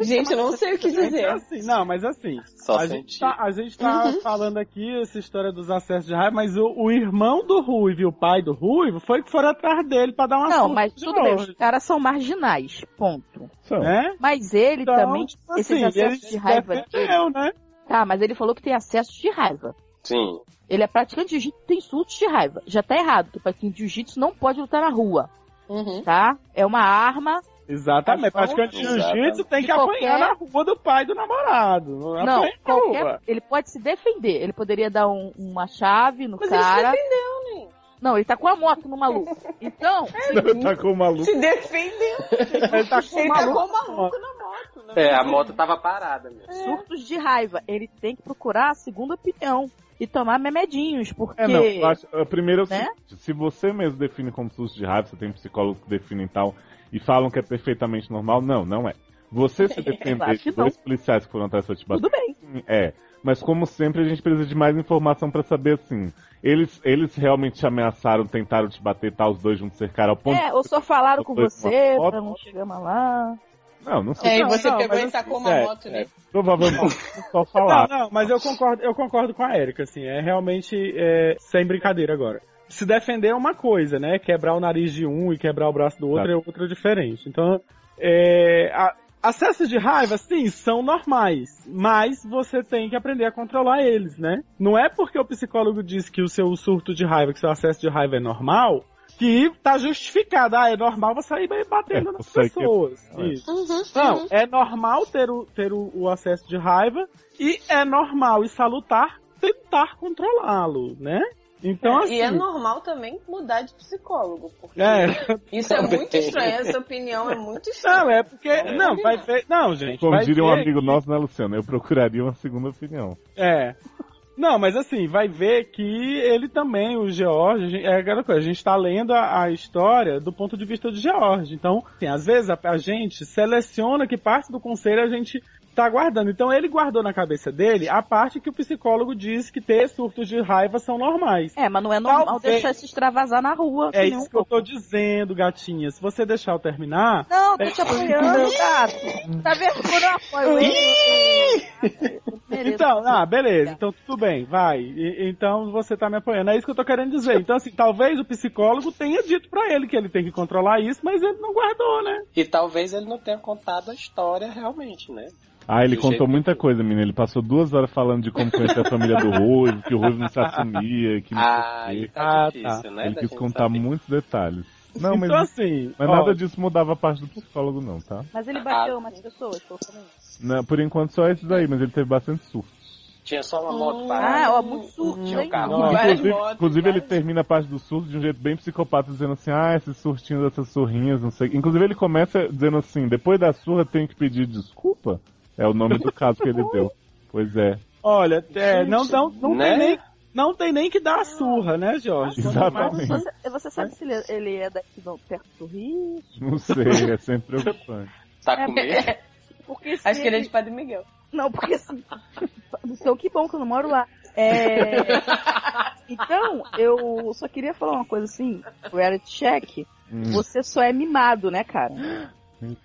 Gente, eu não sei o que
É
dizer.
assim, não, mas assim.
Só
a, gente
sentir.
tá, a gente tá
Uhum.
falando aqui essa história dos acessos de raiva, mas o, o irmão do Ruivo e o pai do Ruivo foi que foram atrás dele pra dar
Ah,
uma
Não,
surra
mas
de
tudo bem, os
novo,
caras são marginais, ponto.
Então,
Né?
Mas ele
Então,
também,
tipo
esses
assim,
acessos
ele
de raiva dele-
defendeu, né?
Tá, mas ele falou que tem acessos de raiva.
Sim.
Ele é praticante de jiu-jitsu, tem surtos de raiva. Já tá errado, porque pra quem jiu-jitsu não pode lutar na rua,
Uhum.
tá? É uma arma.
Exatamente.
Mas
Praticante de jiu-jitsu tem que
De qualquer-
apanhar na rua do pai do namorado. Não,
Tá
não,
apanha na
qualquer.
rua.
Ele pode se defender. Ele poderia dar um- uma chave no
Mas ele se
cara.
defendeu, né?
Não, ele tá com a moto no
[laughs]
maluco. Então,
ele tá com o maluco.
Se defendeu.
Ele tá com
Ele tá
maluco.
com o maluco na moto, né?
É, a moto tava parada mesmo.
surtos de raiva. Ele tem que procurar a segunda opinião e tomar memedinhos, porque.
É, não. eu Acho, a primeira é o
Né?
seguinte, se você mesmo define como surto de raiva, você tem psicólogos que definem tal e falam que é perfeitamente normal, não, não é.
[laughs]
Você se defender
Claro que
de dois policiais que foram atrás pra te bater,
Tudo bem.
É, mas como sempre a gente precisa de mais informação pra saber assim. Eles, eles realmente te ameaçaram, tentaram te bater, tá? Os dois juntos cercaram ao ponto.
É, ou só falaram com
Depois uma
você
foto.
pra não chegar mais lá.
Não, não sei.
É, e
Não,
você
não,
pegou
mas
e
eu-
tacou uma
é,
moto né?
é,
nele.
[laughs]
Provavelmente só falar.
Não, não, mas eu concordo, eu concordo com a Erika, assim, é realmente é, sem brincadeira agora. Se defender é uma coisa, né? Quebrar o nariz de um e quebrar o braço do outro
Tá.
é outra diferente. Então, é, a- acessos de raiva, sim, são normais, mas você tem que aprender a controlar eles, né? Não é porque o psicólogo diz que o seu surto de raiva, que o seu acesso de raiva é normal, que tá justificado. Ah, é normal você sair batendo
É,
nas
você que-
pessoas.
É.
Isso.
Uhum.
Não, é normal ter, o, ter o, o acesso de raiva e é normal e salutar tentar controlá-lo, né? Então, assim.
E é normal também mudar de psicólogo, porque
É, [laughs]
isso é muito estranho, essa opinião é muito estranha.
não, é porque. Não, vai ver. Não, gente.
Como
vai
diria um
ver-
amigo nosso, né, Luciano? Eu procuraria uma segunda opinião.
É. Não, mas assim, vai ver que ele também, o George, a gente- é aquela coisa, a gente tá lendo a, a história do ponto de vista de George. Então, assim, às vezes a, a gente seleciona que parte do conselho a gente tá guardando. Então ele guardou na cabeça dele a parte que o psicólogo diz que ter surtos de raiva são normais.
É, mas não é normal
Talvez.
deixar se extravasar na rua.
É
assim, não.
isso que eu tô dizendo, gatinha. Se você deixar eu terminar,
Não, tô te apoiando, gato. Tá vendo que eu não apoio ele? Beleza.
Então, ah, beleza, então tudo bem, vai. E- então você tá me apoiando. É isso que eu tô querendo dizer. Então, assim, talvez o psicólogo tenha dito pra ele que ele tem que controlar isso, mas ele não guardou, né?
E talvez ele não tenha contado a história realmente, né?
Ah, ele
Do
contou
jeito
muita
que-
coisa, menina. Ele passou duas horas falando de como conhecer a família do Ruivo, que o Ruivo não se assumia, que não
Ah,
sei o
aí
quê.
tá
Ah,
difícil, né?
Ele
da
quis
gente
contar
saber.
muitos detalhes. Não, mas,
então, assim,
mas
ó,
nada disso mudava a parte do psicólogo, não, tá?
Mas ele bateu umas pessoas, colocou no-
Não, por enquanto só esses aí, mas ele teve bastante surto.
Tinha só uma moto parada.
Ah, ó, muito surto,
Tinha um
hein?
carro.
Nossa. Várias
Inclusive,
motos,
inclusive ele
várias-
termina a parte do surto de um jeito bem psicopata, dizendo assim, ah, esses surtinhos dessas surrinhas, não sei. Inclusive ele começa dizendo assim, depois da surra tem que pedir desculpa. É o nome do caso que ele
[laughs]
deu. Pois é.
olha, é, não, não, não,
né?
tem nem, não tem nem que dar a surra, né, Jorge?
Mas
Exatamente.
você, você sabe se ele, ele é daqui do, perto do Rio?
Não sei, é sempre preocupante.
[laughs] Tá com medo?
Porque se
Acho que ele é de Padre Miguel.
Não, porque assim. Então, que bom que eu não moro lá. [laughs] É... Então, eu só queria falar uma coisa assim. Reality check.
Hum,
Você só é mimado, né, cara?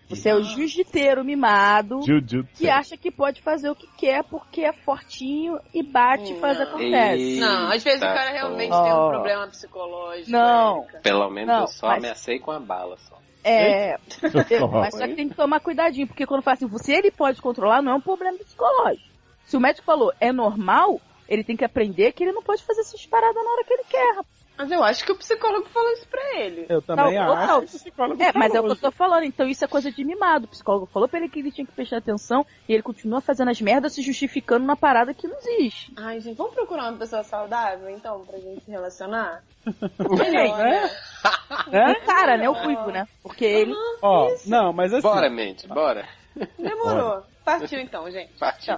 Você é o jiu-jiteiro mimado.
Jujutsu.
Que acha que pode fazer o que quer porque é fortinho e bate e faz
Não.
acontece.
Não, às vezes o
Eita,
cara realmente
pô.
tem um
Ó.
problema psicológico.
Não.
né, cara?
Pelo menos
Não,
eu só
mas-
ameacei com a bala só.
É,
Só.
mas só que tem que tomar cuidadinho, porque quando fala assim, se ele pode controlar, não é um problema psicológico. Se o médico falou é normal, ele tem que aprender que ele não pode fazer essas paradas na hora que ele quer. rapaz.
Mas eu acho que o psicólogo falou isso pra ele. tá,
Eu também
Não,
acho.
não.
que o psicólogo
É, mas é o que
falou.
eu tô falando, então isso é coisa de mimado. O psicólogo falou pra ele que ele tinha que prestar atenção e ele continua fazendo as merdas se justificando numa parada que não existe.
Ai, gente, vamos procurar uma pessoa saudável, então, pra gente se relacionar?
Gente,
Melhor, né?
O cara, né? O Cuico, né? Porque ele.
Ó, não, mas assim,
Bora, mente, bora.
Demorou. Partiu então, gente.
Partiu.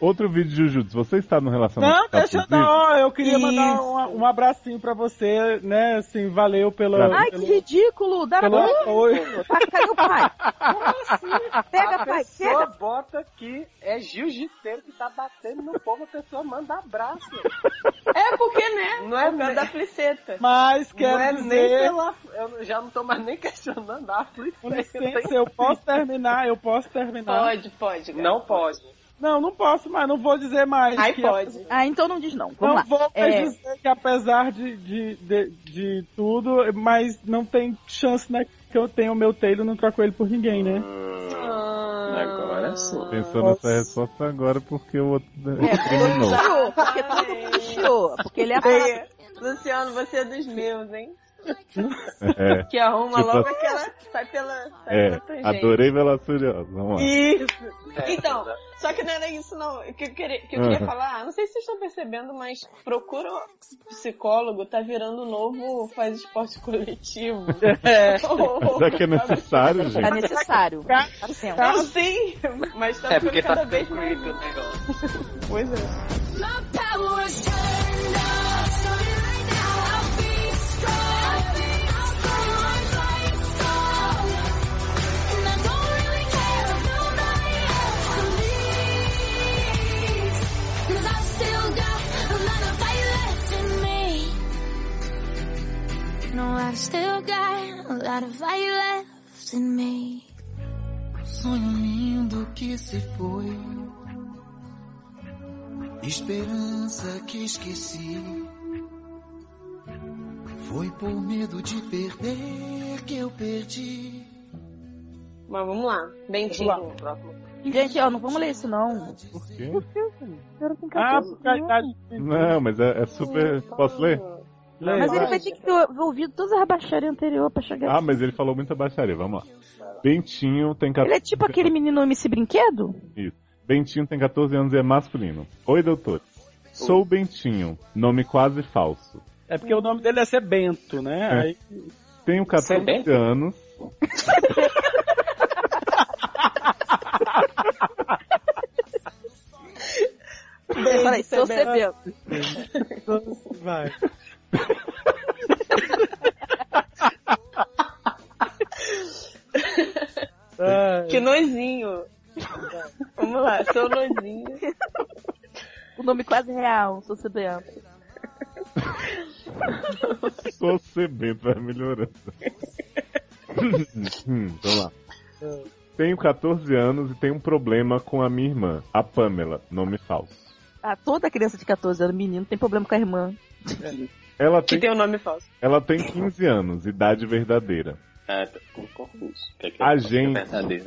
Outro vídeo de Jujutsu. Você está no relacionamento
Não, deixa eu dar,
abusivo?
ó, eu queria mandar
Isso.
um, um abracinho pra você, né, assim, valeu pela...
Pra-
Ai, que ridículo! Dá
pelo
pra
apoio.
Cadê o pai? assim? Pega, pai,
Só
pega.
bota que é jiu-jiteiro que tá batendo no povo, a pessoa manda abraço.
É porque, né?
Não é,
Por causa
nem-
da fliceta.
Mas
não
quero
é nem
dizer,
pela. Eu já não tô mais nem questionando a
com
aflição.
licença, eu posso terminar, eu posso terminar.
Pode, pode. cara.
Não pode.
Não, não posso mais, não vou dizer mais.
Ai,
que
pode.
Ah, então não diz não.
Não
Vamos lá.
vou mais
É.
dizer que apesar de, de, de, de tudo, mas não tem chance, né, que eu tenho o meu telho, não troco ele por ninguém, né?
Agora sim.
Pensando nessa resposta agora porque o
É,
outro [laughs]
Ah.
terminou.
Chiou, porque todo mundo chiou. Porque ele é
Aí, Luciano, você é dos meus, hein?
É,
Que arruma
Tipo-
logo aquela. Sai pela, sai
é.
pela tangente.
Adorei Velas Furiosas. Vamos lá.
Isso. Então,
É.
só que não era isso não. O que eu queria, que eu queria
Uhum.
falar, não sei se vocês estão percebendo, mas procura um psicólogo, tá virando o novo faz esporte coletivo. [laughs]
Mas [laughs] é que é necessário,
É
gente.
necessário. Tá sendo.
Não, sim, mas tá
É
ficando
porque
cada
tá
vez mais.
tranquilo o negócio.
Pois é.
My power's turned up, so right now I'll be strong. I'll put my fight strong. And I don't really care if nobody else believes. 'Cause I've still got another fight left in me. No, I've still got a lot of fight left in me.
Sonho lindo que se foi. Esperança que esqueci. Foi por medo de perder que eu perdi.
Mas vamos lá. Bentinho,
Vamos lá.
próximo.
Gente, ó, não vamos ler isso não. Por
quê?
Ah, porque a idade.
Não, mas é, é super.
tá
Posso ler?
Mas ele vai ter que ter ouvido todas as baixarias anteriores pra chegar.
Ah, mas ele falou muita baixaria, vamos lá. Bentinho tem 14
Ele é tipo aquele menino MC Brinquedo?
Isso. Bentinho tem 14 anos e é masculino. Oi, doutor. Sou o Bentinho, nome quase falso.
É porque o nome dele é ser Bento, né?
É.
Aí
Tenho
é
14
Bento?
anos.
Peraí, seu
Sebento.
Sebento.
[laughs] Vai.
Que noizinho. Vamos lá, sou noizinho.
O nome quase real, sou Sebento.
Sou sebento, vai melhorando. Hum, Vamos lá. Tenho 14 anos e tenho um problema com a minha irmã, a Pamela, nome falso.
Ah, toda criança de 14 anos, menino, tem problema com a irmã.
Ela
Que
tem,
tem o nome falso.
ela tem 15 anos, idade verdadeira.
É, tô ficando confuso. O que é que
A
é
gente-
verdadeiro?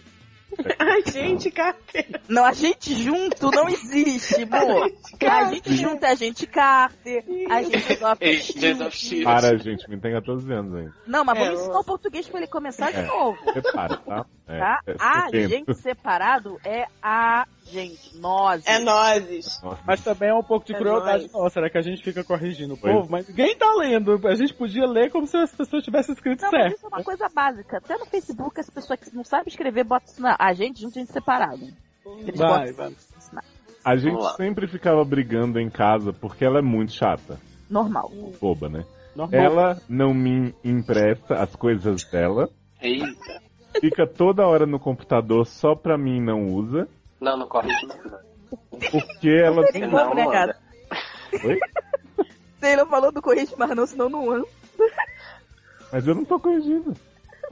Ai, gente, carteira.
Não, a gente junto não existe, amor. A gente junto é a gente Carter, a gente
Ei, Days of
Love
Shield.
Para, gente, me tem 14 anos ainda.
Não, mas
É,
vamos ensinar o português pra ele começar de
É.
novo,
Separa, tá? É,
tá?
é
a
sebento.
gente separado é a gente, nós.
É nozes.
Nossa,
Mas também é um pouco de
É
crueldade
nóis.
nossa, né? Que a gente fica corrigindo o
Pois.
povo, mas ninguém tá lendo. A gente podia ler como se as pessoas tivessem escrito
Não, mas
certo.
isso é uma coisa básica. Até no Facebook, as pessoas que não sabem escrever botam isso na a gente junto, a gente separado. Eles
Vai,
botam
vai.
isso na-
A gente
Vamos lá.
sempre ficava brigando em casa porque ela é muito chata.
Normal.
Boba, né?
Normal.
Ela não me empresta as coisas dela.
Eita.
Fica toda hora no computador só pra mim e não usa.
Não, não corre isso não. não.
Porque ela
Tem
tem.
Não,
como, né,
manda.
cara?
Oi?
Ele não falou do corrente, mas não, senão não anda.
Mas eu não tô corrigindo.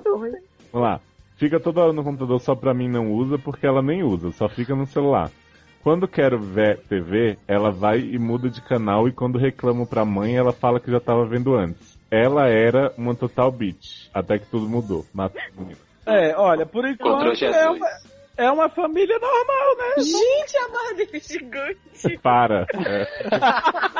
Vamos lá. Fica toda hora no computador só pra mim não usa, porque ela nem usa, só fica no celular. Quando quero ver TV, ela vai e muda de canal e quando reclamo pra mãe, ela fala que já tava vendo antes. Ela era uma total bitch, até que tudo mudou. Mata a menina.
É, olha, por
Encontrou
enquanto é
Jesus.
uma, é uma família normal, né?
Gente, a barra dele gigante.
[laughs] Para. É. [laughs] Vamos lá.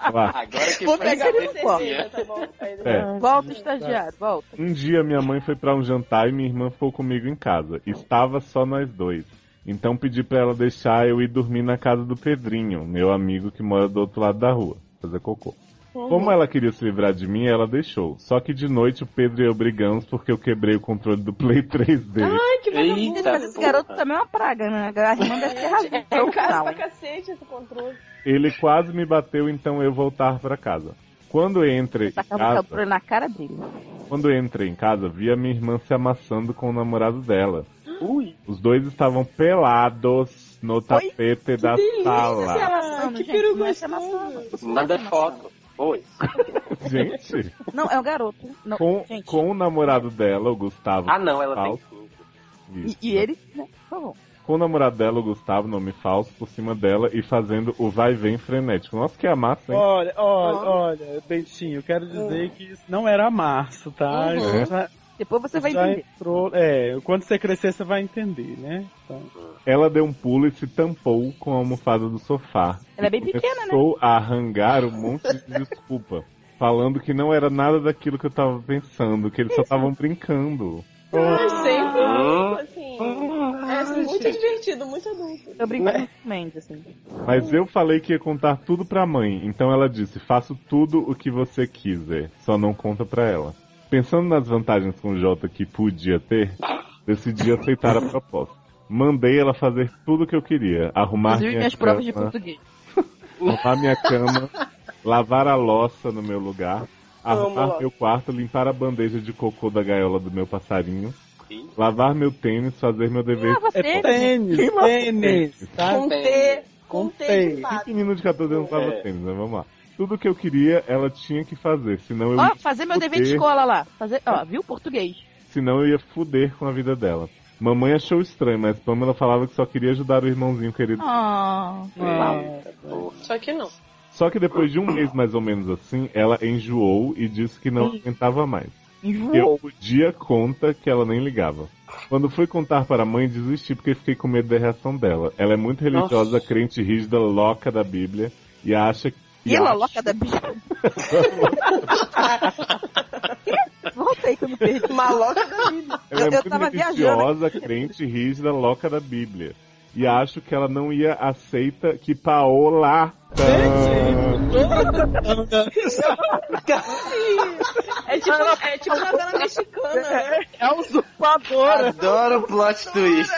Agora que
Vou
foi
pegar
saber
você,
se
Bia.
é.
Tá bom. Aí
É.
Volta, estagiário, volta.
Um dia minha mãe foi pra um jantar e minha irmã ficou comigo em casa. Estava só nós dois. Então pedi pra ela deixar eu ir dormir na casa do Pedrinho, meu amigo que mora do outro lado da rua, fazer cocô. Como ela queria se livrar de mim, ela deixou. Só que de noite o Pedro e eu brigamos porque eu quebrei o controle do Play [laughs] 3 dele.
Ai, que
Eita,
vagabundo.
Mas esse garoto
porra.
também é uma praga, né? A irmã deve ter razão.
É caro pra
Não.
cacete esse controle.
Ele quase me bateu, então eu voltar pra casa. Quando eu entrei em
Tacava o
casa,
cabelo na cara dele.
Quando eu entrei em casa, vi a minha irmã se amassando com o namorado dela.
Ui.
Os dois estavam pelados no tapete da sala.
Ai,
que peru
Manda foto. Oi.
Gente,
Não, é um garoto. Não,
com,
gente.
com o namorado dela, o Gustavo.
Ah, não, ela tem
falso,
cinco.
E,
isso,
e
né?
ele, né? Por favor.
Com o namorado dela, o Gustavo, nome falso, por cima dela e fazendo o vai e vem frenético. Nossa, que amassa, hein?
Olha, olha, olha, Bentinho, eu quero dizer que isso não era março, tá?
Uhum.
Isso já-
Depois você vai
já
entender.
entrou. É, quando você crescer, você vai entender, né? Então,
Oh.
Ela deu um pulo e se tampou com a almofada do sofá.
Ela é bem
E
pequena, né?
Começou a arrangar um monte de desculpa. Falando que não era nada daquilo que eu tava pensando, que eles só estavam brincando.
Eu sempre,
Hum.
assim, é assim, muito divertido, muito adulto.
Eu brinco
né?
com o Mendes, assim.
Mas eu falei que ia contar tudo pra mãe, então ela disse: faço tudo o que você quiser, só não conta pra ela. Pensando nas vantagens com o Jota que podia ter, decidi aceitar a proposta. Mandei ela fazer tudo o que eu queria: arrumar
Inclusive
minha
minhas provas de
cama,
português.
lavar
[laughs]
minha cama, lavar a louça no meu lugar, arrumar
louça.
meu quarto, limpar a bandeja de cocô da gaiola do meu passarinho,
Ih.
lavar meu tênis, fazer meu dever.
Ah, você,
é tênis, tênis, tá?
Com T, com T de
Contei.
pato.
Menino de 14 anos lava
É.
tênis, né? Vamos lá. Tudo que eu queria, ela tinha que fazer, senão eu,
Ah!
Ó, fazer meu dever de
Português.
escola lá. Fazer, ó, viu? Português.
senão eu ia fuder com a vida dela. Mamãe achou estranho, mas Pamela falava que só queria ajudar o irmãozinho querido.
Ah,
Só que não.
Só que depois de um mês mais ou menos assim, ela enjoou e disse que não aguentava mais. Eu
Enjoou.
podia conta que ela nem ligava. Quando fui contar para a mãe, desisti porque fiquei com medo da reação dela. Ela é muito religiosa, crente rígida, louca da Bíblia e acha que.
E ela louca da bicha.
[laughs]
Volta aí que eu me perdi.
Maloca da vida.
Ela é muito religiosa, crente rígida, louca da Bíblia. E acho que ela não ia aceita que Paola.
É tipo, é tipo novela mexicana. né?
É
um
usurpadora.
Adoro o plot twist.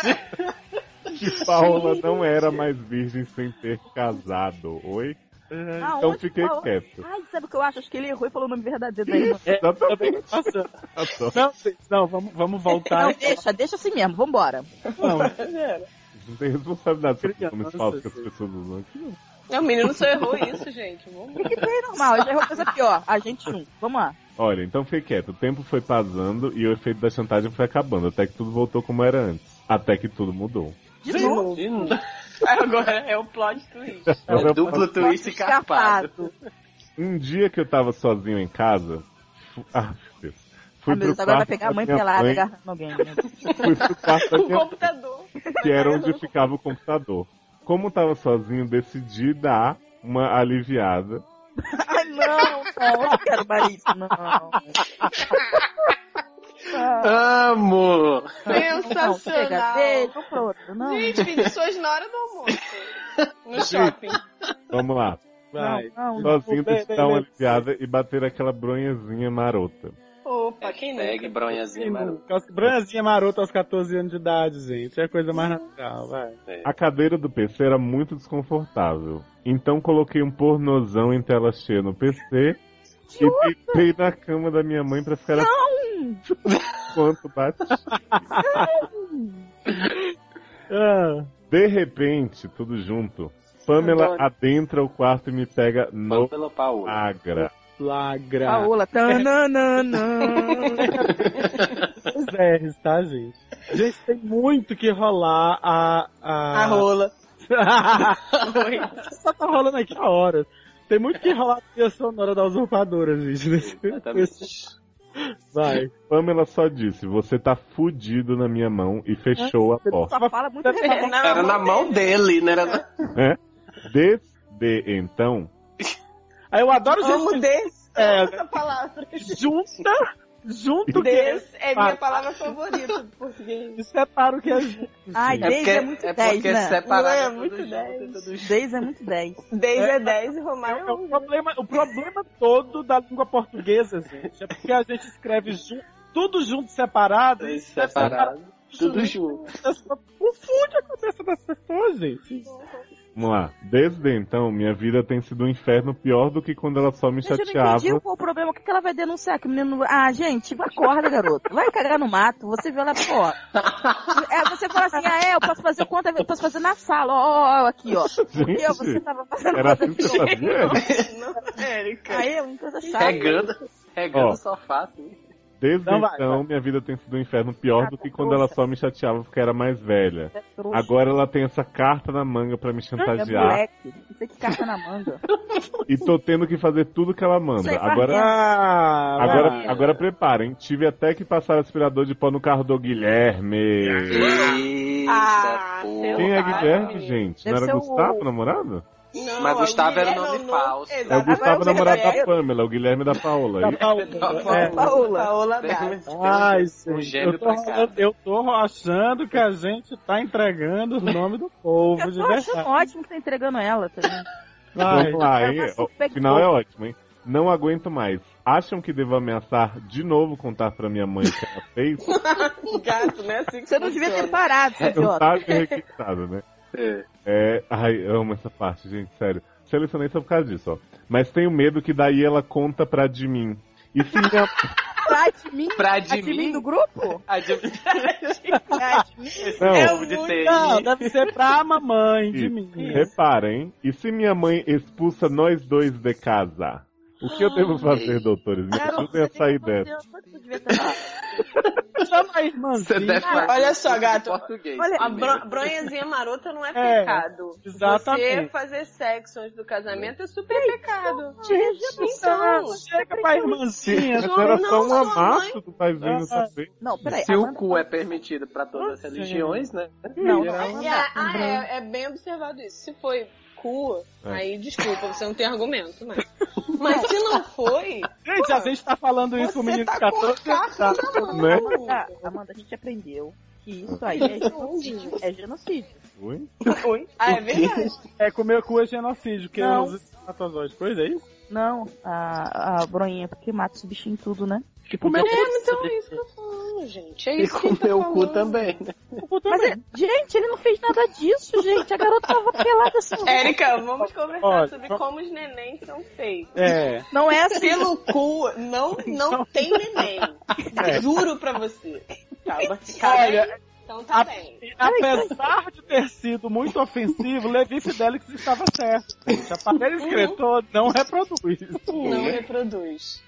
que Paola não era mais virgem sem ter casado. Oi?
Uhum.
então
Aonde
fiquei
fala?
quieto. Tá,
Ai, sabe o que eu acho? Acho que ele errou e falou o nome verdadeiro da irmã.
Exatamente.
Nossa.
Adoro.
Não, gente, não, vamos, vamos voltar.
Não, deixa, deixa assim mesmo, vambora.
então.
Não,
Não tem responsabilidade sobre os
Criança,
nomes falsos que as pessoas usam aqui. não.
[laughs] Não, o menino só errou isso, gente. Vamos
Que foi normal, ele errou coisa pior. A gente um. Vamos lá.
Olha, então fiquei quieto. O tempo foi passando e o efeito da chantagem foi acabando, até que tudo voltou como era antes. Até que tudo mudou.
De novo.
De novo.
Agora é o plot twist.
É duplo twist carpado.
Um dia que eu tava sozinho em casa. fu- [laughs] Ah, meu Deus. Fui
Ah, meu Deus,
pro
agora vai
quarto
pegar a
da
mãe
minha
pelada
mãe,
agarrando alguém. né?
Fui pro
[laughs]
quarto da
O
minha
Um computador.
que era onde ficava o computador. Como tava sozinho, decidi dar uma aliviada.
Ai, não, não, eu não quero mais isso, [laughs] não.
Amo!
Não, chega,
Sensacional.
beijo, vamos pro outro. Não,
Gente, petições na hora do [laughs] almoço. No shopping.
Vamos
[laughs]
lá.
vai.
não, não.
Sozinho,
bem,
decidi
bem,
dar uma
bem.
aliviada e bater aquela bronhazinha marota.
Opa, quem
Pegue
nega?
bronhazinha, mano.
Branzinha marota aos 14 anos de idade, gente. É a coisa mais natural, vai.
A cadeira do PC era muito desconfortável. Então coloquei um pornozão em tela cheia no PC e deitei na cama da minha mãe pra ficar assim. [laughs] Enquanto bate.
Ah,
De repente, tudo junto, Pamela
Adoro.
adentra o quarto e me pega no
Pelo Paola.
Ah. agra.
flagra.
Ah,
Paola, tananana.
Os R's, tá, gente? Gente, tem muito que rolar a.
A
a...
rola.
[laughs] Só tá rolando aqui a hora. Tem muito que rolar a trilha sonora da usurpadora, gente. nesse-
tá Exatamente.
Vai.
Pamela só disse: Você tá fudido na minha mão e fechou a porta.
Só fala muito né?
É, na
Era na mão dele, né? Era na-
Desde então,
Aí eu adoro gente
Amo
que
desse.
É.
Essa palavra.
junta, junto que
Desse é minha palavra favorita do português.
separa o que é junto.
Ai,
Sim.
É
Deise
porque,
é,
é
muito
porque
10, né?
separado
Não é
é tudo
muito
junto,
dez.
[laughs]
tudo junto.
Deise é muito 10.
Desde é 10 e Romário
É
é um.
o problema, o problema todo da língua portuguesa, gente, é porque a gente escreve ju- tudo junto
É
separado e
Separado. Tudo junto.
isso confunde a cabeça das pessoas, gente.
vamos lá. Desde então, minha vida tem sido um inferno pior do que quando ela só me
Gente, eu não
chateava.
entendi qual o problema. O que, que ela vai denunciar? Que o menino. Ah, gente, acorda, garoto. Vai cagar no mato. Você vê ela, pô. É, você fala assim, ah, é, eu posso fazer quantas vezes? Eu posso fazer na sala, ó, ó, ó, aqui, ó.
[laughs] Gente,
Eu, você tava fazendo
era
coisa Ah,
assim que você fazia?
Não, Érica.
Aí, uma
É
coisa chata.
Regando. Regando
Ó.
o sofá, assim.
Desde
Então vai,
então, minha vida tem sido um inferno pior do que quando ela só me chateava porque era mais velha.
É trouxa.
Agora ela tem essa carta na manga pra me
É
chantagear
moleque. Não sei que carta na manga.
e tô tendo que fazer tudo que ela manda.
Isso aí,
Agora,
Ah, vai.
agora, agora preparem. Tive até que passar aspirador de pó no carro do Guilherme.
Eita,
Ah,
porra.
Quem é
Ai,
Guilherme,
menino.
gente?
Deve
Não era
ser o-
Gustavo, namorado?
Não,
Mas
é
Gustavo era o
Guilherme,
nome
não, não.
falso.
É o
Exato.
Gustavo,
Agora eu sei
namorado
quem é.
da Pamela, o Guilherme da Paola.
Tá
E-
bom. É.
Paola. Paola Dai.
Paola.
Ai, gente,
Um gêmeo
eu, tô,
pra casa.
eu tô achando que a gente tá entregando o nome do povo,
Eu
de
tô achando
verdade.
ótimo que tá entregando ela também.
Vai.
Vamos lá,
Ela
hein?
vai
O
super
final
boa.
é ótimo, hein? Não aguento mais. Acham que devo ameaçar de novo contar pra minha mãe o que ela fez?
[laughs]
Gato, né? Assim que
Você não devia ter
funciona.
parado, tá seu idiota.
Resultado e requisitado, né?
É.
É, ai, eu amo essa parte, gente, sério. Selecionei só por causa disso, ó. Mas tenho medo que daí ela conta pra de mim. E se minha...
Atrás Tá de mim?
Pra
Atrás de mim
Admin.
do
[laughs]
grupo?
Admin.
[laughs]
Atrás de mim?
Não,
Admin. de TI.
Não, deve ser pra mamãe de
Isso.
mim.
reparem. E se minha mãe expulsa nós dois de casa? O que eu devo fazer, doutores? Me
Garoto,
ajudem a
você tem
sair
que fazer
dessa.
uma coisa que devia ter falado.
Chama a irmãzinha.
Você deve fazer Olha só, isso gato. em
Português.
Olha, a bro- bronhazinha marota não é
É,
pecado.
exatamente.
Você fazer sexo antes do casamento é super pecado.
Gente,
então,
chega pra
irmãzinha.
João,
Era só
não,
um
sua
amasso, tu vai vendo,
Ah,
sabe?
Não,
Se o cu é permitido pra todas as
Sim.
religiões, né?
Não,
Ele é um-
Ah, ah, é, é bem observado isso. Se foi cu,
É.
aí desculpa, você não tem argumento, mas. Mas se não foi.
Gente, a gente tá falando isso, o menino de 14 tá,
Amanda,
né?
tá,
Amanda, a gente aprendeu que isso aí é genocídio. É genocídio.
Oi?
Oi? Ah, é verdade.
É comer cu é genocídio, que
Não.
eu uso matazoide. Pois é isso.
Não, a, a broinha, porque mata os bichinhos tudo, né? Tipo,
é, então é isso que eu tô falando, gente. É
E
isso que ele tá
comeu o cu
falando.
também, né?
Mas, é- gente, ele não fez nada disso, gente. A garota tava pelada assim.
É.
Érica, vamos conversar
Olha,
sobre
vamos-
como os nenéns são feitos.
É.
Não é assim.
Pelo cu, não,
Então-
não tem neném. Juro pra você. Tá, mas tá
É. Olha,
bem? Então tá bem.
Apesar de ter sido muito ofensivo, Levi Fidelix estava certo. gente. Aparelho escritor não reproduz.
Não reproduz.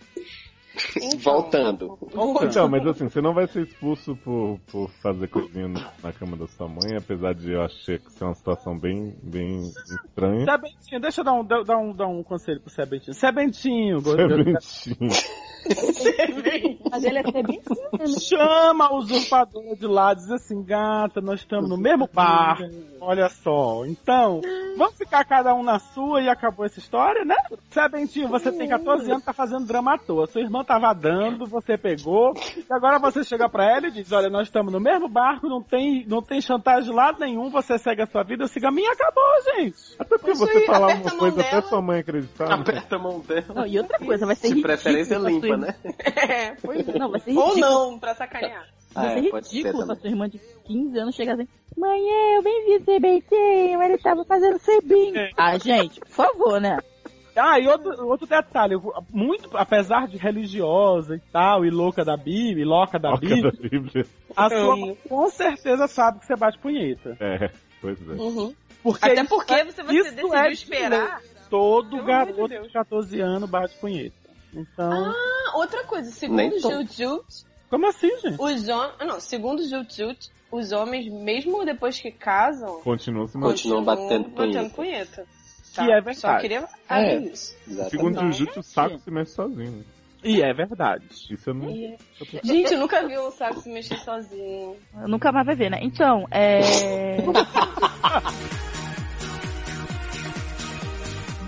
Voltando.
Então, mas assim, você não vai ser expulso por, por fazer coisinha no- na cama da sua mãe, apesar de eu achar que isso é uma situação bem, bem
Uhum.
estranha.
Sebentinho, deixa eu dar um, dar dar um, dar um conselho pro Sebentinho. Sebentinho,
[laughs]
go-
É Sebentinho.
Mas ele é sebentinho.
Chama a usurpadora de lá, diz assim, gata, nós estamos no mesmo bar. Olha só, então, vamos ficar cada um na sua e acabou essa história, né? Sebentinho, você tem 14 anos, tá fazendo drama à toa. Sua irmã tava dando, você pegou, e agora você chega pra ela e diz, olha, nós estamos no mesmo barco, não tem, não tem chantagem de lado nenhum, você segue a sua vida, eu sigo a minha, acabou, gente.
Até É porque
você aí, falar
Uma coisa até sua mãe acreditar. né?
Aperta a mão dela.
Não, e outra coisa, vai ser
De
ridículo
preferência
pra
limpa,
sua-
né?
É, pois é.
Não, vai ser
Ou
ridículo.
não, pra sacanear.
Vai
Ah,
ser
é, pode ser
ridículo pra
também.
sua irmã de 15 anos chegar assim, mãe, eu bem vi Sebentinho, ele tava fazendo Sebinho. Ah, gente, por favor, né?
Ah, e outro, outro detalhe, eu vou- muito, apesar de religiosa e tal, e louca da Bíblia, e louca da
Toca
Bíblia,
da Bíblia.
a sua mãe com certeza sabe que você bate punheta.
É, pois
Hum.
é.
Porque
Uhum. Até
isso
porque
é-
você- você
isso
decidiu
é de
esperar.
lei. Todo
Pelo amor de
garoto de 14 anos bate punheta. Então.
Ah, outra coisa,
Nem
segundo
tô.
Gil Jut,
Como assim, gente?
os homens. Não, segundo Gil Jut, os homens, mesmo depois que casam,
Continua se
Continuam batendo
batendo
punheta.
punheta. tá?
Que é verdade.
Só queria
É.
abrir isso.
Segundo o
Não.
Júlio, o saco se mexe sozinho.
E é verdade.
Isso Uhum. eu não.
Gente, eu nunca vi um saco se mexer sozinho.
Nunca mais vai ver, né? Então, é.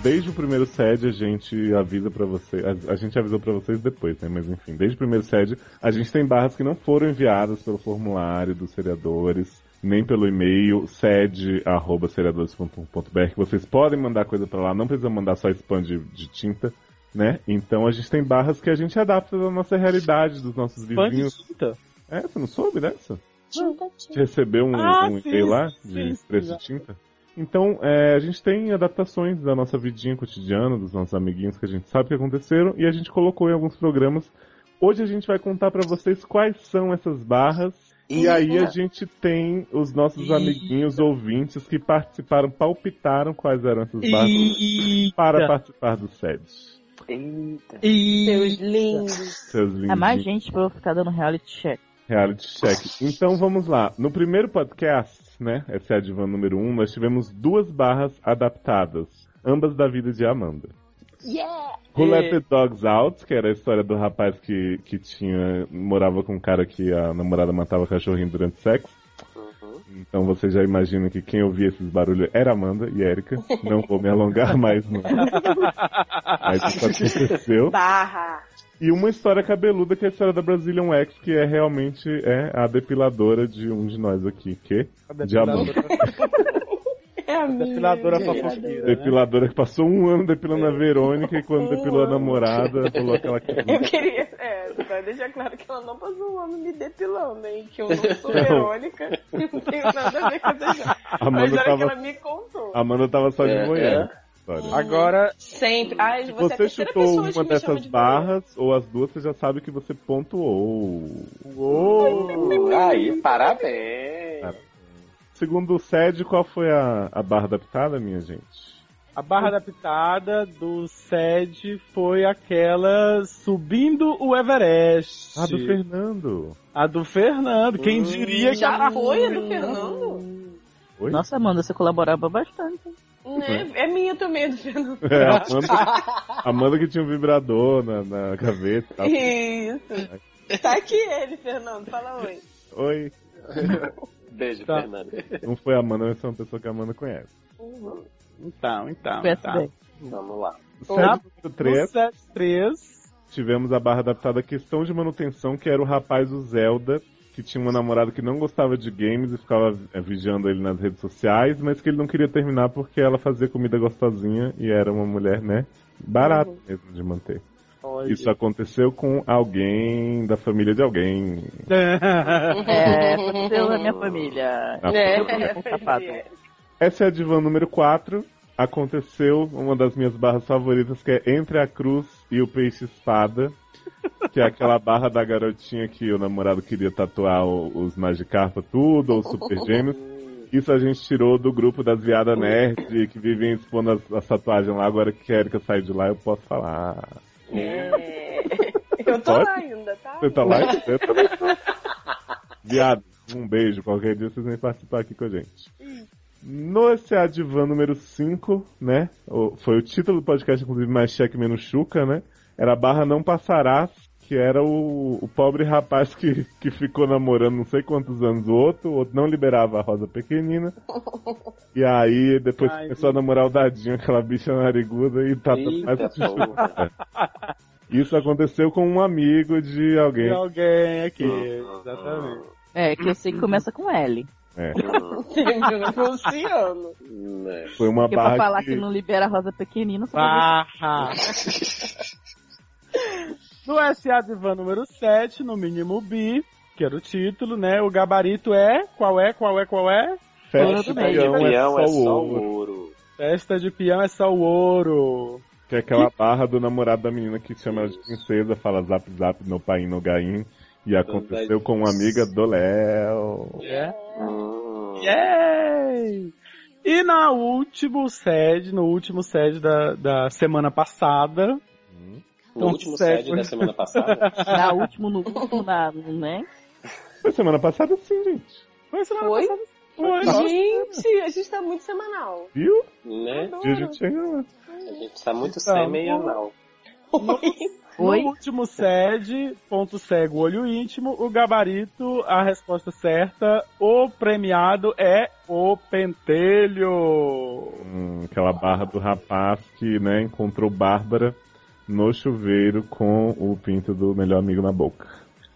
Desde o primeiro sede a gente avisa pra vocês, a, a gente avisou pra vocês depois, né? Mas enfim, desde o primeiro sede a gente tem barras que não foram enviadas pelo formulário dos seriadores, nem pelo e-mail sede@seriadores.com.br. que Vocês podem mandar coisa pra lá, não precisa mandar só spam de, de tinta, né? Então a gente tem barras que a gente adapta da nossa realidade, dos nossos
Spam de
vizinhos.
tinta?
É, você não soube dessa?
Tinta,
Te recebeu um,
Ah,
um
sim,
e-mail lá
sim,
de
sim,
preço
já.
de tinta? Então, é, a gente tem adaptações da nossa vidinha cotidiana, dos nossos amiguinhos que a gente sabe que aconteceram, e a gente colocou em alguns programas. Hoje a gente vai contar pra vocês quais são essas barras, e aí a gente tem os nossos amiguinhos ouvintes que participaram, palpitaram quais eram essas barras para participar do SED.
Eita.
Seus
lindos.
Seus lindos.
É mais gente pra eu ficar dando reality check.
Reality check. Então vamos lá. No primeiro podcast, né? Esse é a Divan número 1, um, nós tivemos duas barras adaptadas. Ambas da vida de Amanda.
Yeah!
Who Let the Dogs Out, que era a história do rapaz que, que tinha. morava com um cara que a namorada matava cachorrinho durante sexo.
Uhum.
Então você já imagina que quem ouvia esses barulhos era Amanda e Erika. Não vou me alongar [laughs] mais, não.
tá
Mas isso aconteceu.
Barra.
E uma história cabeluda que é a história da Brazilian X, que é realmente é a depiladora de um de nós aqui, que? De Amanda.
É a minha.
Depiladora
Uhum.
fofoqueira.
Depiladora que passou um ano depilando a Verônica e quando
É, né? Um
depilou a
ano.
namorada, rolou aquela
[laughs] Eu queria, é, pra deixar claro que ela não passou um ano me depilando, hein? Que eu não
[laughs]
sou
Não.
Verônica, [laughs] e não tenho nada a ver com essa história.
A
Mas
Amanda
olha que
tava- Ah,
ela me contou.
Amanda tava só de
É,
manhã.
é.
né? Agora,
Sempre. Ai, você
se
é a
você
terceira pessoa
chutou
que
uma
me chama
dessas
de
barras, ou as duas, você já sabe que você pontuou.
Uou! Uhum. Aí, parabéns.
Segundo o SED, qual foi a, a barra adaptada, minha gente?
A barra adaptada do SED foi aquela subindo o Everest.
Ah, do
[laughs]
Fernando.
A do Fernando. Quem diria que
Hum, Já
era
foi né? a
ruim?
do Fernando?
Oi?
Nossa, Amanda, você colaborava bastante.
É, é minha também, do Fernando.
É, a Amanda, a Amanda que tinha um vibrador na, na gaveta. Tá?
Isso. Tá aqui ele, Fernando. Fala oi.
Oi.
Beijo,
Tá.
Fernando.
Não foi a Amanda, mas foi uma pessoa que a Amanda conhece.
Então, então,
Foi
então.
Vamos lá.
Na-
Do
No
3,
set 3,
tivemos a barra adaptada à questão de manutenção, que era o rapaz do Zelda, que tinha uma namorada que não gostava de games e ficava eh, vigiando ele nas redes sociais, mas que ele não queria terminar porque ela fazia comida gostosinha e era uma mulher, né? Barata mesmo de manter.
Olha,
[laughs]
Isso é aconteceu com alguém da família de alguém.
É, aconteceu na minha família.
É.
Na
Né?
Tá
Eu com sapato.
Essa é a divã número 4. Aconteceu uma das minhas barras favoritas, que é Entre a Cruz e o Peixe Espada. Que é aquela barra da garotinha que o namorado queria tatuar o- os Magikarpa tudo, ou os Super Gêmeos. Isso a gente tirou do grupo das viadas nerd, que vivem expondo as, as tatuagens lá. Agora que a Erika sai de lá, eu posso falar.
É. Eu tô
Pode?
lá ainda,
[laughs]
tá?
Você tá lá? Eu também tô. Viado, um beijo. Qualquer dia vocês vêm participar aqui com a gente. No S.A. Divan número 5, né? o- Foi o título do podcast, inclusive, mais cheque menos chuca, né? Era a barra não passarás, que era o, o pobre rapaz que, que ficou namorando não sei quantos anos o outro, o outro não liberava a rosa pequenina. E aí, depois
Ai,
começou a namorar o dadinho, aquela bicha nariguda, e tá mais
Eita,
chuchu.
porra.
Isso aconteceu com um amigo de alguém.
tem alguém aqui.
Ah, Uhum.
Exatamente.
É, que eu sei que começa com L.
É.
Luciano.
Né.
um
Foi uma
Porque pra
barra
falar
que-
que não libera a rosa pequenina, só
Ah. Barra. No SA Divan número 7, no mínimo bi, que era o título, né? O gabarito é. Qual é, qual é, qual é?
Festa
Tudo
de
bem.
peão é só
é
o
só o
ouro.
ouro.
Festa de peão é só o ouro.
Que é aquela barra do namorado da menina que chama ela de princesa, fala zap zap no pai no gaim. E aconteceu com uma amiga do Léo.
É.
Hum.
é
Yay! E na último sede, no último sede da, da semana passada,
um
No último
sério.
sede da semana passada.
na último, no último, na, né?
Foi semana passada sim, gente.
foi semana
Foi?
passada. Foi,
Gente, a gente tá muito semanal.
Viu?
né?
E a gente chega lá.
A gente tá muito
Então,
semanal.
Oi?
No último sede, ponto cego, olho íntimo, o gabarito, a resposta certa, o premiado é o pentelho.
Hum, aquela barra do rapaz que, né, encontrou Bárbara no chuveiro com o pinto do melhor amigo na boca.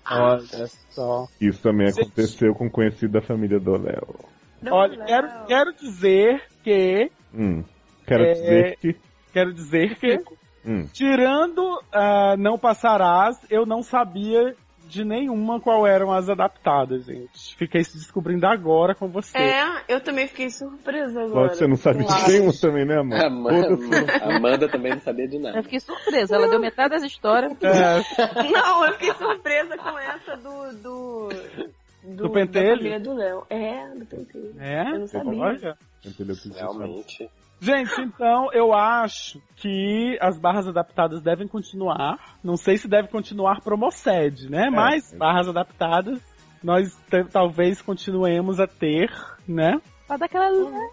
Olha só.
Isso também
Gente.
aconteceu com um conhecido da família do Léo.
Olha, quero, quero dizer que.
Hum, quero
É.
dizer que.
Quero dizer que.
Hum,
Tirando ah, Não Passarás, eu não sabia de nenhuma qual eram as adaptadas, gente. Fiquei se descobrindo agora com você.
É, eu também fiquei surpresa agora.
lógico que você não sabe de
Claro.
nenhum também, né, amor?
A
É,
Amanda, a Amanda também não sabia de nada.
Eu fiquei surpresa, ela deu metade das histórias.
É,
Não, eu fiquei surpresa com essa do. Do,
Do pentelho?
da família do Léo. É, do pentelho.
né?
Eu não sabia.
Olha.
Entendeu o que você fala?
Realmente.
Gente, então eu acho que as barras adaptadas devem continuar. Não sei se deve continuar promocede, né? Mas barras adaptadas nós te- talvez continuemos a ter, né?
Pra dar aquela. né?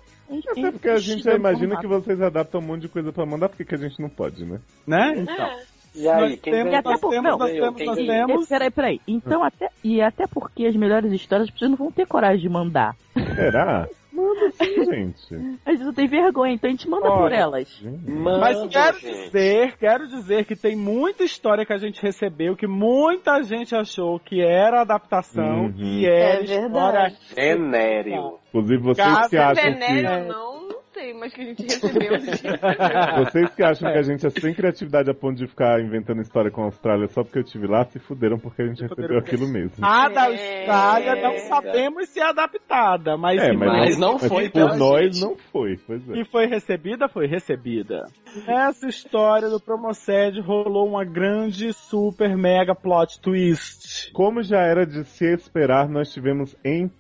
Até é porque a gente já imagina que vocês adaptam um monte de coisa pra mandar, porque que a gente não pode, né?
Né? Então,
É.
E aí,
nós
quem
temos,
E
ganhou?
até
nós
por-
temos,
não,
nós
ganhou,
temos,
quem
nós
ganhou?
É,
temos.
peraí, peraí. Então,
Ah.
até, e até porque as melhores histórias as pessoas não vão ter coragem de mandar.
Será? Manda [laughs] sim, gente.
Às vezes eu tenho vergonha, então a gente manda por
Olha.
elas.
Manda,
Mas quero
gente.
dizer, quero dizer que tem muita história que a gente recebeu, que muita gente achou que era adaptação,
Uhum.
que era
É
história
verdade.
Venério.
Inclusive, vocês
Caso
que acham
Venério
que.
ou não, não sei, mas que a
[laughs]
gente recebeu.
Vocês que acham que a gente é sem criatividade a ponto de ficar inventando história com a Austrália só porque eu estive lá, se fuderam porque a gente recebeu aquilo mesmo.
[laughs] A da
É.
Austrália não sabemos se é adaptada, mas,
É,
que
mas
mais-
Mas não
Mas
foi
por
pela
nós
gente.
não foi, pois é.
que foi recebida, foi recebida. Nessa história do Promoced rolou uma grande, super, mega plot twist.
Como já era de se esperar, nós tivemos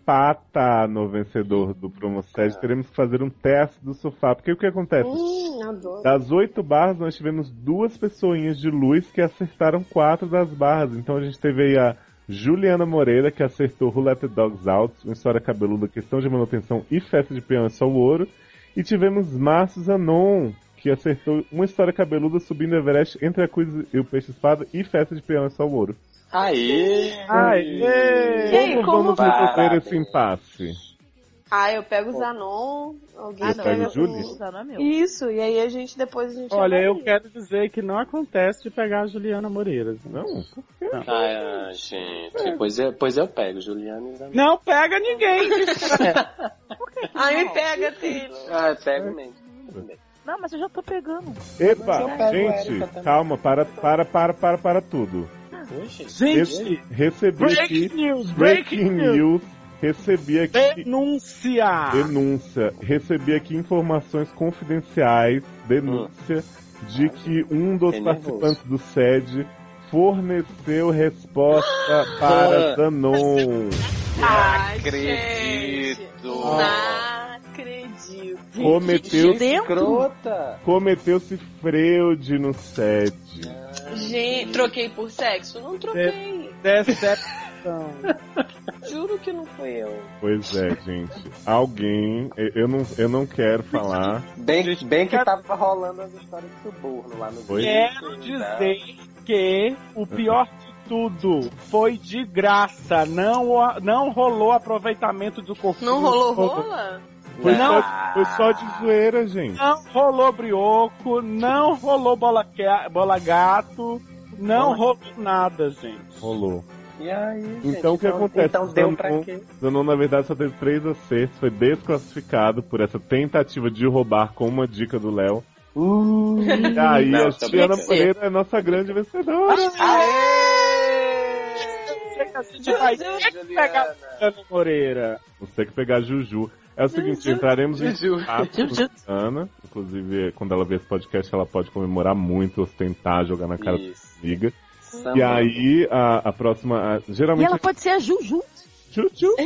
empata no vencedor do Promoced. Teremos que fazer um teste do sofá. Porque o que
É.
acontece?
Hum, adoro.
Das oito barras, nós tivemos duas pessoinhas de luz que acertaram quatro das barras. Então a gente teve aí a Juliana Moreira, que acertou Who Let the Dogs Out, uma história cabeluda, questão de manutenção e festa de peão é só o ouro. E tivemos Márcio Zanon, que acertou uma história cabeluda subindo Everest entre a Cruz e o Peixe Espada e festa de peão é só o ouro.
Aê!
Aê!
Ei, como
Como vamos resolver esse impasse?
Ah, eu pego o Zanon. Alguém
Ah,
Eu
é
pego o Julius.
Isso, e aí a gente depois a gente.
Olha, eu
avalia.
quero dizer que não acontece de pegar a Juliana Moreira. Não.
Ai, ai,
É.
gente. Pois, eu, pois é, eu pego, Juliana. ainda não.
Não pega ninguém.
Aí me pega, Taylor.
Ah, eu pego mesmo.
Não, mas eu já tô pegando.
eu
Epa,
pego ela
gente,
também.
calma, para, para, para, para, para tudo.
[laughs] Gente,
Re- recebi
breaking
aqui,
news,
breaking
breaking
news, recebi aqui
denúncia.
denúncia, recebi aqui informações confidenciais, denúncia de que um dos
Ah. Fiquei nervoso.
participantes do SED forneceu resposta para
Ah.
Zanon.
Acredito.
Não Ah, acredito.
Cometeu,
Escrota.
cometeu-se fraude no SED.
Gente, troquei por sexo? Não troquei.
Decepção.
Juro que não fui eu.
Pois é, gente. Alguém, eu- eu não, eu não quero falar.
Bem, bem que tava rolando as histórias de suborno lá no né?
Foi?
Quero dizer que o pior de tudo foi de graça. Não, não rolou aproveitamento do corpo.
Não rolou rola?
Foi,
Não.
Só, foi só de zoeira, gente.
Não rolou brioco, não rolou bola, que- bola gato, não rolou nada, gente.
[laughs]
Rolou.
E aí, gente,
Então o que acontece?
Então deu pra
Zanon-
quê?
Zanon, na verdade, só teve três acertos, foi desclassificado por essa tentativa de roubar com uma dica do Léo.
Hum.
e aí,
Não,
a
também
Juliana
que sim.
Moreira é nossa grande vencedora.
A gente vai ter que pegar a Juliana Moreira.
Você tem que pegar a Juju. É o seguinte, entraremos em
Juju.
contato com a Ana. Inclusive, quando ela ver esse podcast, ela pode comemorar muito, ostentar, jogar na cara
Isso.
da amiga.
Samba.
E aí, a, a próxima. a-
E
geralmente.
ela pode ser a Juju.
Tchu-tchu.
É.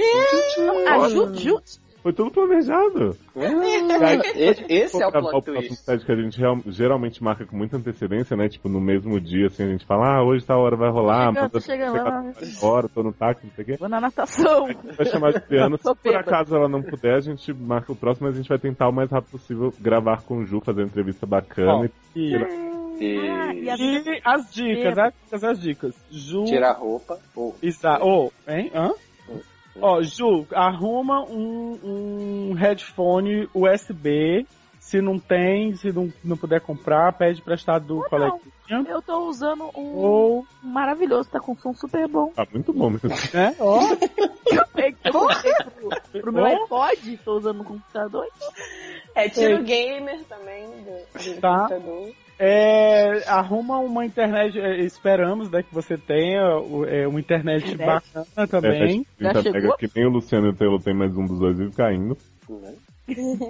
A Juju.
Foi tudo planejado.
E- Hum, Esse é o
Pra-
plot
próximo
twist.
site que a gente real- geralmente marca com muita antecedência, né? Tipo, no mesmo dia, assim, a gente fala, ah, hoje tal hora vai rolar,
Chegando,
manda
chegando,
chegar
vai lá.
tal hora, tô no táxi, não sei o quê.
Vou na natação.
Vai chamar de piano.
[laughs]
Se
Tô
por
bêbada.
acaso ela não puder, a gente marca o próximo, mas a gente vai tentar o mais rápido possível gravar com o Ju, fazer uma entrevista bacana. e
E,
Ah, e
E
a
e as dicas, as dicas, as dicas. Ju
Tirar a roupa. Ou
está. Ô, hein? Hã? Ó, Ju, arruma um, um headphone USB. Se não tem, se não, não puder comprar, pede emprestado do
Ou não.
coleguinha.
Eu tô usando
Oh.
um
Ou.
maravilhoso, tá com som super [laughs] bom.
Tá muito bom mesmo.
Né? Ó.
Eu peguei É pro, pro meu
Bom.
iPod, tô usando no computador.
É tiro gamer também. Do, do
Tá.
computador.
É, arruma uma internet, é, esperamos né, que você tenha o- é, uma internet,
Internet.
bacana também.
[laughs] É, a
Já
gente pega
chegou?
que nem o Luciano e o Taylor tem mais um dos dois vivos caindo.
né?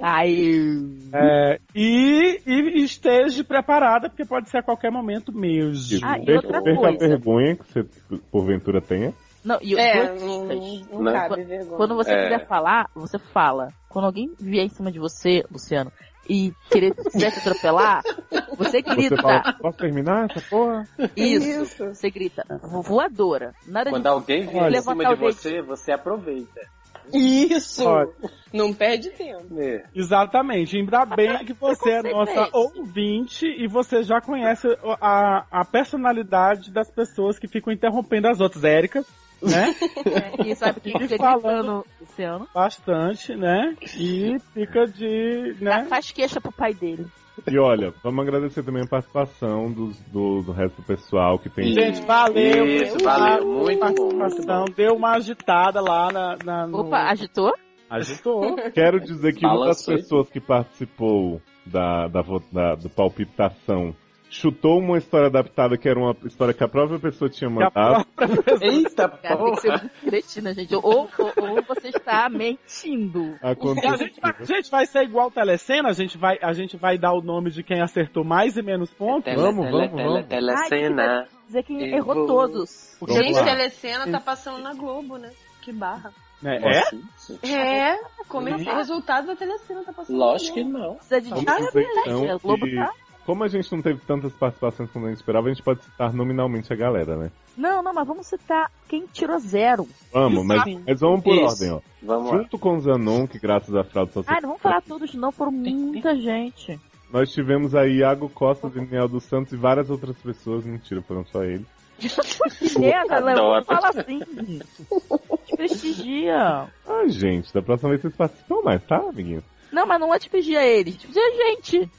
Aí.
É, e, e esteja preparada, porque pode ser a qualquer momento mesmo.
Ah, e
Perca-
outra
perca a
coisa.
vergonha que você porventura tenha.
Não, e
É,
eu-
não, não
Né?
cabe vergonha.
quando você
É.
quiser falar, você fala. Quando alguém vier em cima de você, Luciano, e querer quiser te atropelar, você
Você
grita.
fala, posso terminar essa porra?
Isso. Você grita. vo- Voadora. Na hora de
Quando alguém vier em
Olha.
cima
Levantar
de
o dedo.
você, você aproveita.
Isso!
Olha.
Não perde tempo.
né?
É. Exatamente. Ainda bem que você é
Preconceito
nossa
esse.
ouvinte e você já conhece o- a, a personalidade das pessoas que ficam interrompendo as outras. Érica, né?
E sabe quem
E
fica
falando-
gritando, Luciano?
Bastante, né? E fica de. né?
Faz queixa pro pai dele.
E olha, vamos agradecer também a participação dos, do, do resto do pessoal que tem.
Gente, valeu.
Isso,
obrigado
valeu,
pela
muito bom, muito
participação. Deu uma agitada lá na. na- no-
Opa, agitou?
agitou.
Quero dizer que uma das
Balançou.
pessoas que participou da, da, vo- da- do palpitação chutou uma história adaptada que era uma história que a própria pessoa tinha mandado.
Eita,
Cara, tem que ser muito cretina, gente. Ou, ou, ou você está mentindo.
A gente, vai, a gente vai ser igual telecena, a gente vai, a gente vai dar o nome de quem acertou mais e menos pontos.
Tele- tele- tele- Telecena.
Dizer que
Eu
errou
vou-
todos.
Vamos
Gente,
lá.
Telecena tá passando na Globo, né? Que barra.
É?
É, como é que
Uhum.
o resultado da Telecena tá passando
Lógico
na
que
Globo.
não.
Precisa de
Vamos
dinheiro,
dizer,
né?
então,
O Globo
que,
tá-
como a gente não teve tantas participações quanto a gente esperava, a gente pode citar nominalmente a galera, né?
Não, não, mas vamos citar quem tirou zero.
Vamos, mas, mas vamos por
Isso.
ordem, ó.
Vamos lá.
Junto com Zanon, que graças à fraude social,
Ah, não vamos falar todos não, foram muita gente.
nós tivemos aí Iago Costa, Daniel dos Santos e várias outras pessoas. Mentira, foram só ele.
Chega, Léo, não
Adoro.
fala assim. Te prestigia.
Ai, Ah, gente, da próxima vez vocês participam mais, tá, amiguinhos?
Não, mas não é despedir a eles. Despedir a gente.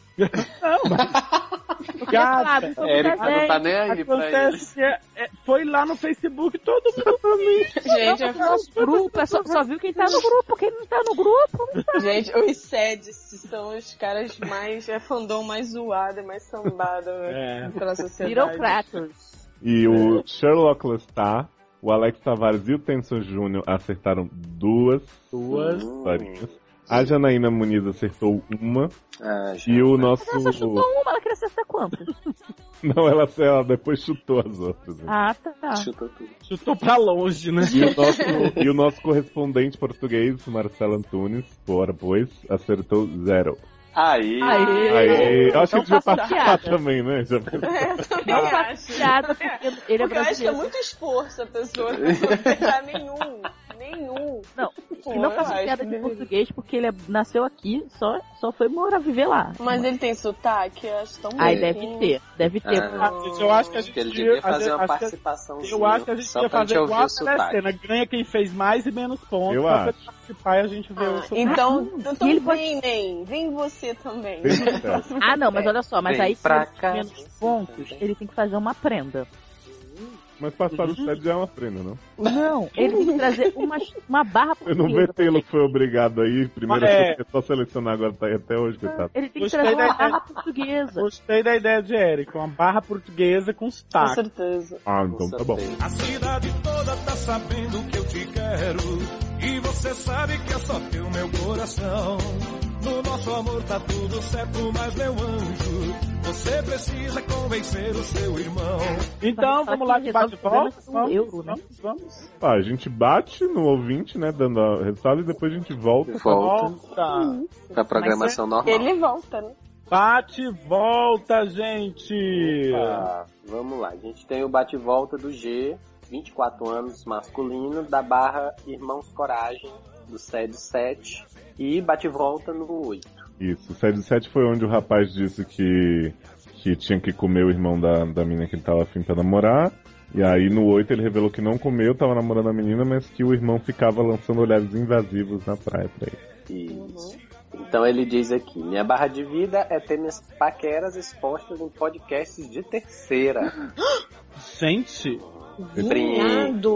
Não, mas...
Gata,
Sabe, foi
Érica
muita
não
gente.
tá nem aí pra ele.
Acontece que é- é- foi lá no Facebook todo mundo pra
[laughs]
mim.
Gente,
O nosso grupo, é só, só viu quem tá no grupo. Quem não tá no grupo,
eu- gente, os SEDs são os caras mais. É fandom mais zoado, é mais sambado
É,
né, pela sociedade.
virou crackers.
E
É.
o Sherlock Lestat, o Alex Tavares e o Tenson Júnior acertaram duas
Duas.
Hum,
historinhas. A Janaína Muniz acertou uma.
Ah,
E o nosso.
Mas ela só chutou uma, ela queria acertar quantas?
[laughs] Não, ela, ela depois chutou as outras. né?
Ah, tá.
Chutou tudo.
Chutou pra longe, né?
E
[laughs]
o, nosso, e o nosso correspondente português, Marcelo Antunes, bora pois, acertou zero.
Aí.
Aê.
Aí, eu acho que
Então
devia
faço
participar
piada.
também, né? Já pensou?
É, eu também
Não
acho.
faço piada, porque ele é
Porque eu acho que é
brasileiro.
muito esforço a pessoa não acertar nenhum. Nenhum.
Não,
Pô,
E não
eu
faço
acho
piada de
que-
português porque ele é- nasceu aqui, só, só foi morar viver lá.
Mas é ele tem sotaque, eu acho tão
Aí
bonito.
deve ter, deve ter.
Ah.
Ah, gente, eu acho que a gente
Que ele
devia-
devia
a
fazer
gente-
uma
acho que-
participação.
Eu acho que a gente
só
ia
pra
fazer
gente ouvir
igual a
o sotaque.
cena. Ganha quem fez mais e menos pontos.
Eu
pra
acho.
você participar e a gente vê o
Ah,
seu.
então,
Ah,
então
e ele
ele
pode-
vem, nem. Vem você também.
Eita.
Ah, não, mas olha só, mas
Vem
aí se
pra né?
ele
cá.
tem menos pontos, ele tem que fazer uma prenda.
Mas passar
Uhum.
do sede já é uma prenda, não?
Não, [laughs] ele tem que trazer uma, uma barra
Eu não
portuguesa.
metei que foi obrigado aí. Primeiro
É.
é só selecionar agora, tá aí até hoje, coitado.
Ele tem que
Gostei
trazer
da
uma
ideia.
barra portuguesa.
Gostei da ideia de Eric, uma barra portuguesa com
Com
sotaque.
certeza.
Ah, então tá bom.
certeza.
A cidade toda tá sabendo que eu te quero. E você sabe que é só teu meu coração. No nosso amor tá tudo certo, mas meu anjo, você precisa convencer o seu irmão.
Então, vamos lá de bate e volta.
Resolve o problema com
Vamos,
um euro, né?
vamos, vamos.
Ah, a gente bate no ouvinte, né? Dando a resultado e depois a gente volta.
Volta
Volta.
Uhum.
pra programação normal.
Ele volta, né?
Bate e volta, gente.
Opa, Ah, vamos lá, a gente tem o bate-volta do G, 24 anos, masculino, da barra Irmãos Coragem, do SED 7, e bate-volta no 8.
Isso. O sede 7 foi onde o rapaz disse que, que tinha que comer o irmão da, da menina que ele tava afim pra namorar. E aí no 8 ele revelou que não comeu, tava namorando a menina, mas que o irmão ficava lançando olhares invasivos na praia pra ele.
Isso. Então ele diz aqui: minha barra de vida é ter minhas paqueras expostas em podcasts de terceira.
Gente.
Brinque.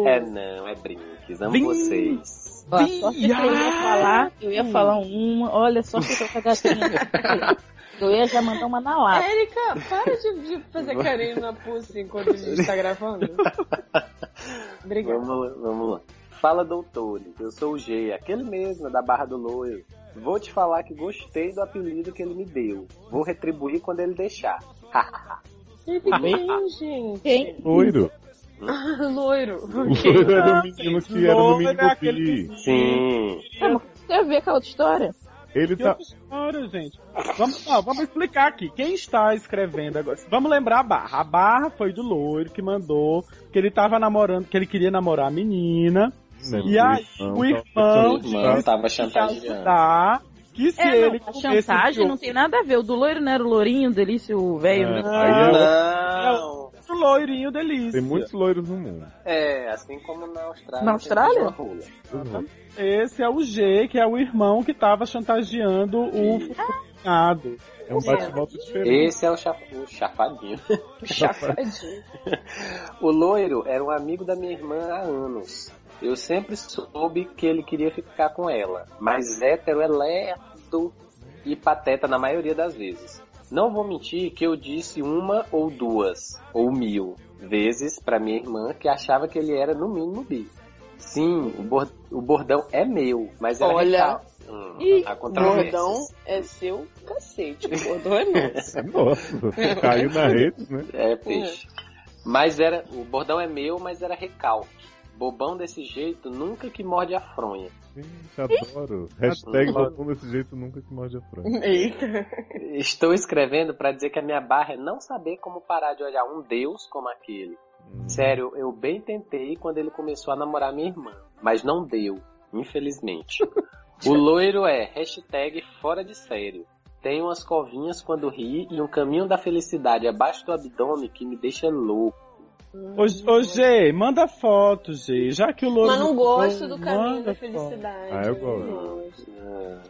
É não, é brinques. Amo
Vin-
vocês.
Ó, só que eu ia falar, eu ia falar uma, olha só que eu tô com a gatinha. Eu ia já mandar uma
um
na lata.
Érica, para de, de fazer carinho na pussy enquanto a gente tá gravando. Obrigada.
Vamos lá, vamos lá. Fala, doutores. Eu sou o G, aquele mesmo da Barra do Loiro. Vou te falar que gostei do apelido que ele me deu. Vou retribuir quando ele deixar.
Ele tem quem, gente? Quem?
Loiro.
Loiro.
Loiro
Ah,
era o menino que era no
Louro
mínimo
é aquele
bi.
que-
Sim.
Tem a É, ver com a outra história?
Ele
Que
tá.
outra história, gente. Vamos, ó, vamos explicar aqui. Quem está escrevendo agora? Vamos lembrar a barra. A barra foi do loiro que mandou que ele tava namorando, que ele queria namorar a menina. E aí,
tá
o irmão
O irmão
disse
tava
que ia
chantageando.
ajudar, Tá? que se
É,
ele
não, a
comesse
chantagem
o
não tem nada a ver. O do loiro não era o lourinho, o delício, o velho. né?
É, aí é-
Não.
outro loirinho delícia.
tem muitos loiros no mundo.
É, assim como na Austrália.
Na
tem
Austrália?
uma rola.
Esse é o G, que é o irmão que tava chantageando o funcionado.
É um bate-volta diferente.
Esse é o, cha- o chafadinho.
Chafadinho.
O loiro era um amigo da minha irmã há anos. Eu sempre soube que ele queria ficar com ela, mas hétero é lerdo e pateta na maioria das vezes. Não vou mentir que eu disse uma ou duas, ou mil, vezes pra minha irmã que achava que ele era no mínimo bi. Sim, o, bor- o bordão é meu, mas era
Olha.
retal- Hum,
Ih,
há
o
controvérsias.
bordão é seu cacete. O bordão é meu.
[laughs]
Nossa, caiu na rede, né?
É, peixe. Mas era. O bordão é meu, mas era recalque. Bobão desse jeito, nunca que morde a fronha.
Gente, adoro. Hashtag
Adoro.
botão desse jeito nunca se morde a franja.
[laughs] Eita.
Estou escrevendo pra dizer que a minha barra é não saber como parar de olhar um deus como aquele. Sério, eu bem tentei quando ele começou a namorar minha irmã, mas não deu, infelizmente. o loiro é hashtag fora de sério. Tem umas covinhas quando ri e um caminho da felicidade abaixo do abdômen que me deixa louco.
Ô, ô Gê, manda foto, Gê. Já que o Louro.
Mas não gosto do
manda
caminho da
foto.
felicidade.
Ah, eu
não
gosto.
gosto.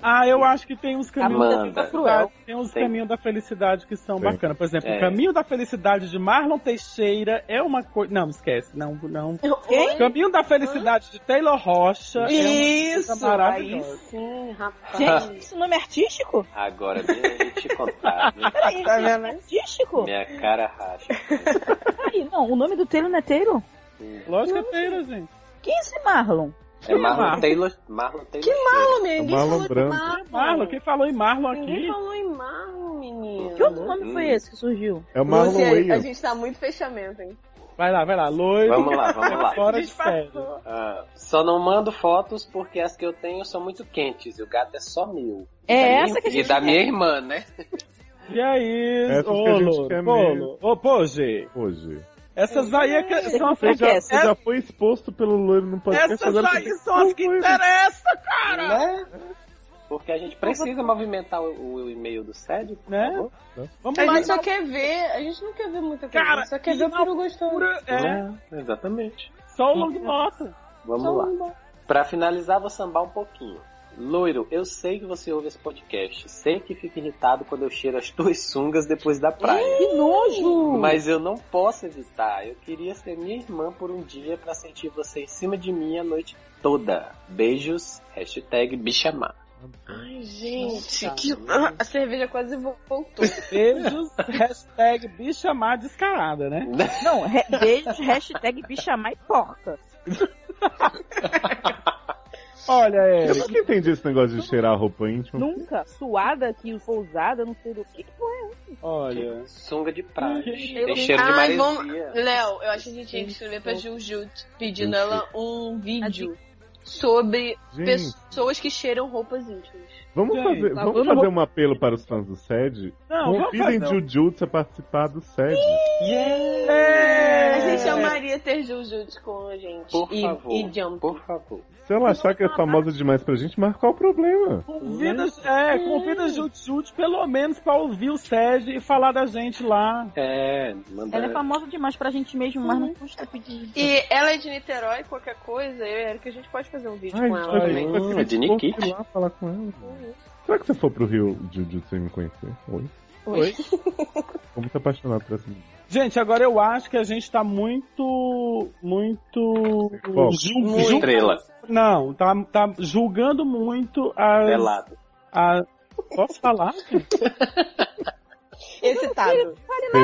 Ah, eu acho que tem uns
Tá
caminhos
Amanda.
da felicidade. Tem uns
Tem.
caminhos da felicidade que são
Tem.
bacanas. Por exemplo,
É.
o caminho da felicidade de Marlon Teixeira é uma coisa. Não, esquece. Não, não. O caminho da felicidade de Taylor Rocha é uma
Isso,
coisa maravilhosa.
aí
sim, rapaz.
Gente, isso nome é artístico?
Agora, deixa eu te contar, viu?
Peraí, tá
É, né?
vendo? artístico?
minha cara racha.
Peraí, não, o nome do Taylor não é Taylor?
Lógico que é Taylor, gente.
Quem é esse Marlon?
É Marlon
Marlon?
Taylor. Marlon Taylor.
Que Marlon, menino? Ninguém
É Marlon
falou de
Brando.
Marlon.
Marlon, quem falou em Marlon
Ninguém
aqui?
falou em Marlon, menino.
Que outro nome foi esse que surgiu?
É o Marlon
Lúcia, A
Wayans.
gente tá muito fechamento, hein?
Vai lá, vai lá. Loiro.
Vamos lá, vamos lá.
Tá Fora de sério.
Ah, só não mando fotos porque as que eu tenho são muito quentes e o gato é só meu.
É
Da minha-
essa que a gente
E da
quer.
minha irmã, né?
E aí,
É Essas que a
ô,
gente
Louro.
quer
Pô,
mesmo.
Louro. Ô, pô, Gê.
Hoje.
Essas aí é que são as
Você já,
Essas
você já foi exposto pelo loiro no podcast. agora
aí
você-
são as que interessam, cara.
Né? Porque a gente precisa movimentar o, o e-mail do Sérgio, por
Né?
favor.
Vamos
A
lá. então.
gente só quer ver, a gente não quer ver muita coisa,
Cara,
só quer ver o
que
puro gostoso.
É,
É, exatamente.
só o long nota.
Vamos
Só
lá.
um bom.
Pra finalizar, vou sambar um pouquinho. Loiro, eu sei que você ouve esse podcast. Sei que fica irritado quando eu cheiro as tuas sungas depois da praia.
Que nojo!
Mas eu não posso evitar. Eu queria ser minha irmã por um dia pra sentir você em cima de mim a noite toda. Beijos, hashtag bichamar.
Ai, gente,
Nossa,
que...
mano.
a cerveja quase voltou.
Beijos,
[laughs]
hashtag bicha má descarada, né?
Não, re- beijos, hashtag bichamar e porca.
Olha, é,
Eu
Eric.
nunca entendi esse negócio de cheirar roupa íntima.
Nunca, suada que foi usada, não sei do que. que porra é
Olha.
Sunga de praia. Tem
Eu-
cheiro de
Ai,
maresia.
vamos- Léo, eu acho que a gente tinha que escrever pra Jujutsu, pedindo ela um vídeo sobre
Gente.
pessoas que cheiram roupas íntimas.
Vamos
Gente,
fazer,
tá
vamos
tudo
fazer
roupa-
um apelo para os fãs do SED?
Não, vamos fazer. um-
Convidem Jujutsu a participar do SED.
É,
A gente amaria ter Jujutsu com a gente.
Por
e,
favor.
e Jump.
Por favor.
Se ela achar que é famosa demais pra gente, marcar o problema.
Convida, é, convida Jutsu pelo menos pra ouvir o Sérgio e falar da gente lá.
É,
Ela é
mandando.
famosa demais pra gente mesmo, mas
Uhum.
não custa pedir.
E ela é de Niterói, qualquer coisa, eu e Eric, a gente pode fazer um vídeo
Ai,
com
gente,
ela também.
eu queria
Ah, de
que
Nikki.
fosse lá falar com ela. Será que você for pro Rio Jujutsu e me conhecer? Oi? [laughs]
Oi.
Tô muito apaixonado por essa menina.
Gente, agora eu acho que a gente tá muito. Muito.
Foco.
Ju-
Uma
ju-
estrela.
Não, tá, tá julgando muito as.
Pelado.
a- Posso falar?
Excitado.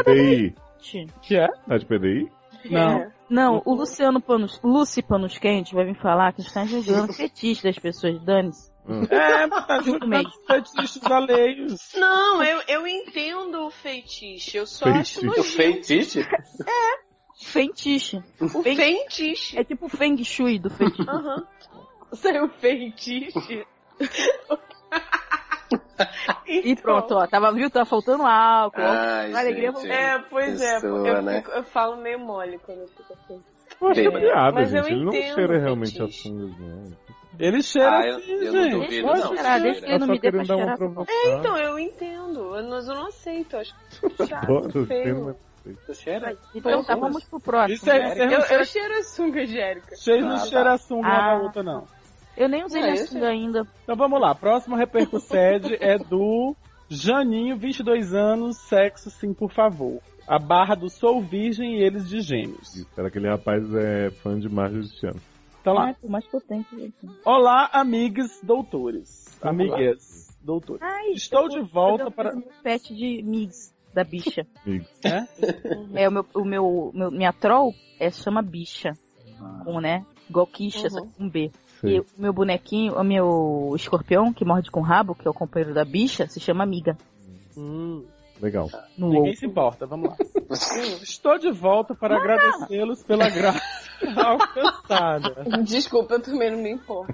PDI.
gente.
Que é?
Tá de PDI?
Não.
É.
Não, o Luciano Panos, Lucy Panos Quente vai vir falar que está julgando fetiche das pessoas, dane-se.
Ah.
É, tá julgando fetiches alheios.
Não, eu, eu entendo o feitiço, eu só acho
Feitiço.
O
nojento.
feitiço?
Fetiche.
O feitiço.
É tipo o Feng Shui do
[laughs]
fetiche.
Aham. Saiu é [laughs] feitiço.
E pronto, ó, tava, viu? Tava faltando álcool. ó.
Ai,
Alegria
gente.
É, pois é.
Pessoa,
eu,
né?
fico- eu falo meio mole quando eu fico assim.
Eu acho que é
Bem,
piada,
mas eu
gente. Ele não
entendo,
cheira realmente as
fetiche.
sungas, não.
Ele cheira
Ah, eu,
assim,
eu não
gente.
duvido,
Pode
não.
esperar, deixa
Cheira.
Eu
Ela
não
só
me dei
querendo
pra
dar uma
cheirar, não.
provocação.
Então, eu entendo, eu- mas eu não aceito, eu acho
Adoro,
chato, feio.
cheiro,
Cheira.
Então tá, vamos pro próximo.
Isso
é-
aí, vocês não
Eu, eu
cheiram-
cheiro a sunga de Érica.
vocês não
Ah, tá.
cheiram a sunga uma da
Ah.
outra, não.
Eu nem usei
Não,
é
minha
eu
sunga ainda.
Então vamos lá, próximo repercussede é do Janinho, 22 anos, sexo sim, por favor. A barra do Sou Virgem e eles de gêmeos.
Isso, era aquele rapaz é fã de Marge Justiano.
Ah.
Então lá.
Ai, por mais que eu tenha que-
Olá, amigas doutores. Amigas doutor. Estou de volta para-
um- Pet de Migs, da bicha.
É?
É, o meu, o meu, meu- minha troll é, chama bicha. Um, né? Igual quicha, só que com B. E o meu bonequinho, o meu escorpião, que morde com rabo, que é o companheiro da bicha, se chama amiga.
Hum.
Legal.
Ninguém se importa, vamos lá. Estou de volta para agradecê-los pela graça [laughs] alcançada.
Desculpa, eu também não me importo.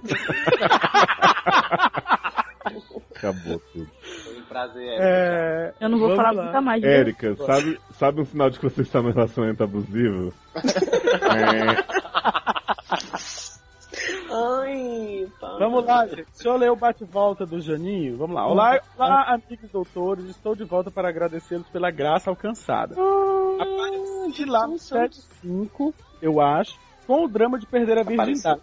Acabou tudo.
Foi um prazer,
É,
Eu não vou
vamos
falar
lá.
nunca mais. né?
Érica, sabe, sabe um sinal de que você está num relacionamento abusivo? é,
Ai, pá.
Vamos lá, gente. Deixa eu ler o bate-volta do Janinho. Vamos lá. Olá, olá, amigos doutores. Estou de volta para agradecê-los pela graça alcançada. Apareci lá no 75, eu acho, com o drama de perder a virgindade.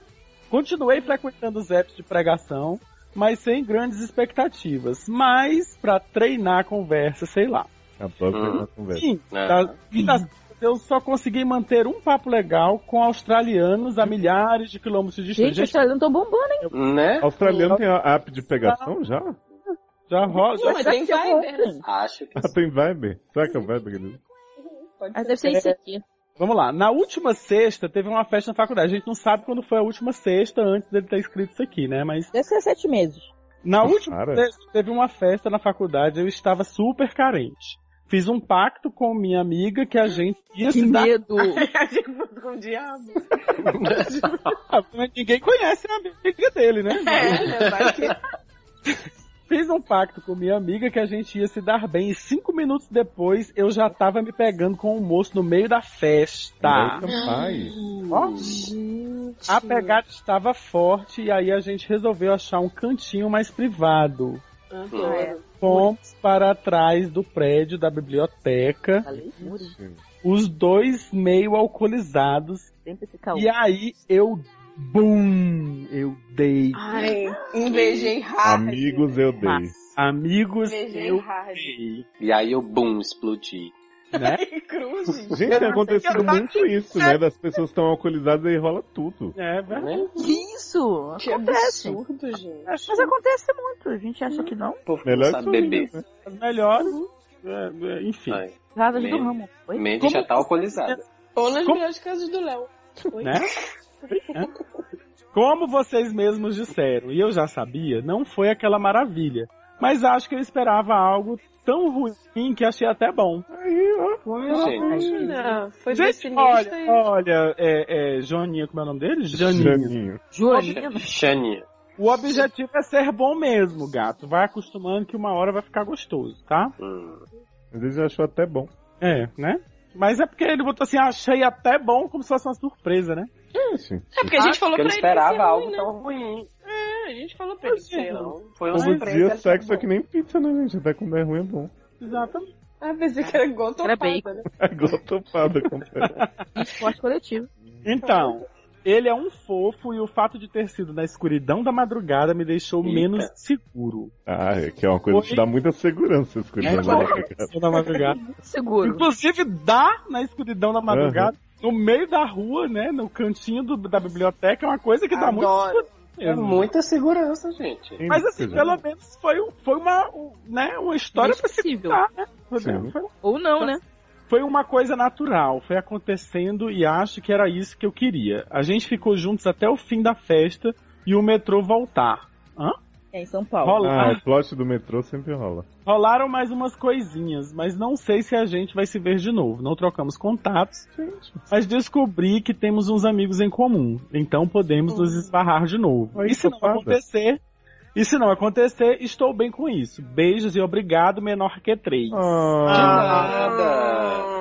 Continuei frequentando os apps de pregação, mas sem grandes expectativas. Mas para treinar a conversa, sei lá.
acabou a conversa.
Sim,
É.
da- Tá? e das- eu só consegui manter um papo legal com australianos a milhares de quilômetros de distância.
Gente, os australianos estão bombando, hein?
Né?
Australiano tem a app de pegação já?
Já rola.
Não, mas né? tem Viber.
Acho que
Ah, tem Viber? Será que é o Viber? que eles-
Mas deve ser isso aqui.
Vamos lá. Na última sexta, teve uma festa na faculdade. A gente não sabe quando foi a última sexta antes dele ter escrito isso aqui, né? Mas.
Deve ser sete meses.
Na última
Cara.
sexta, teve uma festa na faculdade. Eu estava super carente. Fiz um pacto com minha amiga que a gente ia
Que
se dar.
medo.
Com [laughs] o diabo.
Ah, Ninguém conhece a amiga dele, né?
[laughs]
É, né? Vai que...
Fiz um pacto com minha amiga que a gente ia se dar bem. E cinco minutos depois, eu já tava me pegando com o moço no meio da
Tá.
festa.
Eita, pai.
Ó.
Ah,
A pegada estava forte e aí a gente resolveu achar um cantinho mais privado.
Adoro.
Fomos para trás do prédio da biblioteca,
Ah,
os dois meio alcoolizados.
Sempre um esse calor.
E aí eu, bum, eu dei.
Ai, invejei hard.
Amigos eu dei.
Tá.
Amigos,
Invejei
eu
hard. [laughs]
dei.
E aí eu, bum, explodi.
Né?
Que cruz, gente.
Gente, tem acontecido muito isso, né? Das pessoas estão alcoolizadas e rola tudo.
É, velho.
Né?
Que isso?
Que
Acontece.
absurdo, gente.
Mas acontece muito. A gente acha que não.
Pô,
Melhor
sabe
que
beber.
As melhores. é, é, enfim.
Ai,
Rasas do
Mesmo.
ramo. Oi?
Mandy
Como
já tá alcoolizada.
Ou nas
Como-
melhores casas do Léo. Oi?
Né? É. Como vocês mesmos disseram, e eu já sabia, não foi aquela maravilha. Mas acho que eu esperava algo tão ruim que achei até bom. Aí, ó, foi uma-
Gente,
Não, foi
Gente,
pessimista
olha,
e-
olha, é, é, Joaninha, como é o nome dele? Joaninha.
Janinho.
Joanina.
Xania.
O objetivo é ser bom mesmo, gato. Vai acostumando que uma hora vai ficar gostoso, tá?
Hum.
Às vezes achou até bom.
É, né? Mas é porque ele botou assim, achei até bom, como se fosse uma surpresa, né?
É, gente.
É porque a gente falou
Porque eu
pra
não
ele que ia ser
esperava
ruim,
algo
né?
tão ruim.
É, a gente falou pra ele que ia ser ruim.
Foi um
Todo
surpresa.
dia
ele
sexo
tá
é que nem pizza, né, gente? Até quando é ruim é bom.
Exatamente.
Ah, pensei que era igual topada,
bacon.
né?
É igual topada completamente.
Esporte coletivo.
Então, ele é um fofo e o fato de ter sido na escuridão da madrugada me deixou
Eita.
menos seguro.
Ah, é que é uma coisa que te dá muita segurança, essa coisa. né?
[laughs] Escuridão da É, madrugada.
Seguro.
Inclusive, dá na escuridão da é madrugada, no meio da rua, né? No cantinho do- da biblioteca, é uma coisa que dá muito.
Adoro.
É muita segurança, gente.
Mas assim,
Sim.
pelo menos foi, um- foi uma, um, né, uma história pra se
Possível.
contar, né?
Sim.
Foi-
Ou não, né?
Foi uma coisa natural, foi acontecendo e acho que era isso que eu queria. A gente ficou juntos até o fim da festa e o metrô voltar.
É em São Paulo.
Rolar,
Ah, o plot do metrô sempre rola.
Rolaram mais umas coisinhas, mas não sei se a gente vai se ver de novo. Não trocamos contatos, mas descobri que temos uns amigos em comum. Então podemos
Hum.
nos esbarrar de novo.
Aí,
e se não
safada.
acontecer, e se não acontecer, estou bem com isso. Beijos e obrigado, menor que três.
Ah,
Nada.
Né?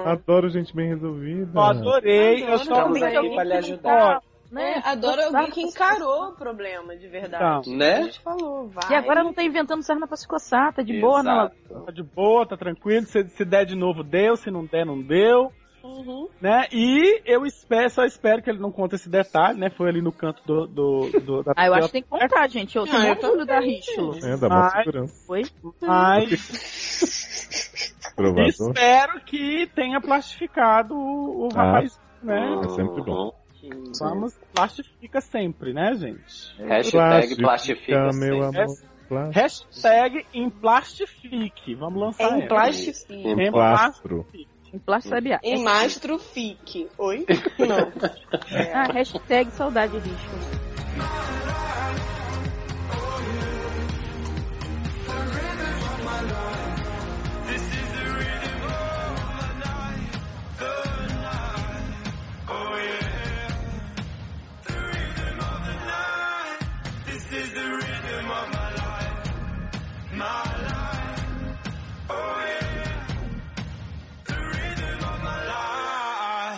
adoro gente bem resolvida.
Eu adorei, eu só
Estamos aí pra lhe ajudar.
Né?
É, adoro alguém que encarou o problema, de
Então,
verdade.
é?
A
Né?
gente falou, vai.
E agora não tá inventando sarna pra se coçar, tá de boa, não.
Exato.
Tá de boa, tá tranquilo. Se, se der de novo, deu. Se não der, não deu.
Uhum.
Né? E eu espero, só espero que ele não conte esse detalhe, né? Foi ali no canto do. do, do da
Ah, eu acho que tem que contar, gente. Eu
Ah,
tenho
eu
orgulho da Richelo.
É, dá uma
Ai.
segurança.
Foi?
Mas
Provador.
espero que tenha plastificado o, o
Ah.
rapaz, né?
É sempre
Uhum.
bom.
Vamos, plastifica sempre, né, gente?
Hashtag
Plastifica,
plastifica. sempre.
meu amor. Emplastro.
Hashtag emplastifique. Vamos
É
lançar ela.
Emplastifique.
Emplastro.
Emplastrabiar.
É
Emastro fique. Oi? Não. É.
assim,
Ah, hashtag saudade risco.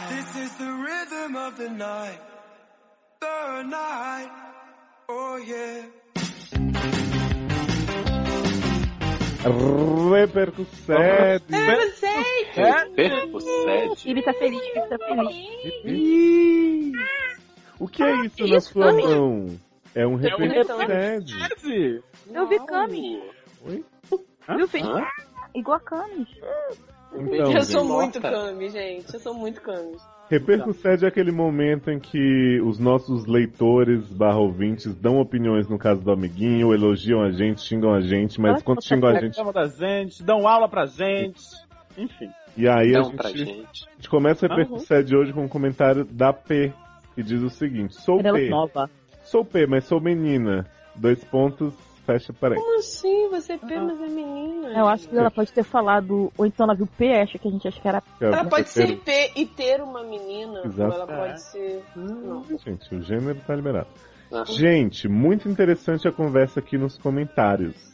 This is the rhythm of the night. The night. Oh yeah.
Repercussete.
é,
Repercussete.
Ele tá feliz, ele tá feliz.
Ih! O que é isso na sua mão?
É
É um
um
repercussete.
Repercussete.
Eu vi Camis.
Oi?
Meu filho,
Hã?
igual a Camis.
Então,
eu
gente,
sou muito
Nossa.
Kami, gente. Eu sou muito Kami.
Repercussede é aquele momento em que os nossos leitores barra ouvintes dão opiniões no caso do amiguinho, elogiam a gente, xingam a gente, mas
Fala
quando
que você
xingam a
pega
gente.
cama É, da gente, dão aula pra gente. Enfim.
E aí a
Não pra
gente,
gente.
a gente começa a
Uhum.
repercussede de hoje com um comentário da P, que diz o seguinte: Sou
Penélope
P,
nova.
sou P, mas sou menina. Dois pontos, fecha parênteses.
Como assim? Você é apenas é menina.
Eu acho que ela pode ter falado, ou então ela viu P, acha que a gente acha que era
Ela Ah, pode ser P e ter uma menina.
É, Exato.
Ou ela pode ser. Não.
Gente, o gênero tá liberado.
Ah.
Gente, muito interessante a conversa aqui nos comentários.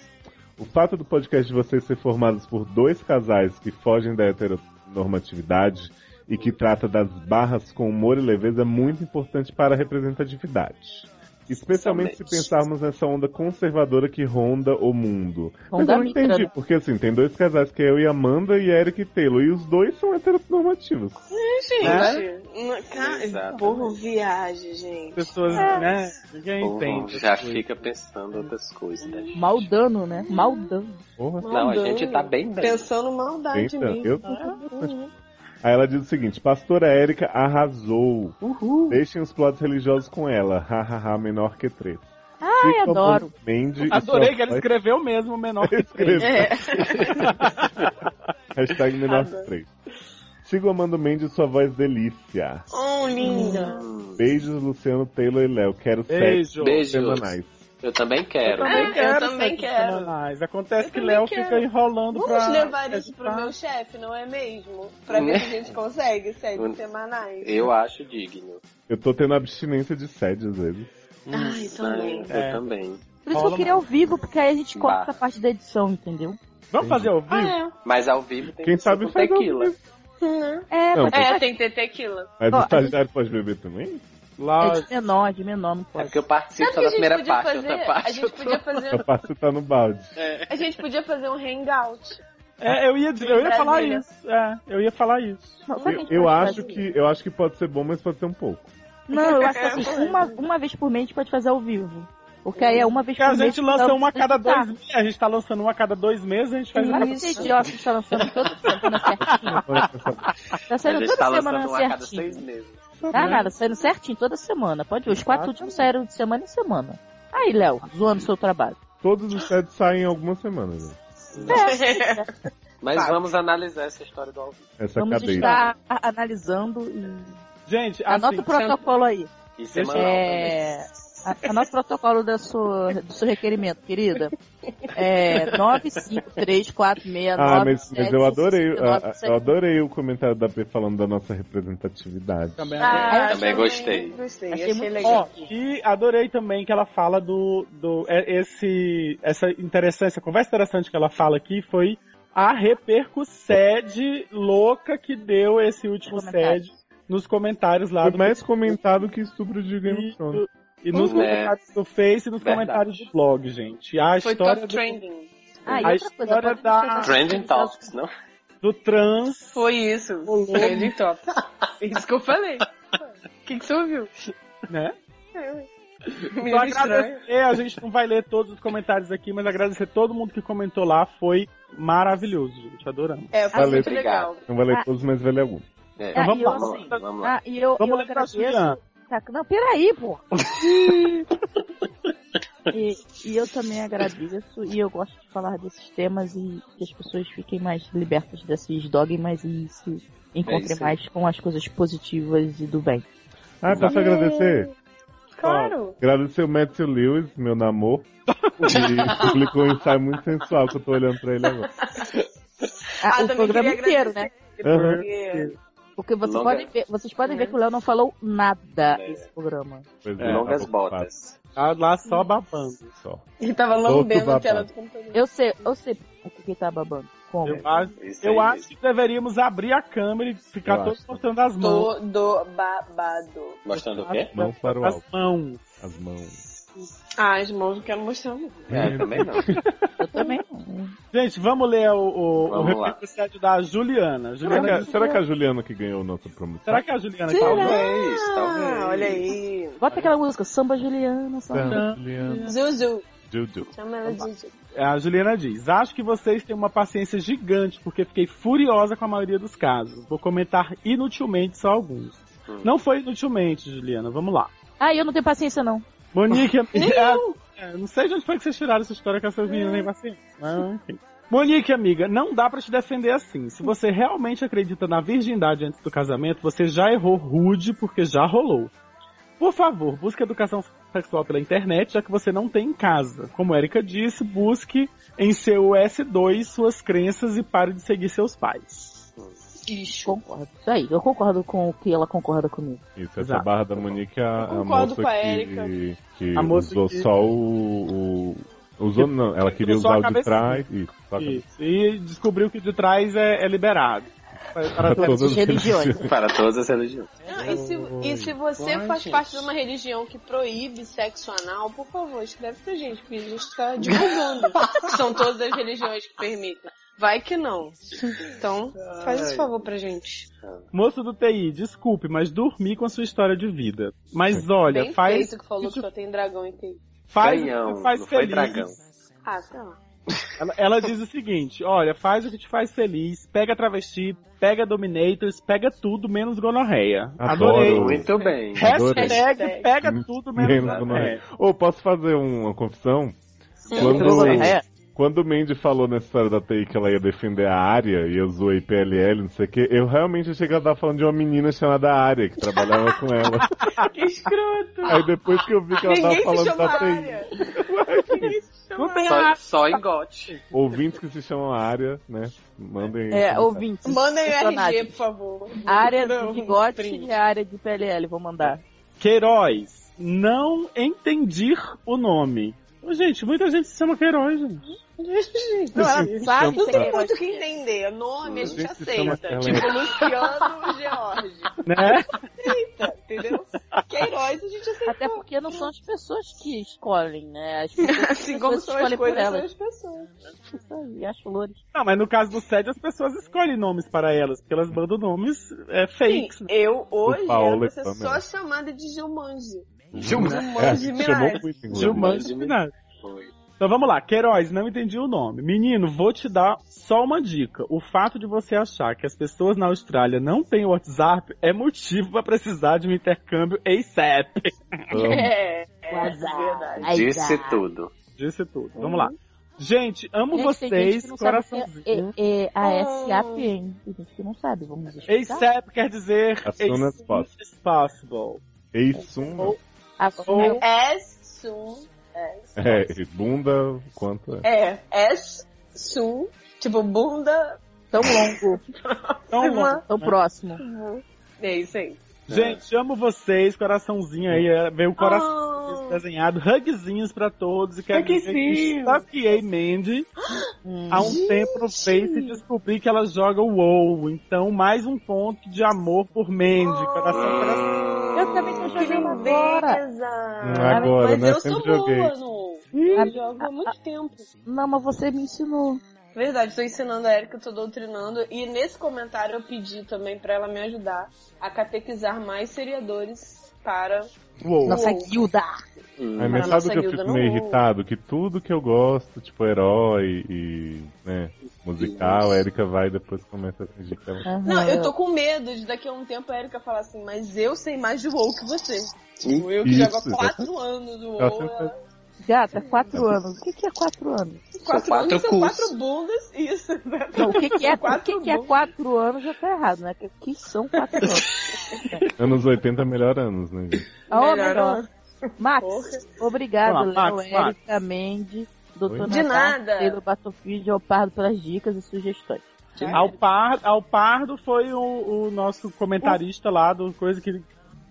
O fato do podcast de vocês ser formados por dois casais que fogem da heteronormatividade e que trata das barras com humor e leveza é muito importante para a representatividade. Especialmente se
Somente.
pensarmos nessa onda conservadora que ronda o mundo. Mas
Onda
eu não
mitra,
entendi,
né?
porque assim, tem dois casais que é eu e Amanda e Eric e Taylor, e os dois são heteronormativos.
Gente, não- cara,
Exato.
Né? povo viagem, gente.
Pessoas,
É.
né? Ninguém
O povo
entende.
já fica pensando outras coisas, né? gente?
Maldano, né? Maldano.
Porra.
Não, a gente tá bem bem.
Pensando maldade
Eita,
mesmo.
eu-
Uhum.
Aí ela diz o seguinte: Pastora Érica arrasou. Deixem os plots religiosos com ela. [laughs] Hahaha, menor que três. Ai,
adoro.
Mandy e
Adorei
sua
que ela
voz-
escreveu mesmo o menor que
Escreveu.
três.
É.
Hashtag menor que três. Sigo Amanda Mendes e sua voz delícia.
Oh, linda.
Beijos, Luciano, Taylor e Léo. Quero sete
Beijo.
Beijos.
semanais.
Eu também quero.
Ah, também
né?
quero,
sete
quero.
semanais. Acontece
Eu
que
também
Léo
quero.
fica enrolando pra.
Vamos levar isso pro
editar.
meu chefe, não é mesmo? Pra ver se a
[laughs]
gente consegue sete
Hum.
semanais.
Eu acho digno.
Eu tô tendo abstinência de sede às vezes.
Ai, também.
né? Eu
É.
também.
Por isso que
Rola
eu queria ao vivo, porque aí a gente corta
Bah.
essa parte da edição, entendeu?
Vamos fazer ao vivo?
Ah,
Mas ao vivo tem
Quem
que ser
sabe
com
faz ao
tequila.
É,
Não,
mas
é. É, tem que ter tequila.
Mas
Ó,
o
a
estagiário pode beber também?
é
Lá,
de menor, é de menor, não
É
pode.
porque eu participo
Sabe
só
o que
da
a gente
primeira
podia
parte,
fazer?
outra
A
parte.
gente
[laughs]
podia fazer, um-
A pasta tá no balde.
a gente podia fazer um hangout.
é, eu ia, dizer- eu ia falar
Brasília.
isso. É, eu ia falar isso.
Não, sabe o que a
Eu,
gente
eu
pode
acho
fazer?
que, eu acho que pode ser bom, mas pode ser um pouco.
Não, eu acho que assim, uma, uma vez por mês a gente pode fazer ao vivo. Porque aí é uma vez
Porque
por
a
mês.
gente lança
dá-
uma a
tá.
cada dois meses. A gente tá lançando uma a cada dois meses, a gente faz um
Olha
uma.
que você é idiota, a gente tá lançando toda semana certinho. Tá
[laughs] A
saindo
gente
toda
tá
semana
lançando um a cada seis
certinho.
meses. né?
Tá nada, saindo certinho toda semana. Pode ver, os quatro últimos saíram de semana em semana. Aí, Léo, zoando seu trabalho.
Todos os sets saem em algumas semanas. né?
Mas vamos analisar essa história do ao vivo.
Essa
Vamos
cadeira.
estar a- analisando e.
Gente,
Anota
assim,
o protocolo aí.
E né? semanal também.
É, a- anota o protocolo da sua, do seu requerimento, querida. É 9534697.
Ah, mas, mas eu adorei, ah, a- a- eu adorei o comentário da P falando da nossa representatividade.
também é
Ah,
também gostei.
Gostei,
tá Achei
achei,
muito
legal.
Ó, e adorei também que ela fala do. do é- esse, essa interessante, essa conversa interessante que ela fala aqui foi a repercussede louca que deu esse último
Comentário.
sede nos comentários lá
Foi
do
mais comentado que estupro de Game of Thrones.
e, e nos
Né.
comentários do Face e nos
Verdade.
comentários do blog, gente. A
Foi
história
top
do,
trending.
Ah, e outra
a
coisa,
história
pode
da-
fazer-
Trending Talks, não?
do trans.
Foi isso. Trending top. Isso que eu falei. O que, que você ouviu?
Né?
Me
Só
estranho.
agradecer, a gente não vai ler todos os comentários aqui, mas agradecer todo mundo que comentou lá, foi maravilhoso, gente, adoramos.
É, foi
Valeu,
muito
obrigado.
legal.
Não vai ler
Ah.
todos, mas vai ler algum.
É,
Ah, e eu,
vamos
assim,
lá, vamos lá.
Ah, e eu, Tá,
Vamos
eu
ler pra
agradeço.
Juliana.
Tá, não, peraí, pô. E, e eu também agradeço e eu gosto de falar desses temas e que as pessoas fiquem mais libertas desses dogmas e se encontrem
isso aí.
mais com as coisas positivas e do bem.
Ah, posso agradecer?
Claro.
Agradecer o Matthew Lewis, meu namor, que
[laughs]
publicou um ensaio muito sensual que eu tô olhando pra ele agora.
Ah, o
também
programa
queria
inteiro, né?
Aham.
Porque-
Porque vocês
Longa-
podem ver, vocês podem ver que o Léo não falou nada nesse programa.
Pois
É,
Longas
tá bom,
botas.
Tá lá só babando.
Só.
Ele tava lambendo a tela do computador.
Eu sei, eu sei o que que tá babando. Como?
Eu acho,
Isso
eu
aí,
acho que deveríamos abrir a câmera e ficar
Eu
todos
acho.
mostrando as mãos.
Do, do babado.
Mostrando o quê?
Mãos para o
As
alto.
mãos.
As mãos.
Ah, as mãos não quero mostrar, um não.
É, também não.
Eu também.
Gente, vamos ler o, o, o
Vamos lá.
repercussão da Juliana.
Será que, é-
Juliana
a- será que a Juliana que ganhou nossa promoção?
é- será que é a Juliana que falou?
Talvez, talvez.
Ah, olha aí.
Bota aquela música, Samba Juliana,
É.
Samba.
Não, Juliana.
Zuzu.
Juju.
Chama ela de Zuzu.
É, A Juliana diz: Acho que vocês têm uma paciência gigante, porque fiquei furiosa com a maioria dos casos. Vou comentar inutilmente só alguns.
Hum.
Não foi inutilmente, Juliana, vamos lá.
Ah, eu não tenho paciência, não.
Monique, amiga. É, não sei de onde foi que vocês tiraram essa história que essa menina nem paciência. Mas, enfim. Monique, amiga, não dá pra te defender assim. Se você realmente acredita na virgindade antes do casamento, você já errou rude porque já rolou. Por favor, busque educação sexual pela internet, já que você não tem em casa. Como Erika disse, busque em seu S2 suas crenças e pare de seguir seus pais.
Concordo. Isso aí, eu concordo com o que ela concorda comigo.
Isso, essa
Exato.
barra da Monique é a, a
Concordo
moça
com a
que,
Érica.
que
A moça
usou
que-
só o, o- Usou não, ela queria
Usou só
usar
a
o de
cabeça.
trás. Isso, só a cabeça.
Isso. E descobriu que de trás é, é liberado. Para, para
Todas
todas
as
religiões.
[laughs]
Para todas as religiões.
Não, e, se, e se você faz parte de uma religião que proíbe sexo anal, por favor, escreve pra gente, porque a gente tá divulgando. [laughs] São todas as religiões que permitem. Vai que não. Então, faz esse favor pra gente.
Moço do TI, desculpe, mas dormi com a sua história de vida. Mas olha,
Bem
faz.
feito que falou que só tem dragão e tem...
faz o que
Canhão,
te faz
não foi
feliz.
dragão.
Ah, tá.
Ela, ela diz o seguinte: olha, faz o que te faz feliz, pega travesti, pega dominators, pega tudo menos gonorreia.
Adoro.
Adorei.
Muito bem.
Adorei.
Hashtag pega tudo menos gonorreia.
É.
Menos gonorreia. né? Ô, posso fazer um, uma confissão?
É.
Quando o Mandy falou nessa história da TI que ela ia defender a área e eu zoei PLL, não sei o quê, eu realmente achei que ela tava falando de uma menina chamada Área, que trabalhava com
[laughs]
ela.
Que escroto!
Aí depois que eu vi que tá ela tava
Ninguém se
falando
chama
da TI.
área. Ninguém se chama área.
Só, só em gote.
Ouvintes que se chamam Área, né? Mandem.
É, ouvintes.
Mandem o RG,
personagens.
por favor.
Área
Não,
de bigode
print.
e área de PLL, vou mandar.
Queiroz, não entendi o nome. Ô, Gente, muita gente se chama Queiroz, gente.
Não, ela sabe
chama-
que
Tem
é
muito o que entender. Nome a gente
Gente, chama
aceita.
Carla.
Tipo, Luciano George. [laughs]
Né?
Aceita, entendeu? Queiroz a gente aceita.
Até porque não são as pessoas que escolhem, né?
[laughs]
As pessoas,
Assim como
pessoas
são as
escolhem
coisas,
por
são
elas.
as pessoas.
Isso aí, as flores.
Não, mas no caso do SED, as pessoas escolhem nomes para elas, porque elas mandam nomes é,
Sim,
fakes.
eu hoje
Paola
era pra
e
ser
Pamela.
só chamada de Gilmanji.
É,
Gilmanji
chamou [laughs]
Minaj.
muito inglês.
Gilmante
Gilmante.
Finale.
Foi.
Então vamos lá, Queiroz, não entendi o nome. Menino, vou te dar só uma dica. O fato de você achar que as pessoas na Austrália não têm WhatsApp é motivo pra precisar de um intercâmbio ASAP.
Amo.
É, é
Azar.
verdade.
Ai,
Disse
tá.
dá.
tudo.
Disse tudo. Vamos lá. Gente, amo
Gente, tem gente
vocês,
que não sabe o que é-
coraçãozinho.
É, é a
Ah.
SAP, hein? Tem gente que não sabe, vamos explicar.
ASAP quer dizer
As
é
soon as possible.
as possible.
é Ei, sum.
Assume
Ou-
É, S, su,
É, e bunda, quanto
é,
é?
S, su, tipo bunda,
tão longo,
Então,
uma-
tão próximo.
É isso aí.
gente, amo vocês, coraçãozinho aí, é, veio o coração
Oh.
Ah.
desenhado, hugzinhos pra todos e quero dizer que
Hugzinho.
stalkeei Mandy
Hum.
há um tempo no Face e descobri que ela joga o WoW. Então, mais um ponto de amor por Mandy. Coração,
Ah.
coração.
Eu também tô
Que
jogando agora.
beleza!
Hum, agora,
Mas
né?
eu sou
Sempre joguei.
boa, no. Eu jogo há muito tempo.
Não, mas você me ensinou.
Verdade, tô ensinando a Erika, tô doutrinando. E nesse comentário eu pedi também pra ela me ajudar a catequizar mais seriadores para
WoW.
Nossa
É, Uou.
guilda.
Hum.
Ai, mas
Pra nossa
sabe o que eu
guilda
fico
não
meio
um-
rolou.
irritado? Que tudo que eu gosto, tipo herói e né, musical, a Erika vai e depois começa a fingir que ela.
Aham.
Não, eu tô com medo de daqui a um tempo a Erika falar assim, mas eu sei mais de WoW que você. Tipo, eu que jogo há
Isso,
quatro anos do
Ela
WoW,
sempre
ela...
faz-
Gata, quatro anos. O que, que é quatro anos?
Quatro,
quatro
anos são
cus.
quatro bundas, isso. [laughs]
Não, o que, que, é, o
Quatro
que, que é
bons.
quatro anos já tá errado, né? O que são quatro anos?
Anos 80 é melhor anos, né, gente?
Ó,
Melhor
melhor. Max, obrigado,
Vamos lá,
Léo,
Max, Max.
Erika, Mendes, doutor
De
nada.
Pelo Battlefield e Alpardo pelas dicas e sugestões.
Alpardo, Alpardo foi o, o nosso comentarista lá do coisa que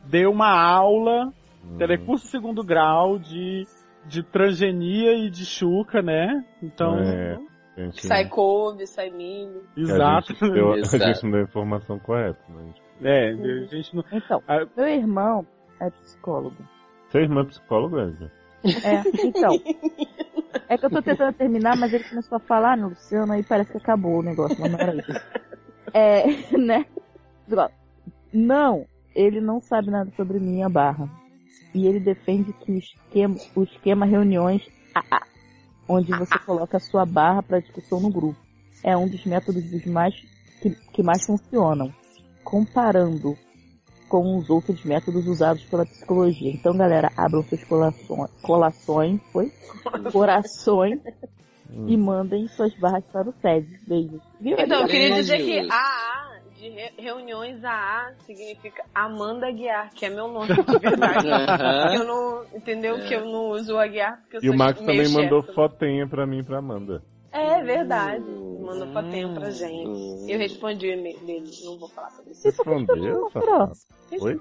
deu uma aula,
é,
telecurso segundo grau de, de transgenia e de chuca, né? Então,
É, gente,
Sai couve, sai milho.
exato.
A gente, deu, a
Exato.
gente não deu a informação correta, né?
[laughs] É, a gente não.
Então,
Ah.
meu irmão é psicólogo.
Sua irmã é psicóloga, Angela?
É, então. É que eu tô tentando terminar, mas ele começou a falar no Luciano, aí parece que acabou o negócio, mas não era isso. É, [laughs] né? Igual, Não, ele não sabe nada sobre minha barra. E ele defende que o esquema, o esquema reuniões AA, onde você
Ah,
coloca a sua barra para discussão no grupo, é um dos métodos dos mais, que, que mais funcionam, comparando com os outros métodos usados pela psicologia. Então, galera, abram seus colações, colações foi?
[laughs]
corações e mandem suas barras para o SED. Beijos. Viu?
Então, eu queria
Beijo.
dizer que AA, de re- reuniões AA, significa Amanda Guiar, que é meu [laughs] nome de verdade.
Aham.
eu não, entendeu? Que eu não uso o Aguiar porque eu
E o
sou
Max
meio
também mandou
chefa.
fotinha pra mim e pra Amanda.
É verdade. Mandou fotinho pra gente. Eu respondi o e-mail dele, não vou falar sobre isso.
Respondeu, safado. Oi?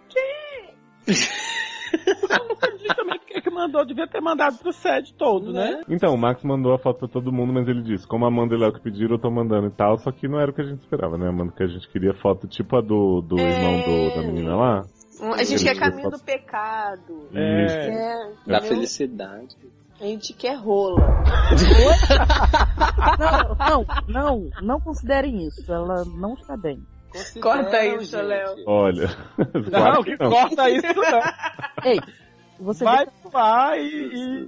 É que mandou, devia ter mandado pro sede todo, né?
Então, o Max mandou a foto pra todo mundo, mas ele disse, como a Amanda e o Léo que pediram, eu tô mandando e tal, só que não era o que a gente esperava, né, Amanda? Que a gente queria foto tipo a do, do irmão do- da menina lá.
Hum, A gente quer
Beleza,
caminho do
foto.
pecado.
É.
É,
Da
entendeu?
felicidade.
a gente quer rola.
Não, não, não, não considerem isso. Ela não está bem.
Corta
Consideram,
isso,
gente.
Léo.
Olha, [laughs]
Não,
claro
que
que não.
corta isso, não.
Ei, você
Vai
vê
lá e. e...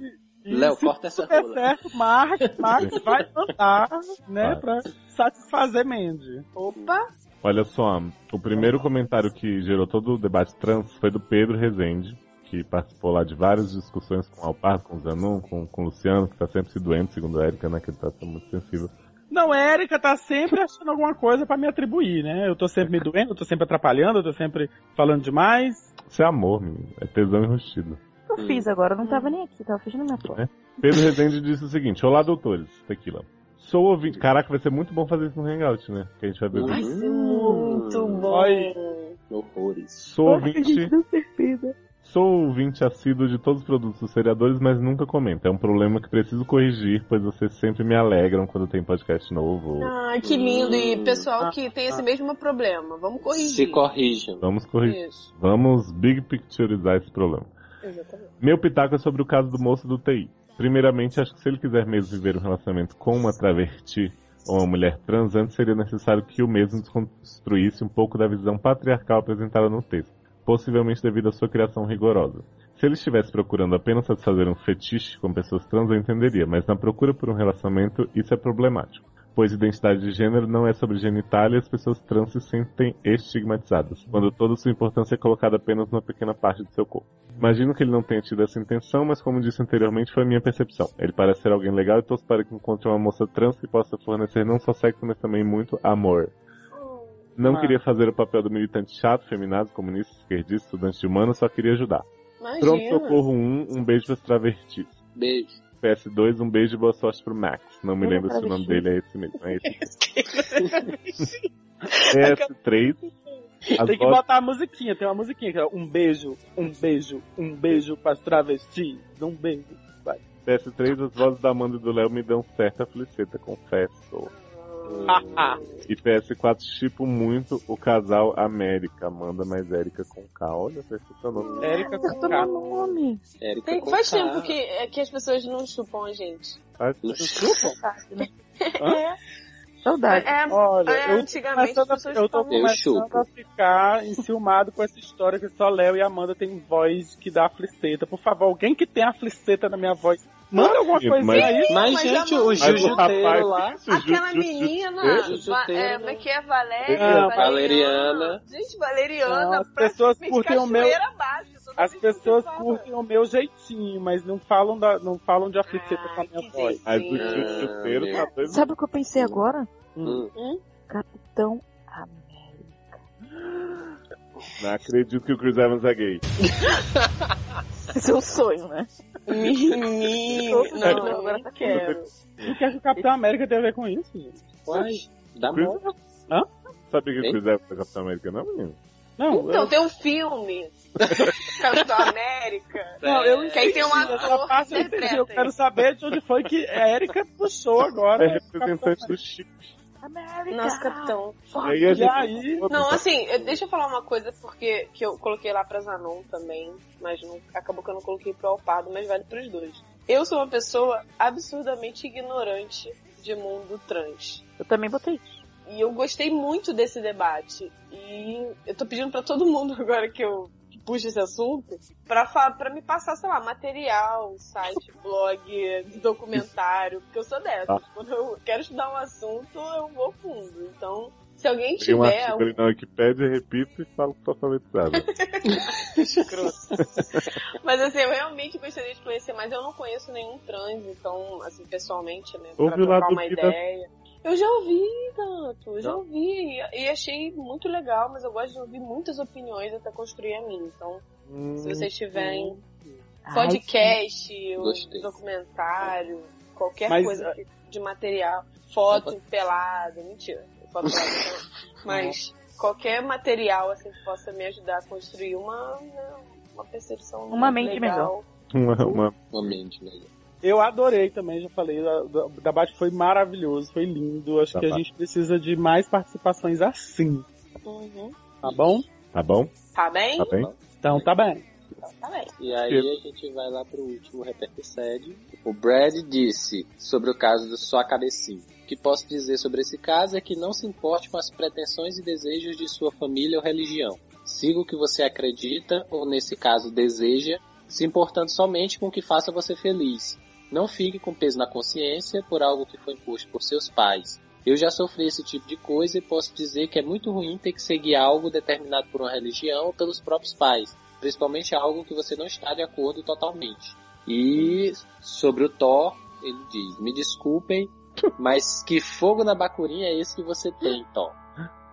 e
Léo,
se
corta essa
é
der
rola.
certo, Max,
[laughs]
Max Né? vai mandar, né,
Vai.
pra satisfazer Mandy.
Opa!
Olha só, o primeiro comentário que gerou todo o debate trans foi do Pedro Rezende, que participou lá de várias discussões com o Alpardo, com o Zanon, com, com o Luciano, que tá sempre se doente, segundo a Erika, né, que ele tá muito sensível.
Não, Érica tá sempre achando alguma coisa pra me atribuir, né? Eu tô sempre me doendo, eu tô sempre atrapalhando, eu tô sempre falando demais.
Isso é amor, menino. É tesão enrustido.
o que eu fiz agora. Eu não tava nem aqui, tava fechando minha porta.
Pedro Rezende disse o seguinte: Olá, doutores, tequila. Sou ouvinte. Caraca, vai ser muito bom fazer isso no Hangout, né? Que a gente vai beber.
Vai ser muito bom.
Olha.
Horrores.
Sou ouvinte.
[laughs] Gente, não certeza.
Sou ouvinte assíduo de todos os produtos dos seriadores, mas nunca comento. É um problema que preciso corrigir, pois vocês sempre me alegram quando tem podcast novo.
Ah, que lindo. E pessoal que tem
Ah.
esse mesmo problema, vamos
Se
corrigir.
corrijam.
Vamos corrigir.
Isso.
Vamos big picturizar esse problema.
Exatamente.
Meu pitaco é sobre o caso do moço do TI. Primeiramente, acho que se ele quiser mesmo viver um relacionamento com uma travesti ou uma mulher trans, antes seria necessário que o mesmo desconstruísse um pouco da visão patriarcal apresentada no texto, possivelmente devido à sua criação rigorosa. Se ele estivesse procurando apenas satisfazer um fetiche com pessoas trans, eu entenderia, mas na procura por um relacionamento, isso é problemático, pois identidade de gênero não é sobre genitália e as pessoas trans se sentem estigmatizadas, quando toda sua importância é colocada apenas numa pequena parte de seu corpo. Imagino que ele não tenha tido essa intenção, mas como disse anteriormente, foi minha percepção. Ele parece ser alguém legal e torço para que encontre uma moça trans que possa fornecer não só sexo, mas também muito amor. Não
Ah.
queria fazer o papel do militante chato, feminado, comunista, esquerdista, estudante de humano, só queria ajudar. Pronto,
Imagina.
socorro 1, um beijo para travestis.
Beijo.
PS2, um beijo e boa sorte pro Max. Não me
Ele é
lembro se o nome
travesti.
dele é esse é mesmo. É esse.
[laughs]
PS3, as
tem que
vozes-
botar a musiquinha, tem uma musiquinha que é um beijo, um beijo, um beijo para travestis, um beijo.
PS3, as vozes da Amanda e do Léo me dão certa fliceta, confesso.
Ah,
E PS4, tipo muito o casal América. Amanda mais Érica com K. Olha, tá perfeccionou.
Érica com
Acertou
K. Tá
meu nome.
Érica
Tem-
com
faz
K.
tempo que, é que as pessoas não chupam a gente.
Tá?
Saudade.
É,
Olha,
é,
eu tô
antigamente as
começando
pessoas
a, eu tô
falam-
Eu
começando
chupo.
a ficar enciumado com essa história que só Léo e Amanda têm voz que dá afliceta. Por favor, alguém que tem afliceta na minha voz, manda alguma
Sim,
coisa
mas-
aí.
Mas,
Mas
gente,
a
o
Amanda-
Mas o rapaz-
jiu-jiteiro lá.
Ju-
Aquela
ju- ju-
menina,
Ju-
Va- é,
Juteira.
como é que é? Valéria?
Ah,
Valeriana.
Valeriana.
Gente, Valeriana,
As
pra
pessoas
mim,
curtem o meu.
cachoeira básica,
As pessoas curtem o meu jeitinho, mas não falam, da, não falam de afliceta com a minha voz.
Mas o chuteiro tá doido.
Sabe o que eu pensei agora? Então,
Hum.
[laughs] Capitão
Não acredito que o Chris Evans é gay.
Seu sonho, né?
Não, não, agora tá quero.
O que é que o Capitão América tem a ver com isso, gente?
dá
Chris...
bom.
Hã?
Sabia que o Chris Evans é Capitão América, não, menino?
Não,
Então, tem um
[laughs]
filme. Capitão América.
Não, eu
Que aí tem um
entendi, essa
ator
parte [laughs]
que
eu entendi. Eu
interpreta.
quero saber de onde foi que a Erika puxou agora.
[laughs] É representante do Chico.
Nossa, Capitão.
E aí a gente-
Não, assim, eu- deixa eu falar uma coisa porque que eu coloquei lá pra Zanon também, mas não- acabou que eu não coloquei pro Alpardo, mas vale pros dois. Eu sou uma pessoa absurdamente ignorante de mundo trans.
Eu também botei isso.
E eu gostei muito desse debate. E eu tô pedindo pra todo mundo [laughs] agora que eu puxo esse assunto pra, fa- pra me passar, sei lá, material, site, [laughs] blog, documentário, porque eu sou dessas.
Tá.
Quando eu quero estudar um assunto, eu vou fundo. Então, se alguém
Tem um
tiver
artigo ali na Wikipédia, repito e falo que tô alfabetizado.
Mas assim, eu realmente gostaria de conhecer, mas eu não conheço nenhum trans, então, assim, pessoalmente, né? Pra
Ouve o
trocar
lado
uma
B da-
ideia. Eu já ouvi, Gato, eu já ouvi. E achei muito legal, mas eu gosto de ouvir muitas opiniões até construir a minha. Então, se vocês tiverem podcast, um
Gostei.
documentário, qualquer
Mas,
coisa que- de material, foto pelada, mentira, foto [laughs] pelada, não. mas qualquer material assim que possa me ajudar a construir uma, né, uma percepção
Uma mente
legal.
Uma, uma...
Uma mente melhor.
Eu adorei também, já falei. da- da- O debate foi maravilhoso, foi lindo. Acho
Tá
que a
bom.
gente precisa de mais participações assim.
Uhum.
Tá bom?
Tá bom?
Tá bem?
Tá bem?
Então tá bem.
Tá bem.
E aí a gente vai lá pro último repercussede. O Brad disse sobre o caso do Sua Cabecinha. O que posso dizer sobre esse caso é que não se importe com as pretensões e desejos de sua família ou religião. Siga o que você acredita, ou nesse caso deseja, se importando somente com o que faça você feliz. Não fique com peso na consciência por algo que foi imposto por seus pais. Eu já sofri esse tipo de coisa e posso dizer que é muito ruim ter que seguir algo determinado por uma religião ou pelos próprios pais principalmente algo que você não está de acordo totalmente. E sobre o Thor, ele diz: Me desculpem, mas que fogo na bacurinha é esse que você tem, Thor?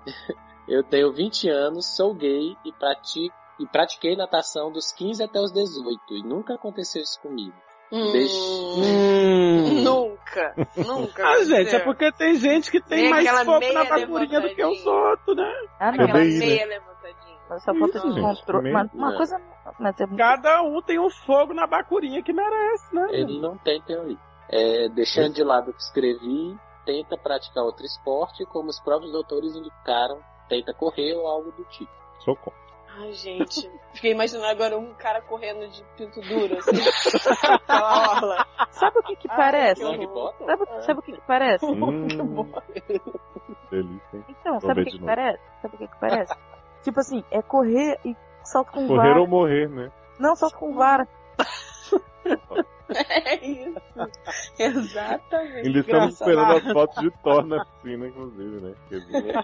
[laughs] Eu tenho 20 anos, sou gay e, prati e pratiquei natação dos 15 até os 18 e nunca aconteceu isso comigo.
Hum, Nunca, nunca.
Ah,
vai
gente,
ser.
é porque tem gente que tem
Tem
mais
aquela
fogo na
meia
bacurinha do que os
levantadinha.
outros, né?
Ah, não.
Aquela
Cadê isso?
tá meia levantadinha.
Mas só falta
Isso,
de
gente,
controle.
também.
Mas uma
É.
coisa. Mas é muito...
Cada um tem um fogo na bacurinha que merece, né?
Ele não tem teoria. É, deixando de lado o que escrevi, tenta praticar outro esporte, como os próprios doutores indicaram, tenta correr ou algo do tipo.
Socorro.
Ai, gente. Fiquei imaginando agora um cara correndo de pinto duro, assim. [laughs]
Então,
Aquela orla.
Sabe o que que
Ai,
parece?
que horror.
Sabe que bota?
Sabe, sabe o que que parece?
Hum, delícia, hein?
Então,
Vou
sabe
ver
o que
de
que
novo.
parece? Sabe o que que parece? tipo assim, é correr e salto com
Correr
vara.
ou morrer, né?
Não, salto com vara.
É isso.
[laughs]
Exatamente.
Ainda estamos
Graças a
esperando
Deus.
as fotos de Thor na piscina, inclusive, né? Quer dizer, né?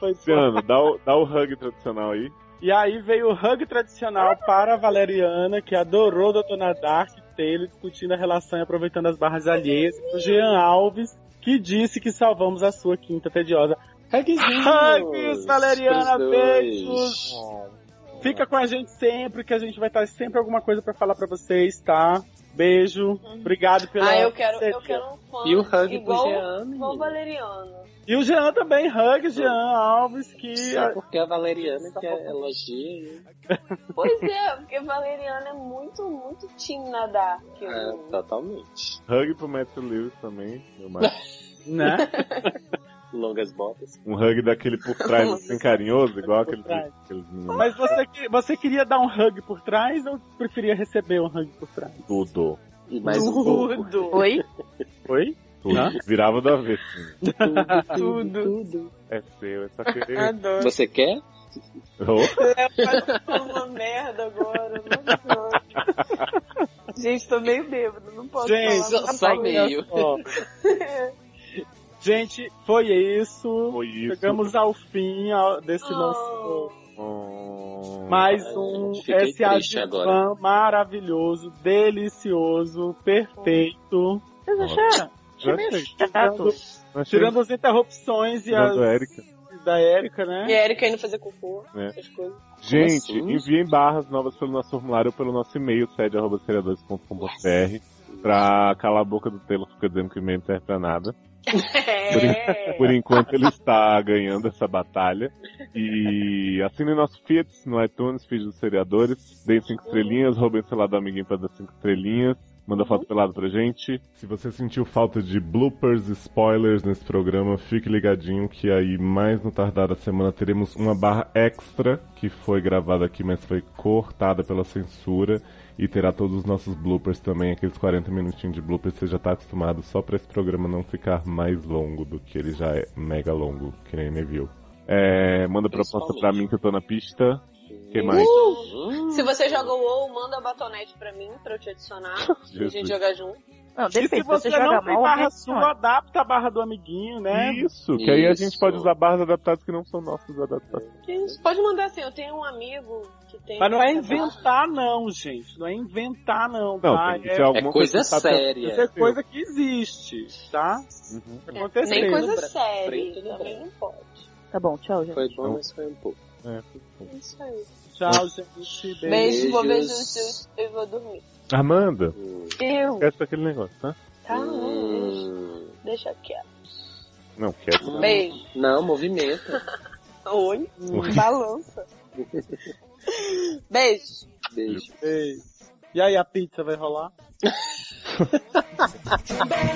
Foi
Luciano, dá o, dá o hug tradicional aí.
E aí veio o hug tradicional para a Valeriana, que adorou Dona Dark Taylor discutindo a relação e aproveitando as barras alheias. O Jean Alves, que disse que salvamos a sua quinta tediosa. Hugs, Valeriana,
pros
beijos! Fica com a gente sempre, que a gente vai estar sempre alguma coisa pra falar pra vocês, tá? Beijo, obrigado pela.
Ah, eu quero, eu
parceria.
quero um fã
E o é hug pro
igual,
Jean, menino.
igual o Valeriano.
E o Jean também, hug, Jean Alves, que.
Só É porque a Valeriana
Tá
que é elogia.
Pois é, porque Valeriano é muito, muito team na Dark.
É, totalmente.
Hug pro Matthew Lewis também, meu macho.
né? [laughs]
Longas botas.
Um hug daquele por trás, assim, carinhoso, igual aqueles, aqueles meninos
Mas você, que- você queria dar um hug por trás ou preferia receber um hug por trás?
tudo.
E mais um pouco.
Tudo.
Oi?
Oi?
Tudo.
Hã?
Virava do avesso.
tá
Tudo.
É seu, é só querer.
Adoro.
Você quer?
Oh,
Tô uma merda agora. Não, não. Gente, tô meio bêbado. Não posso
Gente,
falar.
Só meio.
Ó. [laughs] Gente, foi isso.
foi isso.
Ah. Chegamos ao fim ó, desse nosso
Oh.
Mais um
Ah, Fiquei
SA
triste
de
agora.
fã maravilhoso, delicioso, perfeito.
Vocês acharam? Achei
Já
meio
sei.
chato.
Tirando, tirando as interrupções e as
Tirando a Erika.
da Érica, né?
E a Erika indo fazer cocô,
É.
essas coisas.
Gente,
Como assim?
enviem barras novas pelo nosso formulário ou pelo nosso e-mail, sede.seriadores.com.br, pra calar a boca do Telo, que fica dizendo que o e-mail não serve pra nada.
É.
Por,
É.
en- [laughs] por enquanto ele está ganhando essa batalha. E assinem nosso feed no iTunes, feed dos seriadores. Deem cinco estrelinhas, roubem o celular do amiguinho pra dar cinco estrelinhas. Manda foto pelado pra gente. Se você sentiu falta de bloopers, spoilers nesse programa, fique ligadinho que aí mais no tardar da semana teremos uma barra extra que foi gravada aqui, mas foi cortada pela censura. E terá todos os nossos bloopers também, aqueles 40 minutinhos de bloopers, você já tá acostumado só pra esse programa não ficar mais longo do que ele já é mega longo, que nem Neville. É, manda proposta pra mim que eu tô na pista. que mais?
Uh! Se você joga o WoW, manda a batonete pra mim, pra eu te adicionar. e a gente
Jesus.
jogar junto.
Não,
e se É, você, né? não tem barra sua, adapta a barra do amiguinho, né?
Isso, que aí a
Isso.
gente pode usar barras adaptadas que não são nossas adaptações.
Que isso? Pode mandar assim, eu tenho um amigo que tem...
Mas não é
essa
inventar, não, gente. Não é inventar, não,
Não,
tá?
tem que ser alguma É coisa coisa que tá séria.
Isso é coisa que existe, tá?
Uhum.
barra.
Aconteceu.
Nem coisa
Pra-
séria,
frente,
também não pode.
Tá bom, tchau, gente.
Foi bom, mas foi um pouco.
É Isso aí.
Tchau, gente.
Beijo, vou ver os seus, eu vou dormir.
Amanda,
Eu?
esquece daquele negócio, tá?
Tá,
Hum.
não, deixa quieto.
Não, quieto. não.
Beijo.
Não, movimento.
Oi, [laughs]
Oi.
balança. Beijo.
Beijo.
Beijo. E aí, a pizza vai rolar?
Um tá